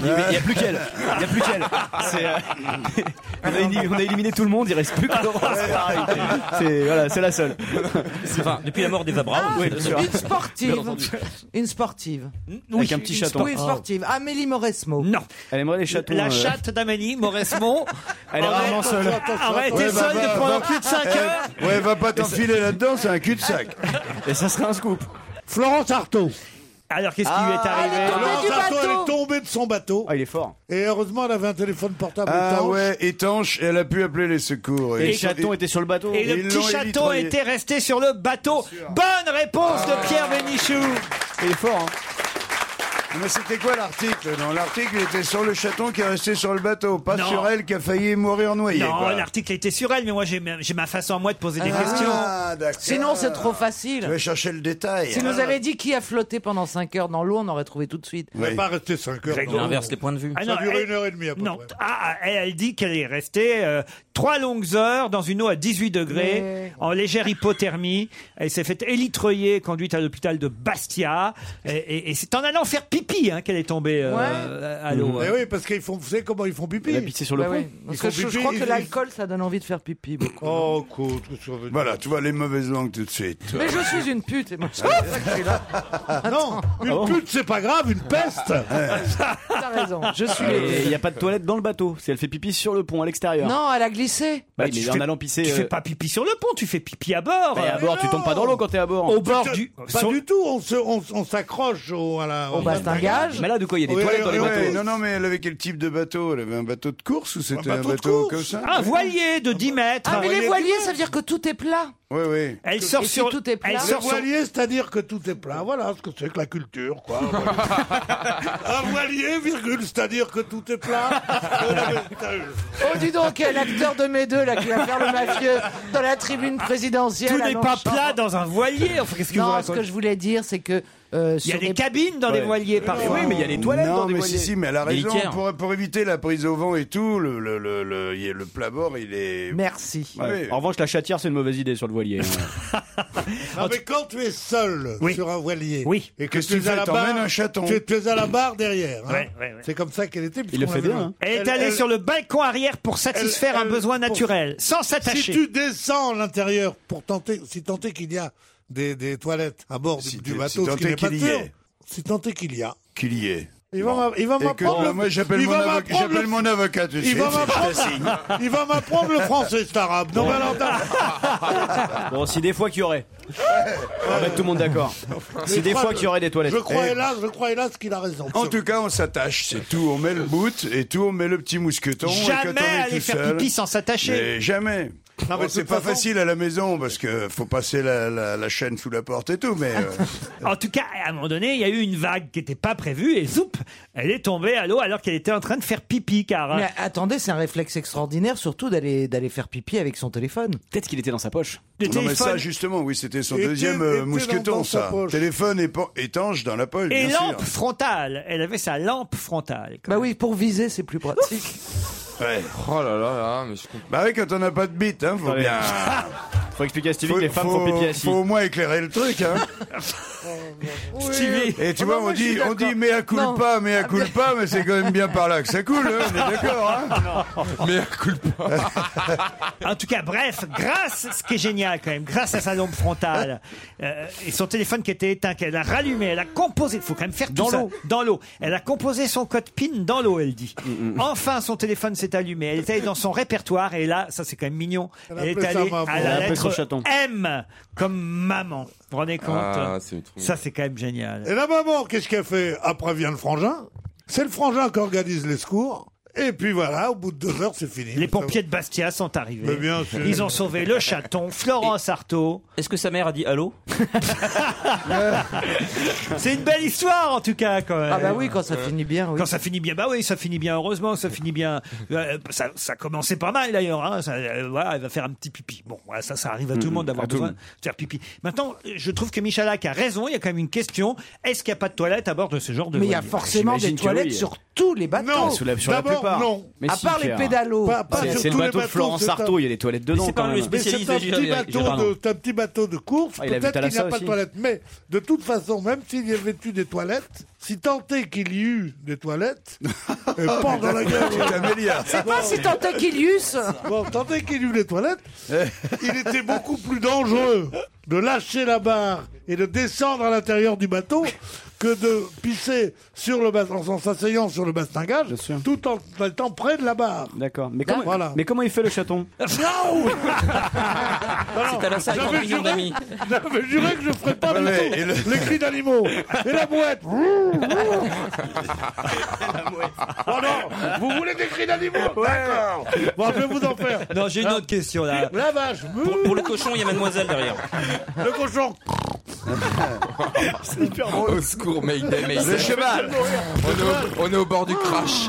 Speaker 5: Il y a- il y a plus qu'elle. Il y a plus qu'elle. C'est, euh, on, a éli- on a éliminé tout le monde, il reste plus que Laurence Ferrari. C'est voilà, c'est la seule.
Speaker 9: Enfin, depuis la mort d'Eva
Speaker 3: Ah,
Speaker 9: Braun.
Speaker 5: Oui, bien sûr.
Speaker 6: Ah, Une sportive. une sportive.
Speaker 5: Avec un petit
Speaker 6: une-
Speaker 5: chaton.
Speaker 6: Oui, une sportive. Amélie Mauresmo.
Speaker 3: Non.
Speaker 5: Elle aimerait les chatons.
Speaker 3: La
Speaker 5: euh,
Speaker 3: chatte d'Amélie Mauresmont.
Speaker 5: Elle est rarement seule.
Speaker 3: Aurait été
Speaker 4: Ouais, bah,
Speaker 3: seule
Speaker 4: bah,
Speaker 3: pendant
Speaker 4: bah,
Speaker 3: plus de 5
Speaker 4: eh,
Speaker 3: heures.
Speaker 4: Ouais, va pas t'enfiler là-dedans, c'est un cul-de-sac.
Speaker 5: Et ça serait un scoop.
Speaker 8: Florence Artaud.
Speaker 3: Alors, qu'est-ce
Speaker 8: Ah,
Speaker 3: qui lui est
Speaker 8: elle est
Speaker 3: arrivé
Speaker 8: tombée Florence du Artaud, bateau. elle est tombée de son bateau.
Speaker 5: il est fort.
Speaker 8: Et heureusement, elle avait un téléphone portable
Speaker 4: Ah
Speaker 8: étanche.
Speaker 4: ouais, étanche, elle a pu appeler les secours.
Speaker 8: Et le chaton était sur le bateau.
Speaker 3: Et le
Speaker 4: Ils
Speaker 3: petit
Speaker 4: l'ont
Speaker 3: chaton
Speaker 4: émitraillé.
Speaker 3: était resté sur le bateau. Bonne réponse
Speaker 6: Ah,
Speaker 4: Ah.
Speaker 3: de Pierre Bénichou.
Speaker 5: Il est fort,
Speaker 4: Mais c'était quoi l'article Non, l'article était sur le chaton qui est resté sur le bateau, pas
Speaker 3: Non.
Speaker 4: sur elle qui a failli mourir noyée.
Speaker 3: Non,
Speaker 4: quoi.
Speaker 3: l'article était sur elle, mais moi j'ai ma, j'ai ma façon à moi de poser des
Speaker 4: Ah,
Speaker 3: questions.
Speaker 4: d'accord.
Speaker 6: Sinon, c'est trop
Speaker 4: Tu
Speaker 6: facile.
Speaker 4: vas chercher le détail.
Speaker 6: Si nous avait dit qui a flotté pendant 5 heures dans l'eau, on aurait trouvé tout de suite.
Speaker 4: On va Oui. pas
Speaker 8: rester 5 heures.
Speaker 9: Il inverse les points de vue.
Speaker 3: Ah
Speaker 8: Ça
Speaker 3: non,
Speaker 8: a duré
Speaker 3: elle-
Speaker 8: une heure et demie à peu
Speaker 3: Non,
Speaker 8: près.
Speaker 3: ah, elle, elle dit qu'elle est restée euh, trois longues heures dans une eau à 18 degrés,
Speaker 8: Mais-
Speaker 3: en légère hypothermie. Elle s'est faite élitreiller, conduite à l'hôpital de Bastia. Et, et- et c'est en allant faire pipi hein, qu'elle est tombée euh, à
Speaker 8: Mais Mhm.
Speaker 3: l'eau. hein.
Speaker 8: Mm-hmm. Eh oui, parce qu'ils font, vous savez comment ils font pipi.
Speaker 3: Elle a pissé sur le
Speaker 8: Bah
Speaker 3: pont.
Speaker 8: oui.
Speaker 6: Parce
Speaker 8: Ils
Speaker 6: que
Speaker 8: font
Speaker 6: je, je
Speaker 8: pipi,
Speaker 6: crois que
Speaker 8: ils-
Speaker 6: l'alcool, ça donne envie de faire pipi beaucoup.
Speaker 8: Oh, écoute, qu'est-ce que tu veux
Speaker 4: Voilà, tu vois les mauvaises langues tout de suite.
Speaker 6: Mais je suis une pute. Et moi, c'est pour ça que je suis là.
Speaker 8: Ah. Non, une pute, c'est pas grave, une peste.
Speaker 6: T'as raison. Je suis.
Speaker 5: Et Ah il n'y a pas de toilette dans le bateau. Si elle fait pipi sur le pont à l'extérieur.
Speaker 6: Non, elle a glissé.
Speaker 5: Bah,
Speaker 3: Bah,
Speaker 5: mais
Speaker 3: tu
Speaker 5: en
Speaker 3: fais-
Speaker 5: allant pisser.
Speaker 3: Tu
Speaker 5: euh,
Speaker 3: fais pas pipi sur le pont, tu fais pipi à bord.
Speaker 5: bah, à
Speaker 3: Euh,
Speaker 5: bord, tu tombes pas dans l'eau quand t'es à bord.
Speaker 3: Au bord
Speaker 8: Putain,
Speaker 3: du.
Speaker 8: Pas du tout, on se- on on s'accroche au à
Speaker 4: Oh,
Speaker 8: la- au
Speaker 4: bah,
Speaker 6: bastingage.
Speaker 5: Mais là, de quoi il y a des
Speaker 4: Ouais,
Speaker 5: toilettes dans les
Speaker 4: ouais,
Speaker 5: bateaux
Speaker 4: Non, non, mais elle avait quel type de bateau Elle avait un bateau de course ou c'était un
Speaker 8: bateau
Speaker 4: bateau,
Speaker 8: de course.
Speaker 4: comme ça
Speaker 5: Ah,
Speaker 3: Un voilier de
Speaker 8: bah.
Speaker 3: 10 mètres.
Speaker 6: Ah, mais les
Speaker 8: voilier
Speaker 6: voiliers, ça veut dire que tout est plat.
Speaker 4: Oui, oui.
Speaker 3: Elle sort
Speaker 6: Et si
Speaker 3: sur.
Speaker 6: tout est plat
Speaker 3: elle
Speaker 8: Le
Speaker 3: sort sur-
Speaker 8: voilier, c'est-à-dire que tout est plat. Voilà ce que c'est que la culture, quoi. un voilier, virgule, c'est-à-dire que tout est plat.
Speaker 6: Oh, dis donc, quel acteur de mes deux, là, qui va faire le mafieux dans la tribune présidentielle.
Speaker 3: Tout
Speaker 6: à
Speaker 3: n'est pas
Speaker 6: Longchamp.
Speaker 3: plat dans un voilier. Enfin, qu'est-ce que vous
Speaker 6: Non, ce
Speaker 3: racontez
Speaker 6: que je voulais dire, c'est que. euh,
Speaker 3: Il y a
Speaker 6: sur
Speaker 3: des
Speaker 6: les-
Speaker 3: cabines dans les voiliers parfois.
Speaker 5: Oui, mais il y a les toilettes
Speaker 4: Non,
Speaker 5: dans les
Speaker 4: mais
Speaker 5: voiliers.
Speaker 4: si, si, mais elle a
Speaker 9: Des
Speaker 4: raison.
Speaker 3: hein.
Speaker 9: Ikea.
Speaker 4: Pour, pour éviter la prise au vent et tout, le, le, le, le, il y a- le plat bord, il est.
Speaker 6: Merci.
Speaker 5: Ouais.
Speaker 4: Oui.
Speaker 5: En revanche, la chatière, c'est une mauvaise idée sur le voilier. hein.
Speaker 8: Non, Ah, mais quand tu es seul sur un voilier,
Speaker 3: Oui.
Speaker 8: et que
Speaker 4: Qu'est-ce
Speaker 8: tu
Speaker 4: que
Speaker 8: es
Speaker 4: tu
Speaker 8: à
Speaker 4: fais
Speaker 8: la
Speaker 4: T'emmènes
Speaker 8: barre,
Speaker 4: un chaton.
Speaker 8: tu tu es à la barre derrière. hein.
Speaker 3: Ouais, ouais, ouais.
Speaker 8: C'est comme ça qu'elle était. puisqu'on
Speaker 5: le fait
Speaker 8: l'avait
Speaker 5: bien,
Speaker 8: vu.
Speaker 5: hein.
Speaker 3: Elle est
Speaker 8: Elle-
Speaker 3: allée
Speaker 8: elle-
Speaker 3: sur le balcon arrière pour satisfaire
Speaker 8: elle-
Speaker 3: un besoin
Speaker 8: pour-
Speaker 3: naturel, sans
Speaker 8: Si
Speaker 3: s'attacher.
Speaker 8: tu descends à l'intérieur pour tenter, si tenter qu'il y a des, des toilettes à bord du,
Speaker 4: Si
Speaker 8: du
Speaker 4: tu-
Speaker 8: bateau,
Speaker 4: si
Speaker 8: ce
Speaker 4: tenter
Speaker 8: qui n'est pas
Speaker 4: qu'il y
Speaker 8: sûr,
Speaker 4: ait.
Speaker 8: si tenter qu'il y a.
Speaker 4: Qu'il y est.
Speaker 8: Il va m'a- il va
Speaker 4: Et que-
Speaker 8: m'apprendre.
Speaker 4: bah, moi, j'appelle
Speaker 8: il
Speaker 4: mon,
Speaker 8: va
Speaker 4: avocat-
Speaker 8: m'apprendre le-
Speaker 4: j'appelle mon avocat, tu sais.
Speaker 8: Il va
Speaker 4: c'est-
Speaker 8: m'apprendre. Il va m'apprendre le français, cet arabe. Non, mais alors, t'as-
Speaker 5: bon, si des fois qu'il y aurait. On va mettre tout le monde d'accord. Si
Speaker 8: Mais
Speaker 5: des
Speaker 8: je
Speaker 5: fois
Speaker 8: crois-
Speaker 5: qu'il y aurait des toilettes. Eh,
Speaker 8: Je crois hélas, je crois hélas qu'il a raison.
Speaker 4: En tout cas, on s'attache, c'est tout. On met le boot et tout, on met le petit mousqueton. et
Speaker 3: Jamais
Speaker 4: quand on est
Speaker 3: aller
Speaker 4: tout
Speaker 3: faire
Speaker 4: seul,
Speaker 3: pipi sans s'attacher.
Speaker 4: Mais jamais.
Speaker 8: Non, mais
Speaker 4: Ouais,
Speaker 8: de
Speaker 4: c'est
Speaker 8: toute
Speaker 4: pas
Speaker 8: façon-
Speaker 4: facile à la maison parce que faut passer la, la, la chaîne sous la porte et tout, mais euh,
Speaker 3: En tout cas, à un moment donné, il y a eu une vague qui n'était pas prévue et zoup, elle est tombée à l'eau alors qu'elle était en train de faire pipi car.
Speaker 6: Mais attendez, c'est un réflexe extraordinaire, surtout d'aller d'aller faire pipi avec son téléphone.
Speaker 5: Peut-être qu'il était dans sa poche.
Speaker 3: Le
Speaker 4: non mais
Speaker 3: téléphone-
Speaker 4: ça justement, oui, c'était son
Speaker 8: Était-
Speaker 4: deuxième euh,
Speaker 8: était dans-
Speaker 4: mousqueton,
Speaker 8: dans sa
Speaker 4: ça.
Speaker 8: poche.
Speaker 4: Téléphone épo- étanche dans la poche,
Speaker 3: Et
Speaker 4: bien
Speaker 3: lampe
Speaker 4: sûr.
Speaker 3: frontale. Elle avait sa lampe frontale.
Speaker 6: Bah oui, pour viser, c'est plus pratique.
Speaker 4: Ouais.
Speaker 11: Oh là là là, mais je comprends.
Speaker 4: Bah oui, quand on n'a pas de bite, hein, faut
Speaker 5: Ouais.
Speaker 4: bien.
Speaker 5: Faut expliquer à Stevie
Speaker 4: faut,
Speaker 5: que les femmes
Speaker 4: faut-
Speaker 5: font pipi assis.
Speaker 4: faut au moins éclairer le truc, hein.
Speaker 3: Stevie.
Speaker 4: Et tu
Speaker 6: Oh
Speaker 4: vois,
Speaker 6: non,
Speaker 4: on
Speaker 6: moi, je suis
Speaker 4: dit, on
Speaker 6: d'accord.
Speaker 4: dit, mais à culpa, mais à culpa, mais c'est quand même bien par là que ça coule, hein, on est d'accord, hein.
Speaker 11: Mais coule pas.
Speaker 3: En tout cas, bref, grâce, ce qui est génial quand même, grâce à sa lampe frontale euh, et son téléphone qui était éteint, qu'elle a rallumé, elle a composé, faut quand même faire tout
Speaker 5: Dans
Speaker 3: ça,
Speaker 5: l'eau.
Speaker 3: dans l'eau. Elle a composé son code PIN dans l'eau, elle dit. Enfin, son téléphone s'est allumé. Elle était allée dans son répertoire et là, ça c'est quand même mignon. Elle,
Speaker 8: Elle a
Speaker 3: est
Speaker 8: appelé ça
Speaker 3: allée
Speaker 8: maman.
Speaker 3: à
Speaker 5: Elle a
Speaker 3: la
Speaker 5: appelé son
Speaker 3: lettre
Speaker 5: chaton.
Speaker 3: M comme maman. Vous vous rendez compte
Speaker 11: Ah, c'est trop.
Speaker 3: Ça c'est quand même génial.
Speaker 8: Et la maman, qu'est-ce qu'elle fait Après vient le frangin. C'est le frangin qui organise les secours. Et puis voilà, au bout de deux heures, c'est fini.
Speaker 3: Les pompiers de Bastia sont arrivés.
Speaker 8: Mais bien sûr.
Speaker 3: Ils ont sauvé le chaton, Florence Artaud.
Speaker 9: Est-ce que sa mère a dit allô
Speaker 3: C'est une belle histoire en tout cas quand même. Euh,
Speaker 6: Ah bah oui, quand ça finit bien.
Speaker 3: Quand ça finit bien, bah oui, ça finit bien. Heureusement, ça finit bien. Euh, Ça, ça commençait pas mal d'ailleurs. hein. Ça, euh, voilà, elle va faire un petit pipi. Bon, voilà, ça, ça arrive à tout le
Speaker 11: Mhm,
Speaker 3: monde d'avoir
Speaker 11: à tout le
Speaker 3: besoin de
Speaker 11: monde.
Speaker 3: faire pipi. Maintenant, je trouve que Michalak a raison. Il y a quand même une question. Est-ce qu'il n'y a pas de toilette à bord de ce genre de
Speaker 6: Mais il y a
Speaker 3: voilier
Speaker 6: forcément des toilettes sur tous les bateaux.
Speaker 3: Non, sous la- sur la
Speaker 6: D'abord,
Speaker 3: plupart.
Speaker 6: non.
Speaker 3: Mais
Speaker 6: à
Speaker 3: si,
Speaker 6: part les
Speaker 3: Pierre.
Speaker 6: pédalos.
Speaker 8: Pas- pas
Speaker 5: C'est-
Speaker 8: sur
Speaker 5: c'est le
Speaker 8: tous les
Speaker 5: bateau de
Speaker 8: bateaux,
Speaker 5: Florence
Speaker 8: c'est un-
Speaker 5: Artaud, il y a des toilettes dedans
Speaker 8: Mais c'est
Speaker 5: quand
Speaker 8: pas
Speaker 5: même.
Speaker 8: le spécialiste
Speaker 5: Mais
Speaker 8: de
Speaker 5: c'est un petit
Speaker 8: Gérard-
Speaker 5: bateau
Speaker 8: Gérard
Speaker 5: de-
Speaker 8: Lanvin. C'est un petit bateau de course,
Speaker 5: Ah, il a vu
Speaker 8: peut-être qu'il n'y a
Speaker 5: Talassa
Speaker 8: pas
Speaker 5: aussi.
Speaker 8: de toilette. Mais de toute façon, même s'il y avait eu des toilettes, si tant est qu'il y eut des toilettes, euh, pas dans la gueule.
Speaker 4: C'est Camélia.
Speaker 6: C'est pas si tant est qu'il y eusse.
Speaker 8: Bon, tant est qu'il y eut des toilettes,
Speaker 4: Eh,
Speaker 8: il était beaucoup plus dangereux de lâcher la barre et de descendre à l'intérieur du bateau que de pisser sur le bas- en s'asseyant sur le bastingage tout en étant près de la barre.
Speaker 5: D'accord. Mais comment, mais comment il fait le chaton
Speaker 8: Non
Speaker 9: C'est à la salle,
Speaker 8: J'avais
Speaker 9: million
Speaker 8: juré,
Speaker 9: d'amis.
Speaker 8: j'avais juré que je ferais pas
Speaker 9: Ouais,
Speaker 8: du
Speaker 9: ouais,
Speaker 8: tout
Speaker 9: et le-
Speaker 8: les cris d'animaux et la mouette. oh non, vous voulez des cris d'animaux D'accord. Bon, je vais vous en faire.
Speaker 3: Non, j'ai une autre question là.
Speaker 8: La vache.
Speaker 9: Pour, pour le cochon, il y a mademoiselle derrière.
Speaker 8: Le cochon.
Speaker 11: C'est hyper Au secours, Mayday, Mayday.
Speaker 3: Le cheval.
Speaker 11: On est au- On est au bord du crash.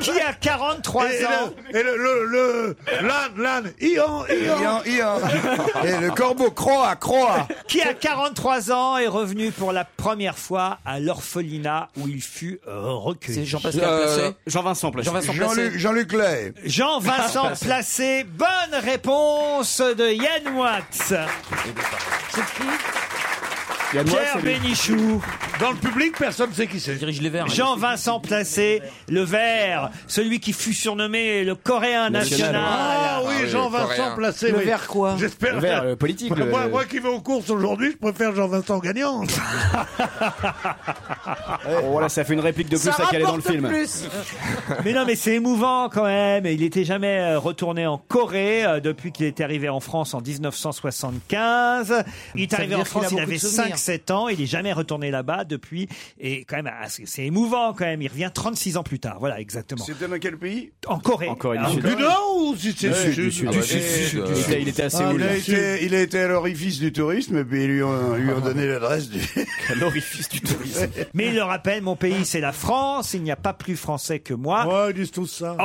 Speaker 3: Qui a 43
Speaker 8: Et
Speaker 3: ans
Speaker 8: le, et le, le, le- l'âne, l'âne, Ian, Ian.
Speaker 4: Eh,
Speaker 3: Et le corbeau, croa, croa Qui à 43 ans est revenu pour la première fois à l'orphelinat où il fut euh, recueilli. C'est
Speaker 5: Jean-Pascal Euh, Placé Jean-Vincent Placé. Jean-Vincent Placé. Jean-Luc-
Speaker 3: Jean-Luc Lay.
Speaker 4: Ah,
Speaker 3: Jean-Vincent Placé. Bonne réponse de Yann Watts.
Speaker 5: Yann Moix,
Speaker 3: Pierre
Speaker 5: c'est lui.
Speaker 3: Bénichou. Dans le public, personne ne sait qui c'est.
Speaker 9: dirige les verts.
Speaker 16: hein,
Speaker 3: Jean-Vincent Placé, le vert, celui qui fut surnommé le Coréen national.
Speaker 8: Ah oui, Jean-Vincent Placé. oui. J'espère.
Speaker 5: Le vert, euh, politique,
Speaker 8: Moi,
Speaker 5: le-
Speaker 8: moi,
Speaker 5: le-
Speaker 8: moi qui vais aux courses aujourd'hui, je préfère Jean-Vincent Gagnant.
Speaker 5: Oh, Voilà, ça fait une réplique de plus à caler dans le film.
Speaker 3: mais non, mais c'est émouvant quand même. Et Il n'était jamais euh, retourné en Corée euh, depuis qu'il est arrivé en France en 1975. Il est
Speaker 16: Ça veut
Speaker 3: arrivé
Speaker 16: dire
Speaker 3: en
Speaker 16: qu'il
Speaker 3: France,
Speaker 16: a
Speaker 3: il
Speaker 16: beaucoup de
Speaker 3: avait
Speaker 16: souvenirs.
Speaker 3: 5-7 ans. Il n'est jamais retourné là-bas depuis. Et quand même, ah, c'est c'est émouvant quand même. Il revient 36 ans plus tard. Voilà, exactement.
Speaker 4: C'était dans quel pays
Speaker 3: En Corée. En
Speaker 5: Corée
Speaker 4: du Sud.
Speaker 8: Du Nord ou si c'est
Speaker 4: Ouais,
Speaker 8: du
Speaker 4: du
Speaker 8: Sud Ah
Speaker 4: Sud, ouais, du Sud,
Speaker 8: euh,
Speaker 4: du Sud. Ah, il, a été, il a été à l'orifice du tourisme et puis ils lui ont, lui ont donné l'adresse du. à l'orifice du tourisme.
Speaker 3: Mais il le rappelle, mon pays, c'est la France. Il n'y a pas plus français que moi. Oh.
Speaker 8: Ouais, ils disent tout ça.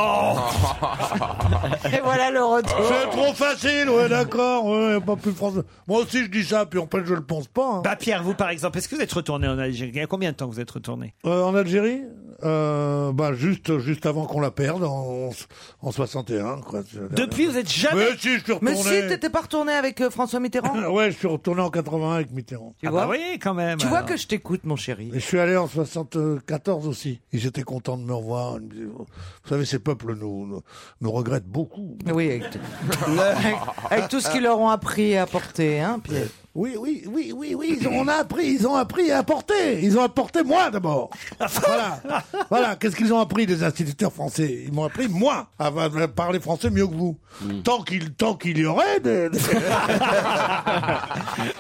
Speaker 6: Et voilà le retour.
Speaker 8: C'est trop facile, ouais, d'accord, ouais, pas plus français. Moi aussi, je dis ça, puis en fait, je le pense pas. hein.
Speaker 3: Bah Pierre, vous par exemple, est-ce que vous êtes retourné en Algérie Il y a combien de temps que vous êtes retourné
Speaker 8: Euh, en Algérie, euh, bah, juste, juste avant qu'on la perde, en, en 61, quoi.
Speaker 3: Depuis, vous êtes jamais.
Speaker 8: Mais si, je suis
Speaker 6: Mais
Speaker 8: retourné.
Speaker 6: si, t'étais pas retourné avec euh, François Mitterrand
Speaker 8: Ouais, je suis retourné en 81 avec Mitterrand.
Speaker 6: Tu Ah vois bah
Speaker 3: Ah oui, quand même.
Speaker 6: Tu vois que je t'écoute, mon chéri.
Speaker 8: Et je suis allé en 74 aussi. Ils étaient contents de me revoir. Ils me disaient, Vous savez, ces peuples nous, nous, nous regrettent beaucoup.
Speaker 6: Oui, avec, avec tout ce qu'ils leur ont appris et apporté, hein, Pierre.
Speaker 8: Oui, oui, oui, oui, oui, ils ont, on a appris, ils ont appris à apporter. Ils ont apporté moi d'abord. Voilà. voilà. Qu'est-ce qu'ils ont appris des instituteurs français Ils m'ont appris moi à, à parler français mieux que vous.
Speaker 3: Mm.
Speaker 8: Tant qu'il tant qu'il y aurait des. des-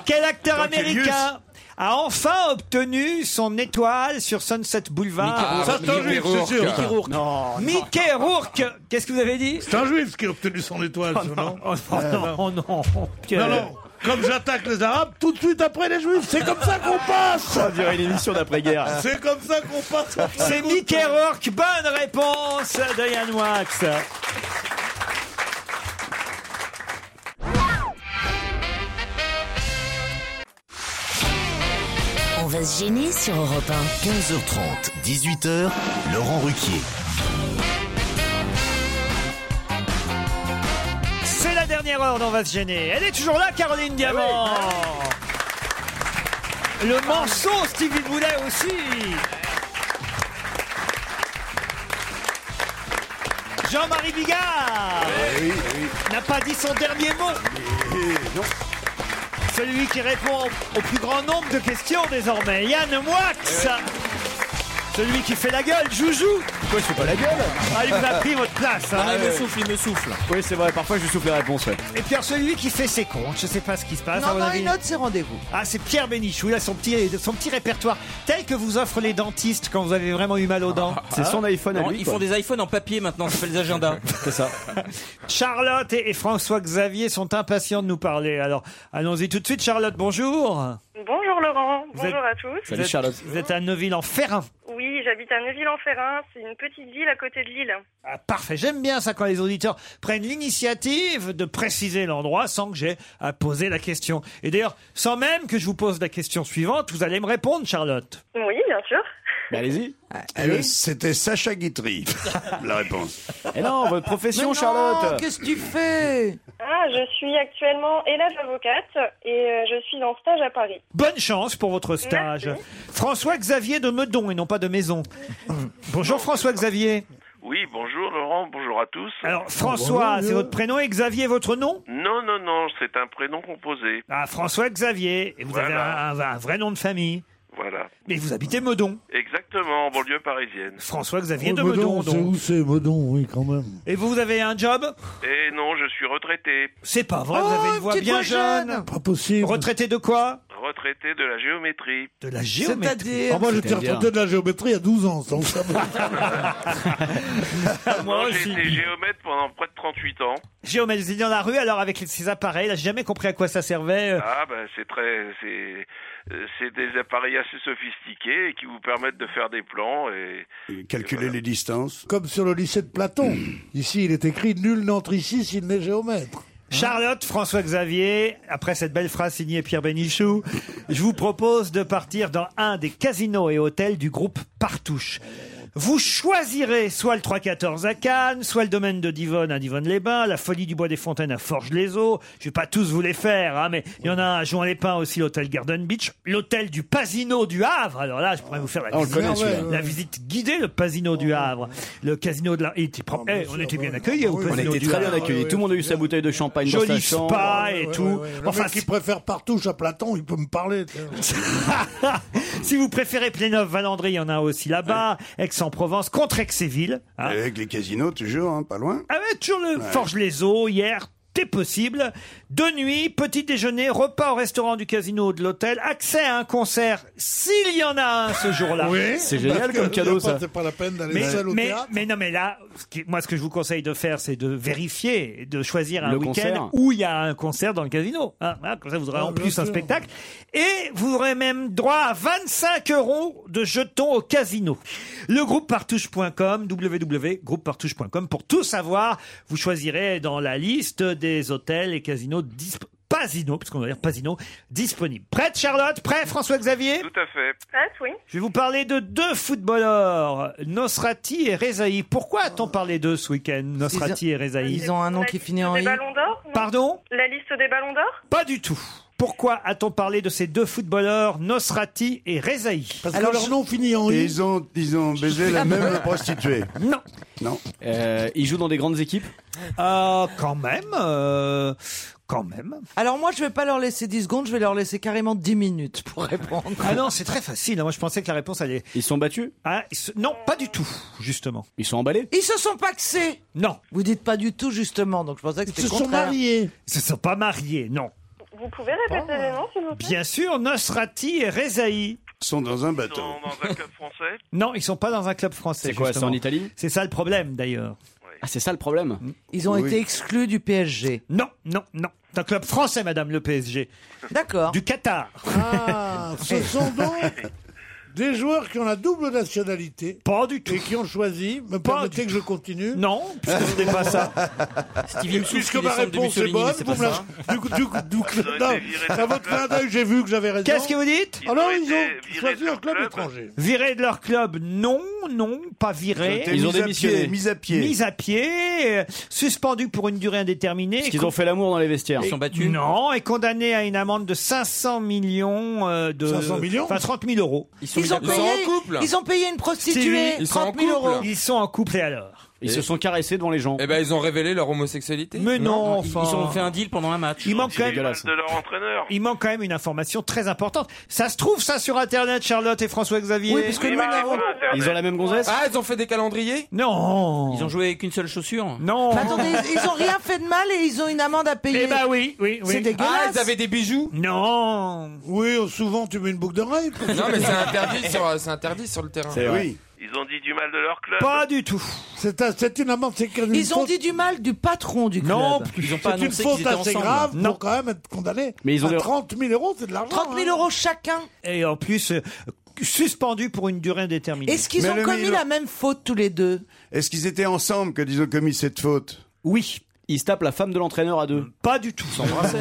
Speaker 3: Quel acteur
Speaker 8: Don Julius.
Speaker 3: américain a enfin obtenu son étoile sur Sunset Boulevard
Speaker 8: Ça, c'est un juif, c'est sûr.
Speaker 3: Mickey Rourke.
Speaker 8: Non, non.
Speaker 3: Mickey Rourke. Qu'est-ce que vous avez dit
Speaker 8: C'est un juif qui a obtenu son étoile,
Speaker 3: Oh
Speaker 8: ce,
Speaker 3: non,
Speaker 8: non
Speaker 3: oh non,
Speaker 8: Euh,
Speaker 3: oh non, Pierre.
Speaker 8: Non, non. Comme j'attaque les Arabes, tout de suite après les Juifs. C'est comme ça qu'on passe.
Speaker 5: Ça dirait une émission d'après-guerre.
Speaker 8: C'est comme ça qu'on passe.
Speaker 3: C'est Mickey Rourke. Bonne réponse de Yann Wax.
Speaker 1: On va se gêner sur Europe 1.
Speaker 2: 15h30, 18h, Laurent Ruquier.
Speaker 3: C'est la dernière heure dont on va se gêner. Elle est toujours là, Caroline Diamant. Le manceau Stevie Boulet aussi. Jean-Marie Bigard n'a pas dit son dernier mot. Celui Eh qui répond au plus grand nombre de questions désormais, Yann Moix. Celui qui fait la gueule, Joujou Pourquoi je fais pas la gueule Ah, il vous a pris votre place hein.
Speaker 5: Ah, il me souffle, il me souffle. Oui, c'est vrai, parfois je lui souffle les réponses, ouais.
Speaker 3: Et puis alors, celui qui fait ses comptes, je sais pas ce qui se passe.
Speaker 6: Non,
Speaker 3: à mon
Speaker 6: non,
Speaker 3: avis.
Speaker 6: une autre, c'est rendez-vous.
Speaker 3: Ah, c'est Pierre Bénichou, il a son petit, son petit répertoire, tel que vous offrent les dentistes quand vous avez vraiment eu mal aux dents. Hein
Speaker 9: Ah. Non, Ils font des iPhones en papier maintenant, ça s'appelle les agendas. C'est ça.
Speaker 3: Charlotte et, et François-Xavier sont impatients de nous parler. Alors, allons-y tout de suite. Charlotte, bonjour.
Speaker 16: Bonjour Laurent,
Speaker 3: Vous
Speaker 16: bonjour
Speaker 3: êtes-
Speaker 16: à tous.
Speaker 3: Vous êtes- Vous êtes à Neuville-en-Ferrain.
Speaker 16: Oui, j'habite à Neuville-en-Ferrain, c'est une petite ville à côté de Lille.
Speaker 3: Ah, parfait. J'aime bien ça quand les auditeurs prennent l'initiative de préciser l'endroit sans que j'ai à poser la question. Et d'ailleurs, sans même que je vous pose la question suivante, vous allez me répondre, Charlotte.
Speaker 16: Oui, bien sûr.
Speaker 3: allez-y.
Speaker 4: Euh, C'était Sacha Guitry, la réponse.
Speaker 5: Eh non, votre profession, Charlotte.
Speaker 16: qu'est-ce que tu fais Ah, je suis actuellement élève avocate et euh, je suis en stage à Paris.
Speaker 3: Bonne chance pour votre stage. François-Xavier de Meudon et non pas de Maison. Bonjour François-Xavier.
Speaker 18: Oui, bonjour Laurent, bonjour à tous.
Speaker 3: Alors François, c'est votre prénom et Xavier votre nom
Speaker 18: Non, non, non, c'est un prénom composé.
Speaker 3: Ah François-Xavier, et vous
Speaker 18: Voilà.
Speaker 3: avez un, un- un vrai nom de famille.
Speaker 18: Voilà.
Speaker 3: Mais vous habitez Meudon.
Speaker 18: Exactement, en banlieue parisienne.
Speaker 3: François-Xavier de
Speaker 8: Oh, Meudon,
Speaker 3: Meudon.
Speaker 8: c'est
Speaker 3: donc.
Speaker 8: où c'est Meudon, oui, quand même.
Speaker 3: Et vous, vous avez un job
Speaker 18: Et non, je suis retraité.
Speaker 3: C'est pas vrai, vous avez une voix
Speaker 18: petite
Speaker 3: bien
Speaker 18: voix
Speaker 3: jeune. Oh, Pas possible. Retraité de quoi
Speaker 18: Retraité de la géométrie.
Speaker 3: De la géométrie.
Speaker 8: Ah, moi, j'étais retraité de la géométrie à 12 ans. donc ça va.
Speaker 18: Non, j'ai été géomètre pendant près de 38 ans.
Speaker 3: Géomètre, vous étiez dans la rue, alors avec ces appareils, là, j'ai jamais compris à quoi ça servait. euh,
Speaker 18: Ah ben c'est très c'est euh, c'est des appareils assez sophistiqués et qui vous permettent de faire des plans et
Speaker 4: Calculer les distances.
Speaker 8: Comme sur le lycée de Platon. Ici, il est écrit Nul n'entre ici s'il n'est géomètre.
Speaker 3: Charlotte, François-Xavier, après cette belle phrase signée Pierre Bénichou, je vous propose de partir dans un des casinos et hôtels du groupe Partouche. Vous choisirez soit le 314 à Cannes, soit le domaine de Divonne à Divonne-les-Bains, la folie du Bois des Fontaines à Forges-les-Eaux. Je vais pas tous vous les faire, hein, mais il y en a un à Jouan-les-Pins aussi, l'hôtel Garden Beach, l'hôtel du Pasino du Havre. Alors là, je pourrais vous faire la,
Speaker 5: Ah, on le
Speaker 3: visite,
Speaker 5: connaît, celui-là.
Speaker 3: la visite guidée, le Pasino du Havre. Le casino de la... il était propre. Eh, on était bien accueillis au
Speaker 5: On
Speaker 3: Pasino
Speaker 5: était
Speaker 3: du
Speaker 5: très bien
Speaker 3: Havre.
Speaker 5: accueillis. Tout le monde a eu sa bouteille de champagne dans sa
Speaker 3: Joli
Speaker 5: chambre.
Speaker 3: spa et tout.
Speaker 8: enfin,
Speaker 3: Enfin,
Speaker 8: mec qui préfère Partouche à Platon, il peut me parler.
Speaker 3: si vous préférez Plénov, Valandry, il y en a aussi là-bas. Aix-en-Provence, contre Aix-et-Ville.
Speaker 4: Avec les casinos, toujours, hein, pas loin.
Speaker 3: Ah ouais, toujours le Forge-les-Eaux, hier. T'es possible. De nuit, petit déjeuner, repas au restaurant du casino ou de l'hôtel, accès à un concert, s'il y en a un ce jour-là.
Speaker 8: Parce que y a pas- C'est pas la peine d'aller
Speaker 3: Mais,
Speaker 8: seul au
Speaker 3: mais-
Speaker 8: théâtre.
Speaker 3: mais non, mais là, ce qui- moi, ce que je vous conseille de faire, c'est de vérifier, et de choisir un
Speaker 5: Le
Speaker 3: week-end
Speaker 5: concert.
Speaker 3: où il y a un concert dans le casino. Hein, voilà, comme ça, vous
Speaker 8: Ah,
Speaker 3: aurez en plus un spectacle. Et vous aurez même droit à 25 euros de jetons au casino. Le groupe partouche.com, www.groupepartouche.com. Pour tout savoir, vous choisirez dans la liste des hôtels et casinos disp- Pasino, puisqu'on va dire Pasino, disponible. Prête Charlotte Prêt François-Xavier
Speaker 18: tout à fait.
Speaker 16: Prête, oui.
Speaker 3: je vais vous parler de deux footballeurs, Nosrati et Rezaï. Pourquoi a-t-on parlé d'eux ce week-end, Nosrati et Rezaï
Speaker 6: Ils ont un nom qui finit en
Speaker 16: Des
Speaker 6: i.
Speaker 16: ballons d'or non
Speaker 3: Pardon
Speaker 16: La liste des ballons d'or
Speaker 3: Pas du tout. Pourquoi a-t-on parlé de ces deux footballeurs, Nosrati et Rezaï
Speaker 8: Parce que leur nom finit en
Speaker 4: Et
Speaker 8: i.
Speaker 4: ils ont, ils ont baisé la même prostituée.
Speaker 3: Non.
Speaker 4: Non.
Speaker 5: Euh, ils jouent dans des grandes équipes
Speaker 3: Ah, quand même. euh, quand même.
Speaker 6: Alors moi, je vais pas leur laisser 10 secondes, je vais leur laisser carrément 10 minutes pour répondre.
Speaker 3: Ah non, c'est très facile. Moi, je pensais que la réponse allait.
Speaker 5: Ils sont battus
Speaker 3: ah, ils se- Non, pas du tout, justement.
Speaker 5: Ils sont emballés
Speaker 6: Ils se sont paxés
Speaker 3: Non.
Speaker 6: Vous dites pas du tout, justement, donc je pensais que c'était contraire.
Speaker 3: Ils se sont pas mariés, non.
Speaker 16: Vous pouvez répéter les noms, s'il vous plaît
Speaker 3: Bien sûr, Nosrati et Rezaï.
Speaker 4: sont dans un bateau.
Speaker 18: Dans un club français
Speaker 3: Non, ils sont pas dans un club français.
Speaker 5: C'est quoi, c'est
Speaker 3: justement.
Speaker 5: en Italie
Speaker 3: C'est ça le problème, d'ailleurs.
Speaker 5: Ah, c'est ça le problème
Speaker 6: Ils ont
Speaker 3: Oui.
Speaker 6: été exclus du PSG.
Speaker 3: Non, non, non. C'est un club français, madame, le PSG.
Speaker 6: D'accord.
Speaker 3: Du Qatar.
Speaker 8: Ah, ce sont donc des joueurs qui ont la double nationalité.
Speaker 3: Pas du tout.
Speaker 8: Et qui ont choisi. Me permettez que je continue
Speaker 3: Non, puisque ce n'est pas ça.
Speaker 8: Stevie Puisque ma réponse est bonne, vous me la... du coup, du coup, du coup,
Speaker 3: Ils ont
Speaker 8: non,
Speaker 3: été virés de
Speaker 8: à
Speaker 3: leur
Speaker 8: votre
Speaker 3: club.
Speaker 8: clin d'œil, j'ai vu que j'avais raison.
Speaker 3: Qu'est-ce que vous dites
Speaker 8: Ah non, ils ont choisi un club étranger.
Speaker 3: Virés de leur club, non, non, pas virés.
Speaker 5: Ils ont Ils ont été mis à démissionné. pied,
Speaker 3: Mis
Speaker 5: mis à pied.
Speaker 3: Mis à pied, euh, suspendus pour une durée indéterminée.
Speaker 5: Parce
Speaker 3: et
Speaker 5: qu'ils ont
Speaker 3: con-
Speaker 5: fait l'amour dans les vestiaires.
Speaker 3: et- Non, et condamnés à une amende de 500 millions euh, de.
Speaker 5: 500 millions
Speaker 3: Enfin, 30 000 euros.
Speaker 6: Ils, ont payé, ils ont payé une prostituée
Speaker 3: Stevie,
Speaker 6: 30 000 euros.
Speaker 3: Ils sont en couple et alors
Speaker 5: Ils se sont caressés devant les gens.
Speaker 11: Eh ben, ils ont révélé leur homosexualité.
Speaker 3: Mais non,
Speaker 11: ils-
Speaker 3: enfin.
Speaker 11: ils ont fait
Speaker 9: un deal pendant un match.
Speaker 3: Il manque, quand même,
Speaker 11: de leur entraîneur.
Speaker 3: il manque quand même une information très importante. Ça se trouve, ça, sur Internet, Charlotte et François-Xavier
Speaker 11: Oui, parce que Oui, nous, mais on a- c'est pas Internet. Ils ont la même gonzesse Ah, ils ont fait des calendriers
Speaker 3: Non
Speaker 9: Ils ont joué avec une seule chaussure
Speaker 3: Non
Speaker 6: Mais attendez, ils- ils ont rien fait de mal et ils ont une amende à payer.
Speaker 9: Eh ben oui, oui, oui.
Speaker 6: C'est dégueulasse.
Speaker 9: Ah, ils avaient
Speaker 11: des bijoux
Speaker 3: Non
Speaker 8: Oui, souvent tu mets une boucle d'oreille.
Speaker 11: Non, mais c'est interdit, sur- c'est interdit sur le terrain.
Speaker 8: C'est vrai. Oui.
Speaker 11: Ils ont dit du mal de leur club.
Speaker 3: Pas du tout.
Speaker 8: C'est un- c'est une amende, c'est une
Speaker 6: Ils ont
Speaker 8: faute-
Speaker 6: dit du mal du patron du club.
Speaker 8: Non, c'est une faute assez grave pour quand même être condamné.
Speaker 3: Mais ils ont
Speaker 8: à
Speaker 3: des-
Speaker 8: 30 000 euros, c'est de l'argent.
Speaker 6: 30 000
Speaker 8: hein.
Speaker 6: euros chacun.
Speaker 3: Et en plus, euh, suspendu pour une durée indéterminée.
Speaker 6: Est-ce qu'ils ont commis la même faute tous les deux
Speaker 4: Est-ce qu'ils étaient ensemble quand ils ont commis cette faute
Speaker 5: Oui. Ils se tapent la femme de l'entraîneur à deux.
Speaker 3: Pas du tout.
Speaker 5: S'embrasser.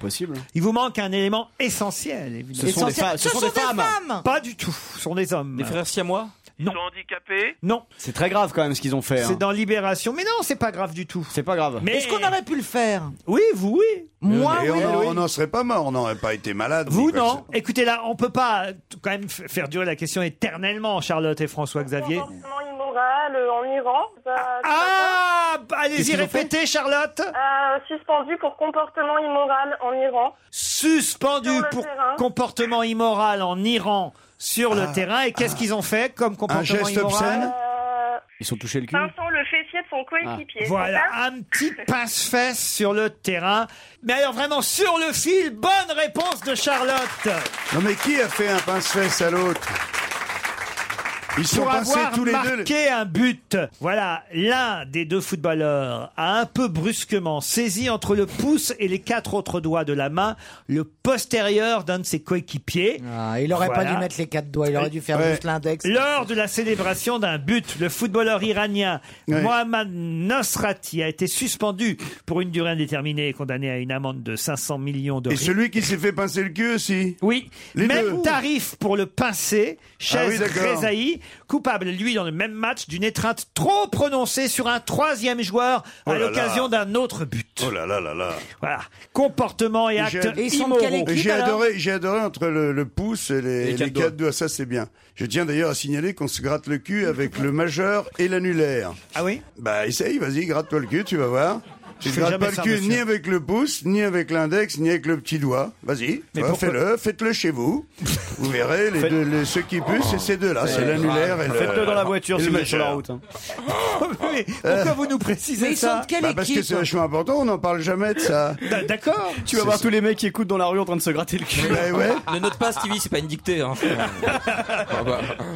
Speaker 5: Possible.
Speaker 3: Il vous manque un élément essentiel, évidemment.
Speaker 5: Ce sont des fa- ce Ce sont des sont des femmes. femmes.
Speaker 3: Pas du tout. Ce sont des hommes.
Speaker 5: Des frères siamois
Speaker 3: Non.
Speaker 18: handicapés
Speaker 3: Non.
Speaker 5: C'est très grave quand même ce qu'ils ont fait. hein.
Speaker 3: C'est dans Libération. Mais non, c'est pas grave du tout.
Speaker 5: C'est pas grave.
Speaker 3: Mais-
Speaker 6: Est-ce qu'on aurait pu le faire
Speaker 3: Oui, vous, oui.
Speaker 4: Et on en- on n'en serait pas mort, on n'aurait pas été malade.
Speaker 3: Vous, non. Écoutez, là, on peut pas euh, quand même f- faire durer la question éternellement, Charlotte et François-Xavier.
Speaker 16: Comportement immoral euh, en Iran. ça-
Speaker 3: Ah, bah, allez-y,
Speaker 16: Qu'est-ce qu'ils ont
Speaker 3: répétez, Charlotte.
Speaker 16: Euh, suspendu pour comportement immoral en Iran.
Speaker 3: Suspendu
Speaker 16: Sur le
Speaker 3: pour
Speaker 16: terrain.
Speaker 3: comportement immoral en Iran sur
Speaker 4: Ah.
Speaker 3: le terrain. Et qu'est-ce qu'ils ont fait comme comportement
Speaker 5: geste
Speaker 3: immoral
Speaker 5: obscène
Speaker 16: Euh,
Speaker 5: Ils sont touchés le cul.
Speaker 16: Vincent le fessier de son coéquipier.
Speaker 3: Ah. Voilà, un petit pince-fesse sur le terrain. Mais alors vraiment sur le fil, bonne réponse de Charlotte.
Speaker 4: Non, mais qui a fait un pince-fesse à l'autre Ils sont
Speaker 3: pour
Speaker 4: passés
Speaker 3: avoir
Speaker 4: tous les
Speaker 3: marqué
Speaker 4: deux.
Speaker 3: un but. Voilà, l'un des deux footballeurs a un peu brusquement saisi entre le pouce et les quatre autres doigts de la main le postérieur d'un de ses coéquipiers.
Speaker 7: Ah, il aurait pas dû mettre les quatre doigts, il aurait dû faire juste l'index.
Speaker 3: Lors de la célébration d'un but, le footballeur iranien Mohammad Nosrati a été suspendu pour une durée indéterminée et condamné à une amende de 500 millions d'euros.
Speaker 4: Et celui qui s'est fait pincer le cul aussi
Speaker 3: Oui.
Speaker 4: Les
Speaker 3: même
Speaker 4: deux.
Speaker 3: tarif pour le pincé,
Speaker 4: Ah oui,
Speaker 3: chaise
Speaker 4: d'accord.
Speaker 3: Rezaï, coupable lui dans le même match d'une étreinte trop prononcée sur un troisième joueur
Speaker 4: Oh
Speaker 3: à
Speaker 4: là là.
Speaker 3: l'occasion d'un autre but.
Speaker 4: Oh là là là là.
Speaker 3: Voilà. Comportement et
Speaker 4: Et
Speaker 3: acte
Speaker 4: j'ai-
Speaker 3: immoraux.
Speaker 4: J'ai adoré, j'ai adoré entre le, le pouce et les, les quatre doigts. Ça, c'est bien. Je tiens d'ailleurs à signaler qu'on se gratte le cul avec le majeur et l'annulaire.
Speaker 3: Ah oui
Speaker 4: Bah, essaye, vas-y, gratte-toi le cul, tu vas voir. Tu
Speaker 3: Je
Speaker 4: ne
Speaker 3: fais
Speaker 4: grattes
Speaker 3: jamais
Speaker 4: pas le
Speaker 3: ça,
Speaker 4: cul
Speaker 3: monsieur.
Speaker 4: ni avec le pouce, ni avec l'index, ni avec le petit doigt. Vas-y,
Speaker 3: Mais
Speaker 4: toi,
Speaker 3: pourquoi-
Speaker 4: fais-le, faites-le chez vous. Vous verrez, les deux, les- ceux qui puent, c'est ces deux-là, c'est l'annulaire et le.
Speaker 5: Faites-le dans la voiture
Speaker 4: et
Speaker 5: si
Speaker 4: le
Speaker 5: vous êtes sur la
Speaker 4: majeur. Euh.
Speaker 5: route. hein.
Speaker 3: Pourquoi vous nous précisez ça
Speaker 4: Bah, Parce que c'est vachement important, on n'en parle jamais de ça.
Speaker 3: D'accord.
Speaker 5: Tu vas voir tous les mecs qui écoutent dans la rue en train de se gratter le cul.
Speaker 3: Ben
Speaker 9: Ne note pas Stevie, c'est pas une dictée. Hein.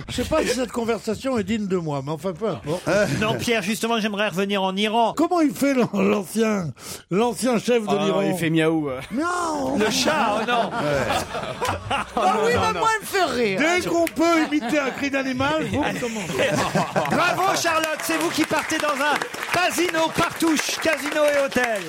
Speaker 8: Je sais pas si cette conversation est digne de moi, mais enfin peu importe.
Speaker 3: Euh, Non, Pierre, justement, j'aimerais revenir en Iran. Oh,
Speaker 8: Comment il fait l'an- l'ancien, l'ancien chef de
Speaker 5: Ah non,
Speaker 8: l'Iran
Speaker 5: il fait miaou. euh.
Speaker 8: Non
Speaker 3: Le chat, oh non Oh,
Speaker 8: Ah oui,
Speaker 5: mais moi,
Speaker 8: elle me fait rire Dès qu'on peut imiter un cri d'animal, vous commencez.
Speaker 3: Bravo Charlotte, c'est vous qui partez dans un casino partouche, casino et hôtel.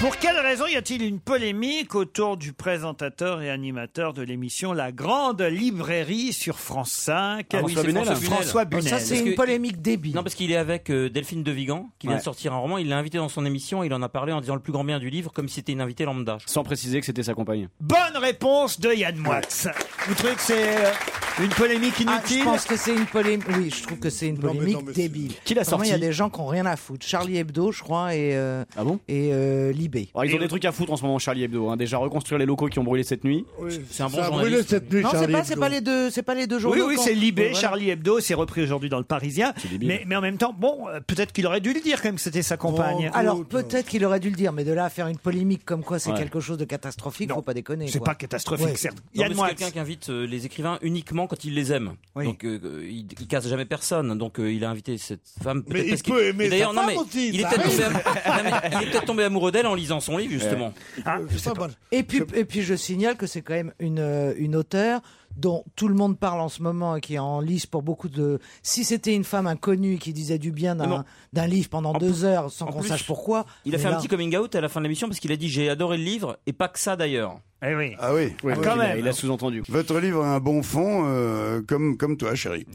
Speaker 3: Pour quelle raison y a-t-il une polémique autour du présentateur et animateur de l'émission La Grande Librairie sur France 5
Speaker 9: Ah oui, c'est
Speaker 3: François Bunel.
Speaker 9: Parce que-
Speaker 6: polémique débile.
Speaker 9: Non, parce qu'il est avec euh, Delphine de Vigan, qui vient
Speaker 5: Ouais.
Speaker 9: de sortir un roman. Il l'a invité dans son émission, il en a parlé en disant le plus grand bien du livre, comme si c'était une invitée lambda.
Speaker 5: Sans préciser que c'était sa compagne.
Speaker 3: Bonne réponse de Yann Moix. Vous trouvez que c'est euh, une polémique
Speaker 6: Ah, je
Speaker 3: inutile
Speaker 6: pense que c'est une polémique. Oui, je trouve que c'est une
Speaker 3: Non, mais non,
Speaker 6: polémique
Speaker 3: mais c'est-
Speaker 6: débile.
Speaker 3: Qui l'a
Speaker 6: Vraiment, Il y a
Speaker 3: sorti
Speaker 6: des gens qui ont rien à foutre. Charlie Hebdo, je crois, et euh, et euh, Libé.
Speaker 5: Alors, ils ont des trucs à foutre en ce moment, Charlie Hebdo. hein. Déjà reconstruire les locaux qui ont brûlé cette nuit.
Speaker 9: C'est un
Speaker 5: bon
Speaker 8: ça a brûlé
Speaker 5: journaliste.
Speaker 8: cette nuit,
Speaker 6: Non, c'est
Speaker 8: Charlie
Speaker 6: pas, c'est
Speaker 8: Hebdo.
Speaker 6: pas les deux, c'est pas les deux journaux.
Speaker 3: Oui, oui,
Speaker 6: qu'on-
Speaker 3: c'est Libé,
Speaker 6: Voilà.
Speaker 3: Charlie Hebdo, c'est repris aujourd'hui dans le Parisien. Mais, mais en même temps, bon, euh, peut-être qu'il aurait dû le dire quand même que c'était sa compagne.
Speaker 6: Alors peut-être qu'il aurait dû le dire, mais de là à faire une polémique comme quoi c'est
Speaker 3: euh, Ouais.
Speaker 6: quelque chose de catastrophique, faut pas déconner.
Speaker 3: c'est
Speaker 6: quoi.
Speaker 3: pas catastrophique,
Speaker 6: Ouais.
Speaker 3: certes.
Speaker 9: Non, mais
Speaker 3: Yann
Speaker 9: c'est
Speaker 3: Moix.
Speaker 9: quelqu'un qui invite euh, les écrivains uniquement quand ils les aiment. Donc euh, euh, il, il casse jamais personne. Donc euh, il a invité cette femme. peut-être
Speaker 8: Mais il
Speaker 9: parce qu'il-
Speaker 8: peut aimer
Speaker 9: Et d'ailleurs,
Speaker 8: sa
Speaker 9: non,
Speaker 8: femme
Speaker 9: mais
Speaker 8: aussi,
Speaker 9: il est
Speaker 8: ça
Speaker 9: peut-être tombé,
Speaker 8: arrive.
Speaker 9: am- non, mais il est peut-être tombé amoureux d'elle en lisant son livre justement.
Speaker 8: Ah,
Speaker 6: Et puis, et puis je signale que c'est quand même une, euh, une auteure dont tout le monde parle en ce moment et qui est en lice pour beaucoup de... Si c'était une femme inconnue qui disait du bien
Speaker 9: Mais
Speaker 6: d'un
Speaker 9: bon.
Speaker 6: d'un livre pendant deux heures sans qu'on
Speaker 9: plus,
Speaker 6: sache pourquoi...
Speaker 9: Il a
Speaker 6: mais
Speaker 9: fait
Speaker 6: là-
Speaker 9: un petit coming out à la fin de l'émission parce qu'il a dit j'ai adoré le livre et pas que ça d'ailleurs.
Speaker 3: Eh oui.
Speaker 4: Ah oui,
Speaker 9: Ah,
Speaker 4: Oui,
Speaker 9: quand même.
Speaker 4: oui, il a-
Speaker 5: Il a sous-entendu.
Speaker 4: Votre livre a un bon fond, euh, comme, comme toi, chérie.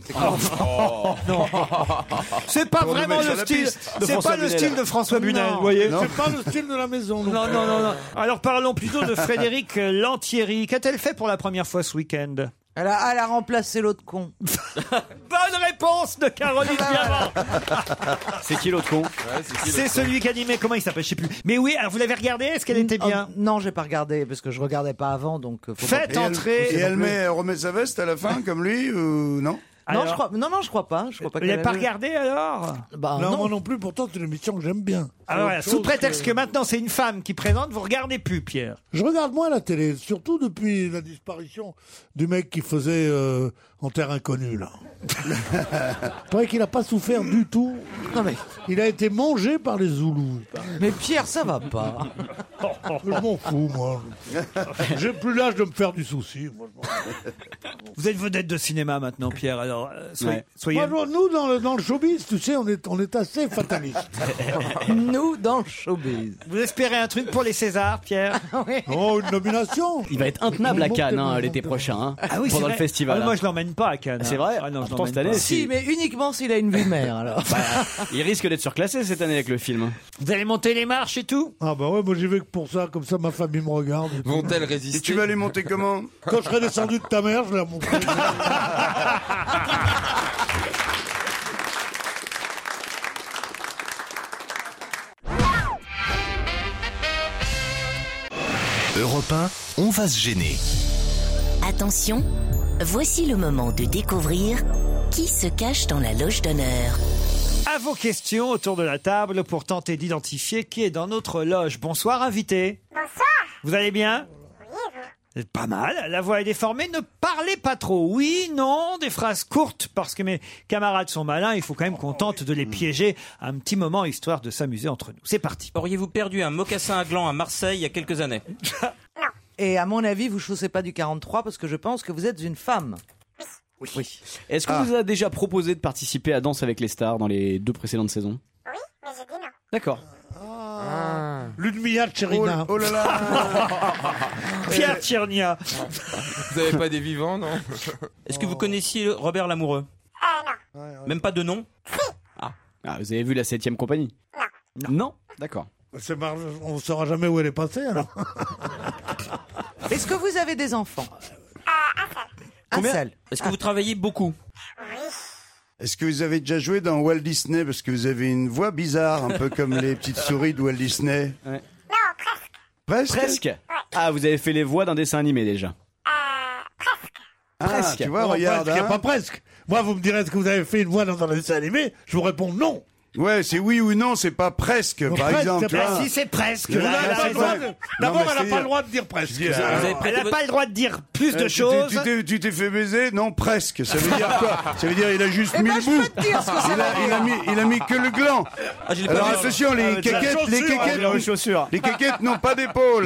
Speaker 3: C'est pas
Speaker 4: Pour nous
Speaker 3: vraiment
Speaker 4: mettre
Speaker 3: le
Speaker 4: sur la
Speaker 3: style.
Speaker 4: piste de
Speaker 3: C'est
Speaker 4: François
Speaker 3: pas le
Speaker 4: Bunel.
Speaker 3: style de François Bunel,
Speaker 8: Non.
Speaker 3: vous voyez.
Speaker 8: C'est pas le style de la maison.
Speaker 3: Non, euh, non, non, non. Alors parlons plutôt de Frédéric Lantieri. Qu'a-t-elle fait pour la première fois ce week-end
Speaker 6: Elle a, elle a remplacé l'autre con. Ah bah
Speaker 3: Bonne réponse de Caroline Diamant.
Speaker 5: C'est qui l'autre con
Speaker 3: C'est celui qui animait, comment il s'appelle, je sais plus. Mais oui, alors vous l'avez regardé, est-ce qu'elle était bien
Speaker 6: oh, Non, j'ai pas regardé parce que je regardais pas avant, donc. euh, faut pas-
Speaker 4: Et elle- Et elle, met, elle remet sa veste à la fin, comme lui, ou non
Speaker 6: Non, je crois, non, non, je crois pas. Je crois pas
Speaker 4: Vous l'avez
Speaker 6: qu'elle
Speaker 4: pas
Speaker 6: avait-
Speaker 3: regardé alors
Speaker 6: Bah
Speaker 8: non,
Speaker 6: non.
Speaker 8: moi non plus, pourtant c'est une émission que j'aime bien.
Speaker 3: Alors Ah, voilà,
Speaker 8: Autre
Speaker 3: sous
Speaker 8: chose
Speaker 3: prétexte que... maintenant c'est une femme qui présente, vous regardez plus, Pierre.
Speaker 8: Je regarde moins la télé, surtout depuis la disparition du mec qui faisait euh, En Terre Inconnue, là. Il paraît qu'il n'a pas souffert du tout. Il a été mangé par les Zoulous.
Speaker 6: Mais Pierre, ça va Ah, pas.
Speaker 8: Je m'en fous, moi. J'ai plus l'âge de me faire du souci. Moi, je m'en
Speaker 3: Vous êtes vedette de cinéma maintenant, Pierre. Alors, euh, soyez,
Speaker 8: Ouais.
Speaker 3: soyez-
Speaker 8: Moi, Bah, nous, dans le, dans le showbiz, tu sais, on est, on est assez fataliste.
Speaker 6: nous, dans le showbiz.
Speaker 3: Vous espérez un truc pour les Césars, Pierre
Speaker 8: Oh, une nomination
Speaker 5: Il va être intenable à Cannes hein, l'été prochain. hein,
Speaker 3: Ah oui, c'est
Speaker 5: pendant
Speaker 3: vrai.
Speaker 5: le festival. hein.
Speaker 3: Ah, moi, je l'emmène pas à Cannes.
Speaker 5: C'est vrai
Speaker 3: Ah non, je
Speaker 5: Pourtant, cette
Speaker 3: l'emmène
Speaker 5: année,
Speaker 3: pas.
Speaker 5: si-
Speaker 6: Si, mais uniquement s'il a une vue mère, alors.
Speaker 3: Bah.
Speaker 5: il risque d'être surclassé cette année avec le film.
Speaker 3: Vous allez monter les marches et tout
Speaker 8: Ah bah ouais, moi j'y vais que pour ça, comme ça ma famille me regarde.
Speaker 11: Vont-elles résister
Speaker 4: Et tu vas les monter comment
Speaker 8: Quand je serai descendu de ta mère, je l'ai montré.
Speaker 2: Europe 1, on va se gêner.
Speaker 1: Attention, voici le moment de découvrir qui se cache dans la loge d'honneur.
Speaker 3: À vos questions autour de la table pour tenter d'identifier qui est dans notre loge. Bonsoir, invité.
Speaker 12: Bonsoir.
Speaker 3: Vous allez bien Pas mal, la voix est déformée, ne parlez pas trop. Oui, non, des phrases courtes, parce que mes camarades sont malins, il faut quand même qu'on tente de les piéger un petit moment, histoire de s'amuser entre nous. C'est parti.
Speaker 9: Auriez-vous perdu un mocassin à gland à Marseille il y a quelques années
Speaker 6: Et à mon avis, vous chaussez pas du 43 parce que je pense que vous êtes une femme.
Speaker 5: Oui. Est-ce
Speaker 8: Ah.
Speaker 5: qu'on vous a déjà proposé de participer à Danse avec les stars dans les deux précédentes saisons
Speaker 12: Oui, mais j'ai dit non.
Speaker 5: D'accord.
Speaker 8: Ludmilla Tcherina.
Speaker 4: Ah. Oh, là là
Speaker 3: Pierre Tchernia.
Speaker 9: Vous n'avez pas des vivants, non Est-ce que vous connaissiez Robert Lamoureux Même pas de nom
Speaker 5: Ah, vous avez vu la septième compagnie Non. D'accord.
Speaker 8: C'est mar- On ne saura jamais où elle est passée alors.
Speaker 6: Est-ce que vous avez des enfants
Speaker 9: Combien Est-ce
Speaker 6: Ah.
Speaker 9: que vous travaillez beaucoup
Speaker 4: Est-ce que vous avez déjà joué dans Walt Disney Parce que vous avez une voix bizarre, un peu comme les petites souris de Walt Disney. Presque.
Speaker 5: Presque. Ah, vous avez fait les voix d'un dessin animé déjà.
Speaker 4: Ah,
Speaker 5: Presque.
Speaker 4: tu vois,
Speaker 8: Non,
Speaker 4: regarde.
Speaker 8: presque, y a
Speaker 4: hein.
Speaker 8: pas presque. Moi, vous me direz est-ce que vous avez fait une voix dans un dessin animé Je vous réponds non.
Speaker 4: Ouais, c'est oui ou non, c'est pas presque, par
Speaker 8: presque,
Speaker 4: exemple.
Speaker 8: c'est
Speaker 4: tu
Speaker 8: pas-
Speaker 4: vois.
Speaker 8: si, c'est
Speaker 3: Ah, presque,
Speaker 4: Non,
Speaker 3: là,
Speaker 4: elle a
Speaker 3: là,
Speaker 4: pas le
Speaker 3: c'est
Speaker 4: droit
Speaker 3: ça.
Speaker 4: de-
Speaker 8: D'abord,
Speaker 4: mais
Speaker 8: elle a
Speaker 4: c'est-
Speaker 8: pas le droit de dire presque.
Speaker 4: Vous avez prêté
Speaker 3: Elle n'a
Speaker 4: votre-
Speaker 3: pas le droit de dire
Speaker 4: Euh,
Speaker 3: plus de
Speaker 4: tu t'es-
Speaker 3: choses.
Speaker 4: Tu t'es, tu t'es fait baiser Non, presque. Ça veut dire quoi Ça veut dire il a juste
Speaker 8: Eh ben,
Speaker 4: mis le bout. il, a, il a mis, il a mis que le gland.
Speaker 9: Ah, je l'ai pas
Speaker 4: Alors
Speaker 9: vu.
Speaker 4: attention, les
Speaker 9: Ah, de la
Speaker 4: caquettes, les
Speaker 9: chaussure, ah,
Speaker 4: caquettes,
Speaker 9: de la chaussure.
Speaker 4: les caquettes n'ont pas d'épaule.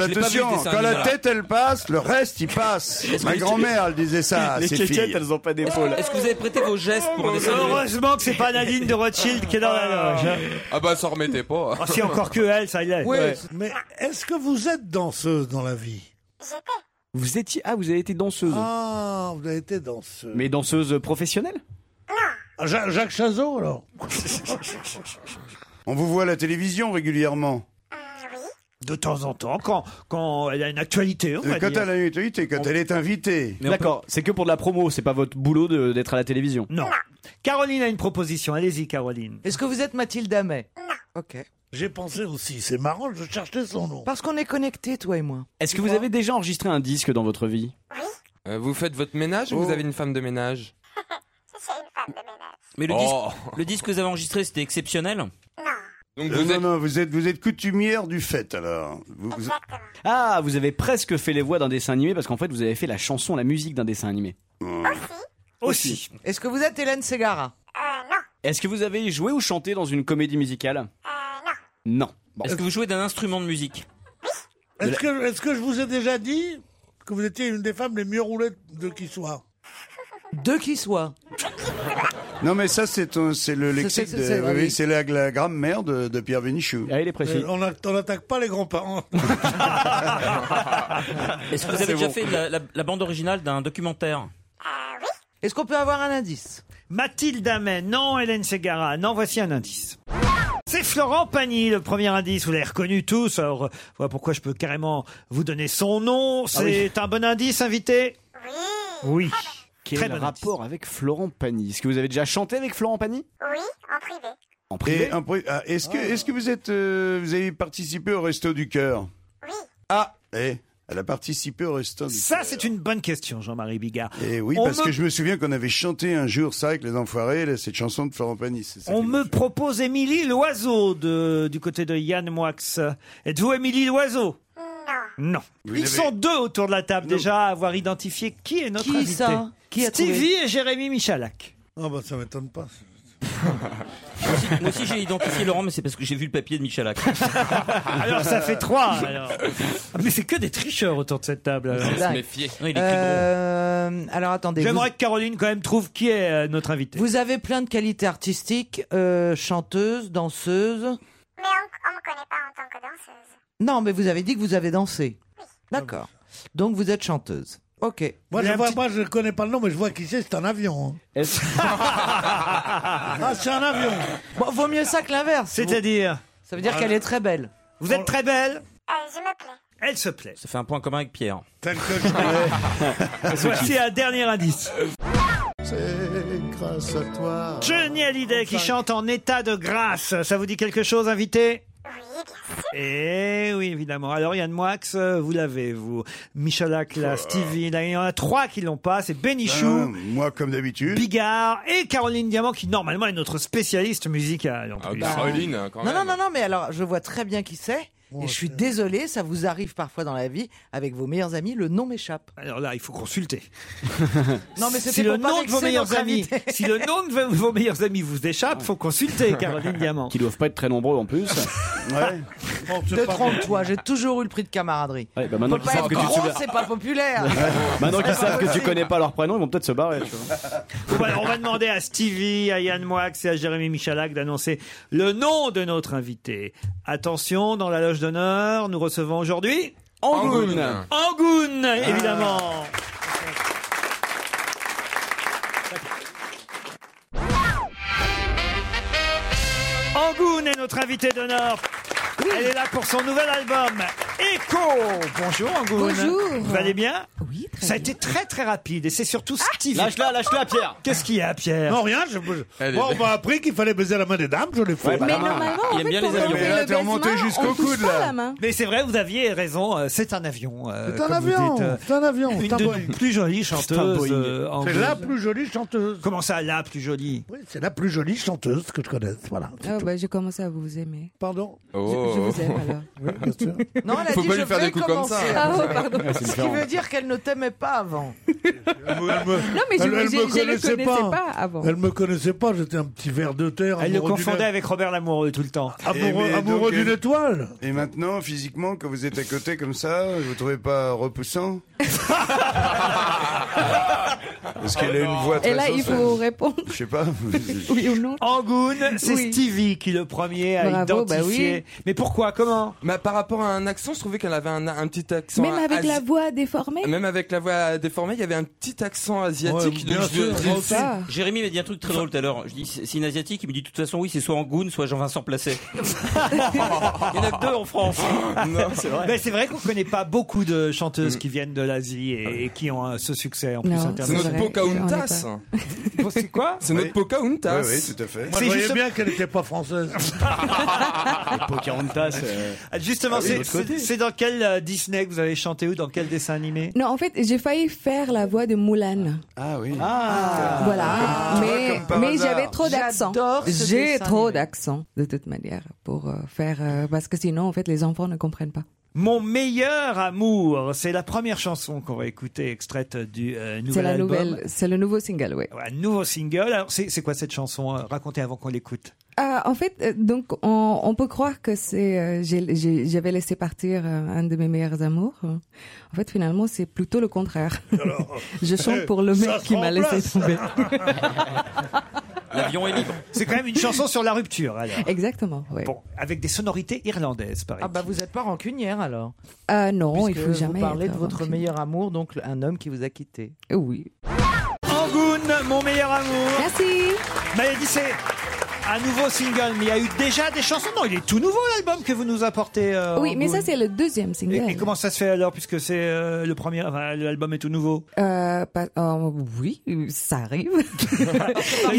Speaker 9: Je l'ai pas vu,
Speaker 4: Attention,
Speaker 9: le dessin
Speaker 4: quand la
Speaker 9: animé, là.
Speaker 4: tête elle passe, le reste il passe.
Speaker 9: Est-ce que
Speaker 4: Ma
Speaker 9: tu-
Speaker 4: grand-mère elle disait ça. à ses filles.
Speaker 5: ont pas d'épaule.
Speaker 9: Est-ce que vous avez prêté vos gestes pour des
Speaker 3: Oh, Heureusement que c'est pas Nadine de Rothschild qui est dans la loge. hein.
Speaker 11: Ah bah, s'en remettez pas.
Speaker 3: Ah, si encore que elle, ça y est.
Speaker 8: Ouais,
Speaker 3: Ouais.
Speaker 8: Mais est-ce que vous êtes danseuse dans la vie
Speaker 5: Vous étiez ah vous avez été danseuse.
Speaker 8: Ah, vous avez été danseuse.
Speaker 5: Mais danseuse professionnelle
Speaker 8: Ah, Ja- Jacques Chazot alors.
Speaker 4: On vous voit à la télévision régulièrement.
Speaker 3: De temps en temps, quand, quand elle a une actualité, on
Speaker 4: Euh,
Speaker 3: va
Speaker 4: Quand
Speaker 3: dire.
Speaker 4: elle a une autorité, quand elle est invitée.
Speaker 5: D'accord. C'est que pour de la promo. C'est pas votre boulot de- d'être à la télévision.
Speaker 3: Non. Caroline a une proposition. Allez-y, Caroline.
Speaker 6: Est-ce que vous êtes Mathilde Amet Ok.
Speaker 8: J'ai pensé aussi. C'est marrant, je cherchais son nom.
Speaker 6: Parce qu'on est connectés, toi et moi.
Speaker 5: Est-ce que vous avez déjà enregistré un disque dans votre vie
Speaker 11: Euh, vous faites votre ménage
Speaker 3: Oh.
Speaker 11: ou vous avez une femme de ménage
Speaker 9: Mais le,
Speaker 11: Oh.
Speaker 9: disque, le disque que vous avez enregistré, c'était exceptionnel Euh,
Speaker 11: Donc
Speaker 4: Euh, non, non, vous êtes, vous êtes coutumière du fait alors. Vous- vous-
Speaker 5: Ah, vous avez presque fait les voix d'un dessin animé parce qu'en fait vous avez fait la chanson, la musique d'un dessin animé. Aussi.
Speaker 6: Est-ce que vous êtes Hélène Segara
Speaker 4: Euh,
Speaker 5: Est-ce que vous avez joué ou chanté dans une comédie musicale
Speaker 4: Euh,
Speaker 5: Non. Non. Bon.
Speaker 9: Est-ce que vous jouez d'un instrument de musique
Speaker 8: Est-ce que, est-ce que je vous ai déjà dit que vous étiez une des femmes les mieux roulées de qui soit
Speaker 6: De qui soit
Speaker 4: Non, mais ça, c'est ton- c'est le lexique
Speaker 8: c'est-
Speaker 4: de.
Speaker 8: c'est-
Speaker 4: oui,
Speaker 8: oui.
Speaker 4: oui, C'est la, la grammaire de, de Pierre Bénichou.
Speaker 5: Ah, il est
Speaker 8: Euh, On n'attaque pas les grands-parents.
Speaker 9: Est-ce que vous avez déjà fait la, la- la bande originale d'un documentaire
Speaker 6: Est-ce qu'on peut avoir un indice
Speaker 3: Mathilde Amet, non Hélène Ségara, non, voici un indice. C'est Florent Pagny, le premier indice, vous l'avez reconnu tous, alors euh, voilà pourquoi je peux
Speaker 6: Ah
Speaker 3: carrément vous donner son nom. C'est un bon indice, invité Oui.
Speaker 5: Quel
Speaker 3: Très bon
Speaker 5: rapport avec Florent Pagny Est-ce que vous avez déjà chanté avec Florent Pagny
Speaker 12: Oui, en privé.
Speaker 5: En privé
Speaker 4: Et un pri- ah, est-ce que est-ce que vous êtes euh, vous avez participé au resto du cœur Oui. Ah, eh, elle a participé au resto du
Speaker 3: Ça, c'est une bonne question, Jean-Marie Bigard.
Speaker 4: Et oui,
Speaker 3: On
Speaker 4: parce
Speaker 3: me-
Speaker 4: que je me souviens qu'on avait chanté un jour ça avec les enfoirés, là, cette chanson de Florent Pagny. c'est ça
Speaker 3: On me propose Émilie Loiseau de, du côté de Yann Moix. Êtes-vous Émilie Loiseau non. Ils sont deux autour de la table déjà à avoir identifié qui est notre
Speaker 8: Qui
Speaker 3: invité.
Speaker 8: ça Qui a trouvé
Speaker 3: Stevie et Jérémy Michalak.
Speaker 8: Ah bah ça m'étonne pas.
Speaker 9: Moi aussi, j'ai identifié Laurent, mais c'est parce que j'ai vu le papier de Michalak.
Speaker 3: Alors ça fait trois. alors. Ah, Mais c'est que des tricheurs autour de cette table. alors.
Speaker 6: Blague. Euh, alors attendez.
Speaker 3: J'aimerais
Speaker 6: vous-
Speaker 3: que Caroline quand même trouve qui est euh, notre invité.
Speaker 6: Vous avez plein de qualités artistiques, euh, chanteuse, danseuse.
Speaker 12: Mais on, on me connaît pas en tant que danseuse.
Speaker 6: Non, mais vous avez dit que vous avez dansé. D'accord. Donc vous êtes chanteuse. Ok.
Speaker 8: Moi, je vois, moi, je connais pas le nom, mais je vois qui c'est, c'est un avion. hein. Ah, c'est un avion.
Speaker 6: Bon, vaut mieux ça que l'inverse.
Speaker 3: C'est-à-dire
Speaker 6: Ça veut dire qu'elle est très belle.
Speaker 3: Vous êtes très belle
Speaker 12: je me plais.
Speaker 3: Elle se plaît.
Speaker 9: Ça fait un point commun avec Pierre.
Speaker 3: Voici un dernier indice.
Speaker 8: C'est grâce à toi.
Speaker 3: Johnny Hallyday qui chante en état de grâce. Ça vous dit quelque chose, invité eh oui, évidemment. Alors, Yann Moix, euh, vous l'avez, vous. Michalak, là, Stevie, là, il y en a trois qui l'ont pas. C'est
Speaker 4: Ah,
Speaker 3: Benichou,
Speaker 4: moi, comme d'habitude.
Speaker 3: Bigard et Caroline Diamant, qui normalement est notre spécialiste musicale.
Speaker 5: Ah,
Speaker 3: en
Speaker 5: bah,
Speaker 3: plus.
Speaker 5: hein,
Speaker 6: non, non, non, non, mais alors je vois très bien qui c'est.
Speaker 3: Oh,
Speaker 6: Et je suis désolé, ça vous arrive parfois dans la vie, avec vos meilleurs amis, le nom m'échappe.
Speaker 3: Alors là, il faut consulter.
Speaker 6: Non, mais c'était
Speaker 3: si
Speaker 6: pour
Speaker 3: le
Speaker 6: pas
Speaker 3: nom de vos
Speaker 6: vexer
Speaker 3: meilleurs
Speaker 6: notre
Speaker 3: amis,
Speaker 6: invité.
Speaker 3: si le nom de vos meilleurs amis vous échappe, faut consulter Caroline Diamant.
Speaker 5: Qui doivent pas être très nombreux en plus.
Speaker 4: Ouais.
Speaker 6: De 30 toi, j'ai toujours eu le prix de camaraderie.
Speaker 5: Ouais, bah maintenant
Speaker 6: Faut
Speaker 5: qu'ils
Speaker 6: pas
Speaker 5: savent
Speaker 6: être
Speaker 5: que tu te
Speaker 6: gros,
Speaker 5: souviens-
Speaker 6: c'est pas populaire.
Speaker 5: Maintenant
Speaker 6: C'est
Speaker 5: qu'ils
Speaker 6: pas
Speaker 5: savent que tu
Speaker 3: Ah.
Speaker 6: possible.
Speaker 5: connais pas leur prénom, ils vont peut-être se barrer. tu vois.
Speaker 3: Bon, alors, on va demander à Stevie, à Yann Moix et à Jérémy Michalak d'annoncer le nom de notre invité. Attention, dans la loge d'honneur, nous recevons aujourd'hui
Speaker 5: Angoun. Ah.
Speaker 3: Angoun, évidemment. Angoun est notre invité d'honneur. Elle est là pour son nouvel album Echo. Bonjour Angoun.
Speaker 21: Bonjour.
Speaker 3: Vous allez bien Ah Oui, très Ça a été très très rapide et c'est surtout Stevie.
Speaker 8: lâche-la, lâche-la, Pierre.
Speaker 3: Qu'est-ce qu'il y a Pierre
Speaker 8: Non, rien. Je... Moi,
Speaker 3: Elle est
Speaker 8: on
Speaker 3: belle.
Speaker 8: m'a appris qu'il fallait baiser la main des dames, je l'ai fait.
Speaker 3: Ouais, bah, Mais la main. normalement, en Il aime fait, bien pour les avions. tomber le
Speaker 8: t'es remonté
Speaker 3: baisement,
Speaker 8: jusqu'au
Speaker 3: on touche
Speaker 8: coude,
Speaker 3: pas
Speaker 8: là.
Speaker 3: la Mais c'est vrai, vous aviez raison, euh, c'est un avion. euh,
Speaker 8: C'est un
Speaker 3: comme vous
Speaker 8: avion,
Speaker 3: dites, euh,
Speaker 8: c'est un avion,
Speaker 3: Une
Speaker 8: c'est un
Speaker 3: de-
Speaker 8: Boeing.
Speaker 3: plus jolie chanteuse.
Speaker 8: Boeing.
Speaker 3: euh,
Speaker 8: C'est
Speaker 3: anglaise.
Speaker 8: la plus jolie chanteuse.
Speaker 3: Comment ça, la plus jolie
Speaker 8: Oui, c'est la plus jolie chanteuse que je connaisse, voilà.
Speaker 21: Ah bah, j'ai commencé à vous aimer.
Speaker 8: Pardon
Speaker 21: Je, je vous aime
Speaker 11: Oh.
Speaker 21: alors.
Speaker 8: Oui, bien sûr.
Speaker 6: Non, elle a
Speaker 8: Faut
Speaker 6: dit
Speaker 8: pas
Speaker 6: je
Speaker 8: lui faire
Speaker 6: vais
Speaker 8: des coups comme
Speaker 6: commencer.
Speaker 8: ça.
Speaker 6: Ah, oh, pardon.
Speaker 8: Ouais,
Speaker 6: Ce
Speaker 8: c'est
Speaker 6: qui
Speaker 8: différent.
Speaker 6: veut dire qu'elle ne t'aimait pas avant.
Speaker 21: Non, mais je-
Speaker 8: elle, elle
Speaker 21: je-
Speaker 8: me
Speaker 21: je le
Speaker 8: connaissait
Speaker 21: connaissais pas avant.
Speaker 8: Elle me connaissait pas, j'étais un petit ver de terre.
Speaker 3: Elle le
Speaker 8: amoureux d'une-
Speaker 3: confondait avec Robert Lamoureux tout le temps.
Speaker 4: Et
Speaker 8: Amoureux,
Speaker 4: mais
Speaker 8: amoureux
Speaker 4: donc,
Speaker 8: d'une
Speaker 4: euh,
Speaker 8: étoile.
Speaker 4: Et maintenant, physiquement, quand vous êtes à côté comme ça, vous trouvez pas repoussant Parce euh, qu'elle
Speaker 3: Ah
Speaker 4: a une voix très
Speaker 21: Et là, il
Speaker 4: sensuelle.
Speaker 21: faut répondre.
Speaker 4: Je sais pas.
Speaker 21: Oui ou non
Speaker 3: Angoun, c'est
Speaker 21: Oui.
Speaker 3: Stevie qui le premier a
Speaker 21: Bravo, bah
Speaker 3: identifié. Mais pourquoi Comment
Speaker 11: bah, Par rapport à un accent, je trouvais qu'elle avait un, un petit accent.
Speaker 21: Même avec
Speaker 11: asi-
Speaker 21: la voix déformée
Speaker 8: Ah,
Speaker 11: Même avec la voix déformée, il y avait un petit accent asiatique.
Speaker 9: Bien
Speaker 11: Donc, je-
Speaker 9: sûr,
Speaker 11: je-
Speaker 9: bien
Speaker 11: je-
Speaker 9: sûr. Jérémy m'a dit un truc très drôle tout à l'heure. Je dis, c'est c'est une asiatique. Il me dit, de toute façon, oui, c'est soit Angoun, soit Jean-Vincent Placé. Il y en a que deux en France.
Speaker 3: Ben, c'est vrai, qu'on connaît pas beaucoup de chanteuses qui viennent de l'Asie et, et qui ont euh, ce succès en plus
Speaker 11: Non, c'est
Speaker 3: international.
Speaker 11: notre Pocahontas.
Speaker 3: C'est quoi
Speaker 11: C'est notre
Speaker 3: Oui.
Speaker 11: Pocahontas.
Speaker 3: Oui, oui, tout à fait.
Speaker 8: Moi,
Speaker 3: C'est
Speaker 8: je voyais
Speaker 3: juste-
Speaker 8: bien qu'elle n'était pas française.
Speaker 5: Pocahontas. euh,
Speaker 3: Ah, Justement,
Speaker 5: Ah oui, de
Speaker 3: c'est-
Speaker 5: l'autre
Speaker 3: c'est
Speaker 5: côté.
Speaker 3: c'est dans quel euh, Disney que vous avez chanté ou dans quel dessin animé
Speaker 21: Non, en fait, j'ai failli faire la voix de Moulin.
Speaker 4: Ah oui.
Speaker 21: Voilà.
Speaker 8: Ah,
Speaker 21: mais mais j'avais trop d'accent.
Speaker 6: J'adore ce
Speaker 21: J'ai
Speaker 6: dessin
Speaker 21: trop
Speaker 6: animé.
Speaker 21: d'accent, de toute manière, pour euh, faire. euh, parce que sinon, en fait, les enfants ne comprennent pas.
Speaker 3: Mon meilleur amour, c'est la première chanson qu'on va écouter, extraite du euh,
Speaker 21: C'est
Speaker 3: nouvel
Speaker 21: la
Speaker 3: album.
Speaker 21: nouvelle. C'est le nouveau single, oui.
Speaker 3: Un nouveau single. Alors, c'est c'est quoi cette chanson euh, Racontez avant qu'on l'écoute.
Speaker 21: Ah, en fait, euh, donc on, on peut croire que c'est euh, j'ai- j'ai- j'avais laissé partir euh, un de mes meilleurs amours. En fait, finalement, c'est plutôt le contraire. Je chante pour le
Speaker 8: Ça
Speaker 21: mec
Speaker 8: se
Speaker 21: qui m'a laissé
Speaker 8: remplace.
Speaker 21: tomber.
Speaker 9: L'avion est libre.
Speaker 3: C'est quand même une chanson sur la rupture, alors.
Speaker 21: Exactement. oui.
Speaker 3: Bon, avec des sonorités irlandaises, par
Speaker 6: Ah bah vous êtes pas rancunière alors.
Speaker 21: Ah non, il
Speaker 6: Puisque
Speaker 21: faut jamais.
Speaker 6: Vous parlez de
Speaker 21: être
Speaker 6: votre
Speaker 21: rancunier.
Speaker 6: meilleur amour, donc le- un homme qui vous a quitté.
Speaker 21: Oui.
Speaker 3: Angoun, mon meilleur amour.
Speaker 21: Merci.
Speaker 3: Maladie, c'est Un nouveau single, mais il y a eu déjà des chansons. Non, il est tout nouveau l'album que vous nous apportez. euh,
Speaker 21: Oui, mais
Speaker 3: Angoune.
Speaker 21: ça, c'est le deuxième
Speaker 3: Et, et
Speaker 21: single.
Speaker 3: comment ça se fait alors, puisque c'est euh, le premier, enfin, l'album est tout nouveau
Speaker 21: Euh, pas- euh, oui, ça arrive.
Speaker 3: Il y a- il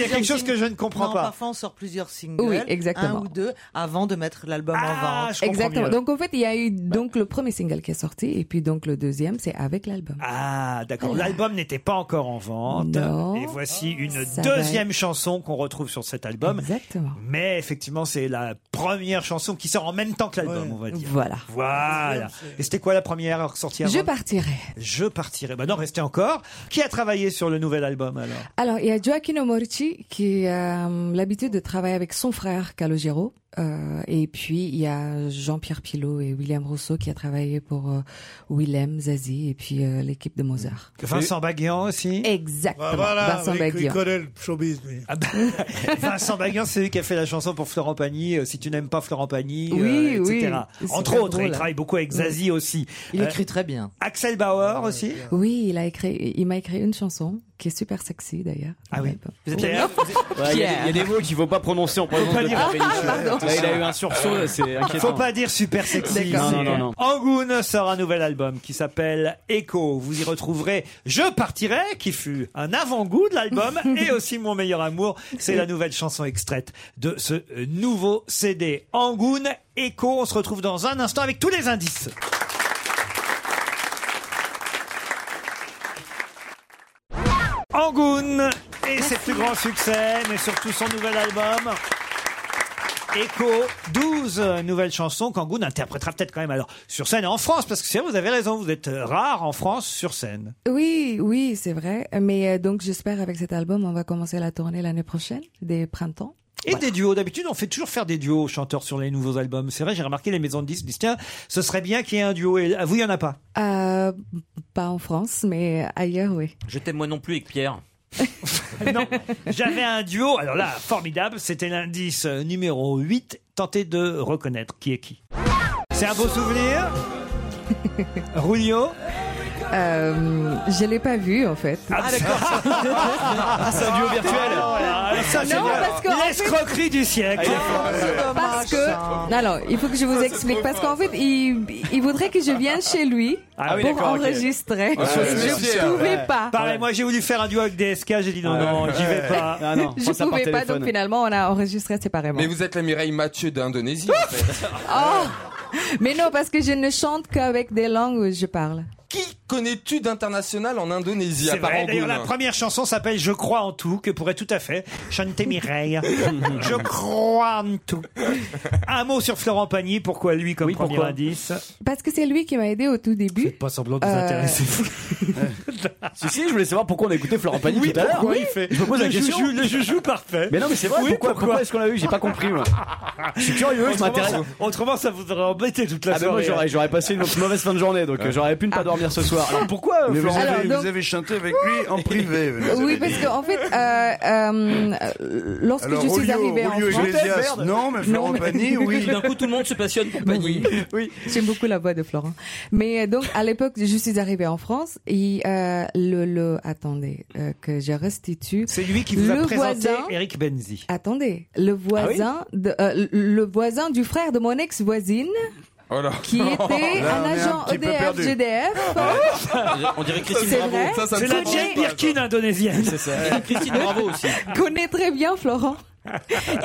Speaker 3: y a quelque chose que je ne comprends
Speaker 6: Non,
Speaker 3: pas.
Speaker 6: Parfois, on sort plusieurs singles,
Speaker 21: Oui, exactement.
Speaker 6: un ou deux, avant de mettre l'album
Speaker 3: Ah,
Speaker 6: en vente.
Speaker 21: Exactement. Donc en fait, il y a eu donc le premier single qui est sorti et puis donc le deuxième, c'est avec l'album.
Speaker 3: Ah, d'accord. L'album n'était pas encore en vente. Et voici une
Speaker 21: Ça va
Speaker 3: deuxième chanson qu'on retrouve sur cet album.
Speaker 21: Exactement.
Speaker 3: Mais effectivement, c'est la première chanson qui sort en même temps que l'album, on va dire.
Speaker 21: Voilà.
Speaker 3: Voilà. Et c'était quoi la première sortie avant
Speaker 21: Je partirai.
Speaker 3: Je partirai. Bah non, restez encore. Qui a travaillé sur le nouvel album alors
Speaker 21: Alors, il y a Joaquino Morci qui a euh, l'habitude de travailler avec son frère Calogero. Euh, et puis, il y a Jean-Pierre Pilot et William Rousseau qui a travaillé pour euh, Willem, Zazie et puis euh, l'équipe de Mozart.
Speaker 3: Vincent Baguian aussi
Speaker 8: Bah
Speaker 21: Exactement. Vincent Baguian.
Speaker 8: le showbiz, lui.
Speaker 3: Ah bah, Vincent Baguian, c'est lui qui a fait la chanson pour Florent Pagny, euh, Si tu n'aimes pas Florent Pagny,
Speaker 6: Oui,
Speaker 3: euh, etc.
Speaker 6: oui. C'est
Speaker 3: Entre
Speaker 6: très
Speaker 3: autres, il
Speaker 6: drôle.
Speaker 3: travaille beaucoup avec Zazie aussi.
Speaker 6: Il
Speaker 3: Euh,
Speaker 6: écrit très bien.
Speaker 3: Axel Bauer aussi
Speaker 21: Oui, il a écrit, il m'a écrit une chanson qui est super sexy d'ailleurs.
Speaker 3: Ah oui.
Speaker 21: Vous
Speaker 3: êtes
Speaker 5: Pierre Il y, a- il y a des mots qu'il faut pas prononcer en présence
Speaker 3: pas
Speaker 5: de
Speaker 3: dire.
Speaker 5: Pierre Bénichou.
Speaker 3: Ah, pardon.
Speaker 5: Là, il a eu un sursaut, c'est inquiétant.
Speaker 3: Faut pas dire super sexy.
Speaker 5: D'accord. Non, non, non, non.
Speaker 3: Angoon sort un nouvel album qui s'appelle Echo. Vous y retrouverez Je partirai, qui fut un avant-goût de l'album, et aussi Mon meilleur amour. C'est la nouvelle chanson extraite de ce euh, nouveau CD. Angoon, Echo. On se retrouve dans un instant avec tous les indices. Angoon et ses plus grands succès, mais surtout son nouvel album. Echo, 12 euh, nouvelles chansons qu'Angoun interprétera peut-être quand même alors sur scène et en France, parce que c'est vrai, vous avez raison, vous êtes euh, rare en France sur scène.
Speaker 21: Oui, oui, c'est vrai. Mais euh, donc, j'espère avec cet album, on va commencer la tournée l'année prochaine, des printemps.
Speaker 3: Et des duos, d'habitude on fait toujours faire des duos aux chanteurs sur les nouveaux albums. C'est vrai, j'ai remarqué les maisons de disques disent tiens, ce serait bien qu'il y ait un duo et à vous il n'y en a pas.
Speaker 21: Euh, pas en France, mais ailleurs, oui.
Speaker 9: Je t'aime moi non plus avec Pierre.
Speaker 3: J'avais un duo, alors là, formidable, c'était l'indice euh, numéro 8, tentez de reconnaître qui est qui. C'est un beau souvenir Rulio
Speaker 21: Euh, je l'ai pas vu en fait.
Speaker 5: Ah, c'est un duo virtuel.
Speaker 3: ça, c'est
Speaker 21: Ah, Non,
Speaker 3: vrai.
Speaker 21: parce que, en fait-
Speaker 3: L'escroquerie du
Speaker 21: Ah,
Speaker 3: siècle.
Speaker 21: Parce que, alors, il faut que je vous explique parce qu'en fait, il, il voudrait que je vienne chez lui
Speaker 3: Ah oui,
Speaker 21: pour
Speaker 3: d'accord, ok.
Speaker 21: enregistrer. je ne pouvais pas.
Speaker 3: Pareil, moi j'ai voulu faire un duo avec DSK, j'ai dit non,
Speaker 11: Ouais.
Speaker 3: non, j'y vais
Speaker 11: Ouais.
Speaker 3: pas.
Speaker 11: Ah non,
Speaker 21: Je pouvais pas, donc finalement, on a enregistré séparément.
Speaker 11: Mais vous êtes la Mireille Mathieu d'Indonésie. en fait.
Speaker 21: Oh Mais non, parce que je ne chante qu'avec des langues où je parle.
Speaker 11: Qui connais-tu d'international en Indonésie à
Speaker 3: C'est
Speaker 11: part
Speaker 3: vrai, d'ailleurs la
Speaker 11: Angoune
Speaker 3: première chanson s'appelle Je crois en tout, que pourrait tout à fait chanter Mireille. Je crois en tout. Un mot sur Florent Pagny, pourquoi lui comme premier
Speaker 21: pourquoi
Speaker 3: indice
Speaker 21: Parce que c'est lui qui m'a aidé au tout début.
Speaker 3: Pas semblant
Speaker 21: de vous Euh, intéresser.
Speaker 5: Si, si, je voulais savoir pourquoi on a écouté Florent Pagny
Speaker 3: Oui,
Speaker 5: tout à l'heure.
Speaker 3: pourquoi il fait
Speaker 5: Je me pose la
Speaker 3: le
Speaker 5: question.
Speaker 3: joujou, le joujou parfait.
Speaker 5: Mais non, mais c'est vrai,
Speaker 3: Oui,
Speaker 5: pourquoi,
Speaker 3: pourquoi
Speaker 5: pourquoi est-ce qu'on l'a eu J'ai pas compris, moi. Je suis curieux, je
Speaker 3: Autrement,
Speaker 5: m'intéresse.
Speaker 3: ça- Autrement, ça voudrait embêter toute la
Speaker 5: Ah ben moi
Speaker 3: soirée.
Speaker 5: j'aurais, j'aurais passé une mauvaise fin de journée donc euh, j'aurais pu ne pas dormir ce soir. Alors pourquoi euh,
Speaker 4: Mais vous,
Speaker 5: Florent
Speaker 4: avez,
Speaker 5: Pagny
Speaker 4: vous avez chanté avec lui en privé. vous nous avez
Speaker 21: Oui,
Speaker 4: dit.
Speaker 21: parce qu'en fait, euh, euh, euh, lorsque
Speaker 4: Alors,
Speaker 21: je suis
Speaker 4: Rolio-
Speaker 21: arrivée en
Speaker 4: Rolio
Speaker 21: France,
Speaker 4: Iglesias, non, mais Florent Pagny, oui.
Speaker 9: D'un coup, tout le monde se passionne pour Pagny.
Speaker 21: Oui. J'aime beaucoup la voix de Florent. Mais euh, donc, à l'époque, je suis arrivée en France et euh, le, le, attendez, euh, que je restitue.
Speaker 3: C'est lui qui vous a
Speaker 21: le
Speaker 3: présenté Ah
Speaker 21: voisin-
Speaker 3: Eric Benzi.
Speaker 21: Attendez, le voisin, de, euh, le voisin du frère de mon ex-voisine
Speaker 11: Oh là.
Speaker 21: qui était
Speaker 11: Là,
Speaker 21: un
Speaker 11: on est
Speaker 21: agent E
Speaker 11: petit peu
Speaker 21: EDF,
Speaker 11: perdu.
Speaker 21: GDF.
Speaker 9: On dirait
Speaker 21: C'est
Speaker 9: Christine
Speaker 21: vrai
Speaker 9: Bravo.
Speaker 11: Ça, ça me
Speaker 3: C'est la
Speaker 11: surprend
Speaker 3: Jane
Speaker 11: pas,
Speaker 3: Birkin indonésienne.
Speaker 9: C'est ça. Christine Bravo aussi.
Speaker 21: connaît très bien Florent.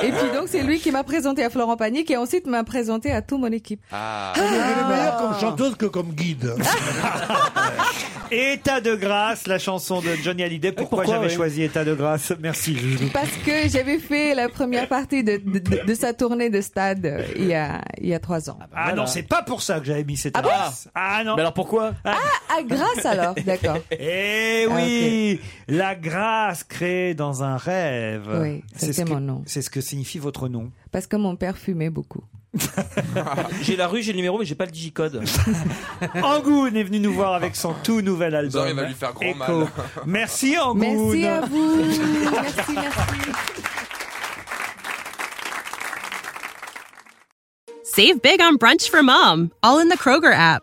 Speaker 21: Et puis donc c'est lui qui m'a présenté à Florent Pagny qui ensuite m'a présenté à toute mon équipe.
Speaker 8: Elle est meilleure comme chanteuse que comme guide.
Speaker 3: État de grâce, la chanson de Johnny Hallyday. Pourquoi,
Speaker 5: pourquoi,
Speaker 3: j'avais
Speaker 5: oui.
Speaker 3: choisi État de grâce Merci. Joujou.
Speaker 21: Parce que j'avais fait la première partie de, de, de- de sa tournée de stade euh, il y a, il y a trois ans.
Speaker 3: Ah non, c'est pas pour ça que j'avais mis cette adresse. Ah non.
Speaker 5: Mais alors pourquoi
Speaker 21: Ah, grâce alors, d'accord. Ah,
Speaker 3: Eh oui, la grâce créée dans un rêve.
Speaker 21: Oui,
Speaker 3: C'est ce
Speaker 21: c'était
Speaker 3: que-
Speaker 21: mon nom.
Speaker 3: C'est ce que signifie votre nom.
Speaker 21: Parce que mon père fumait beaucoup.
Speaker 9: J'ai la rue, j'ai le numéro, mais j'ai pas le digicode.
Speaker 3: Angoun est venu nous voir avec son tout nouvel album.
Speaker 11: arrivez à lui faire grand
Speaker 3: Echo.
Speaker 11: mal.
Speaker 3: Merci Angoun.
Speaker 21: Merci à vous. Merci, merci.
Speaker 22: Save big on brunch for mom, all in the Kroger app.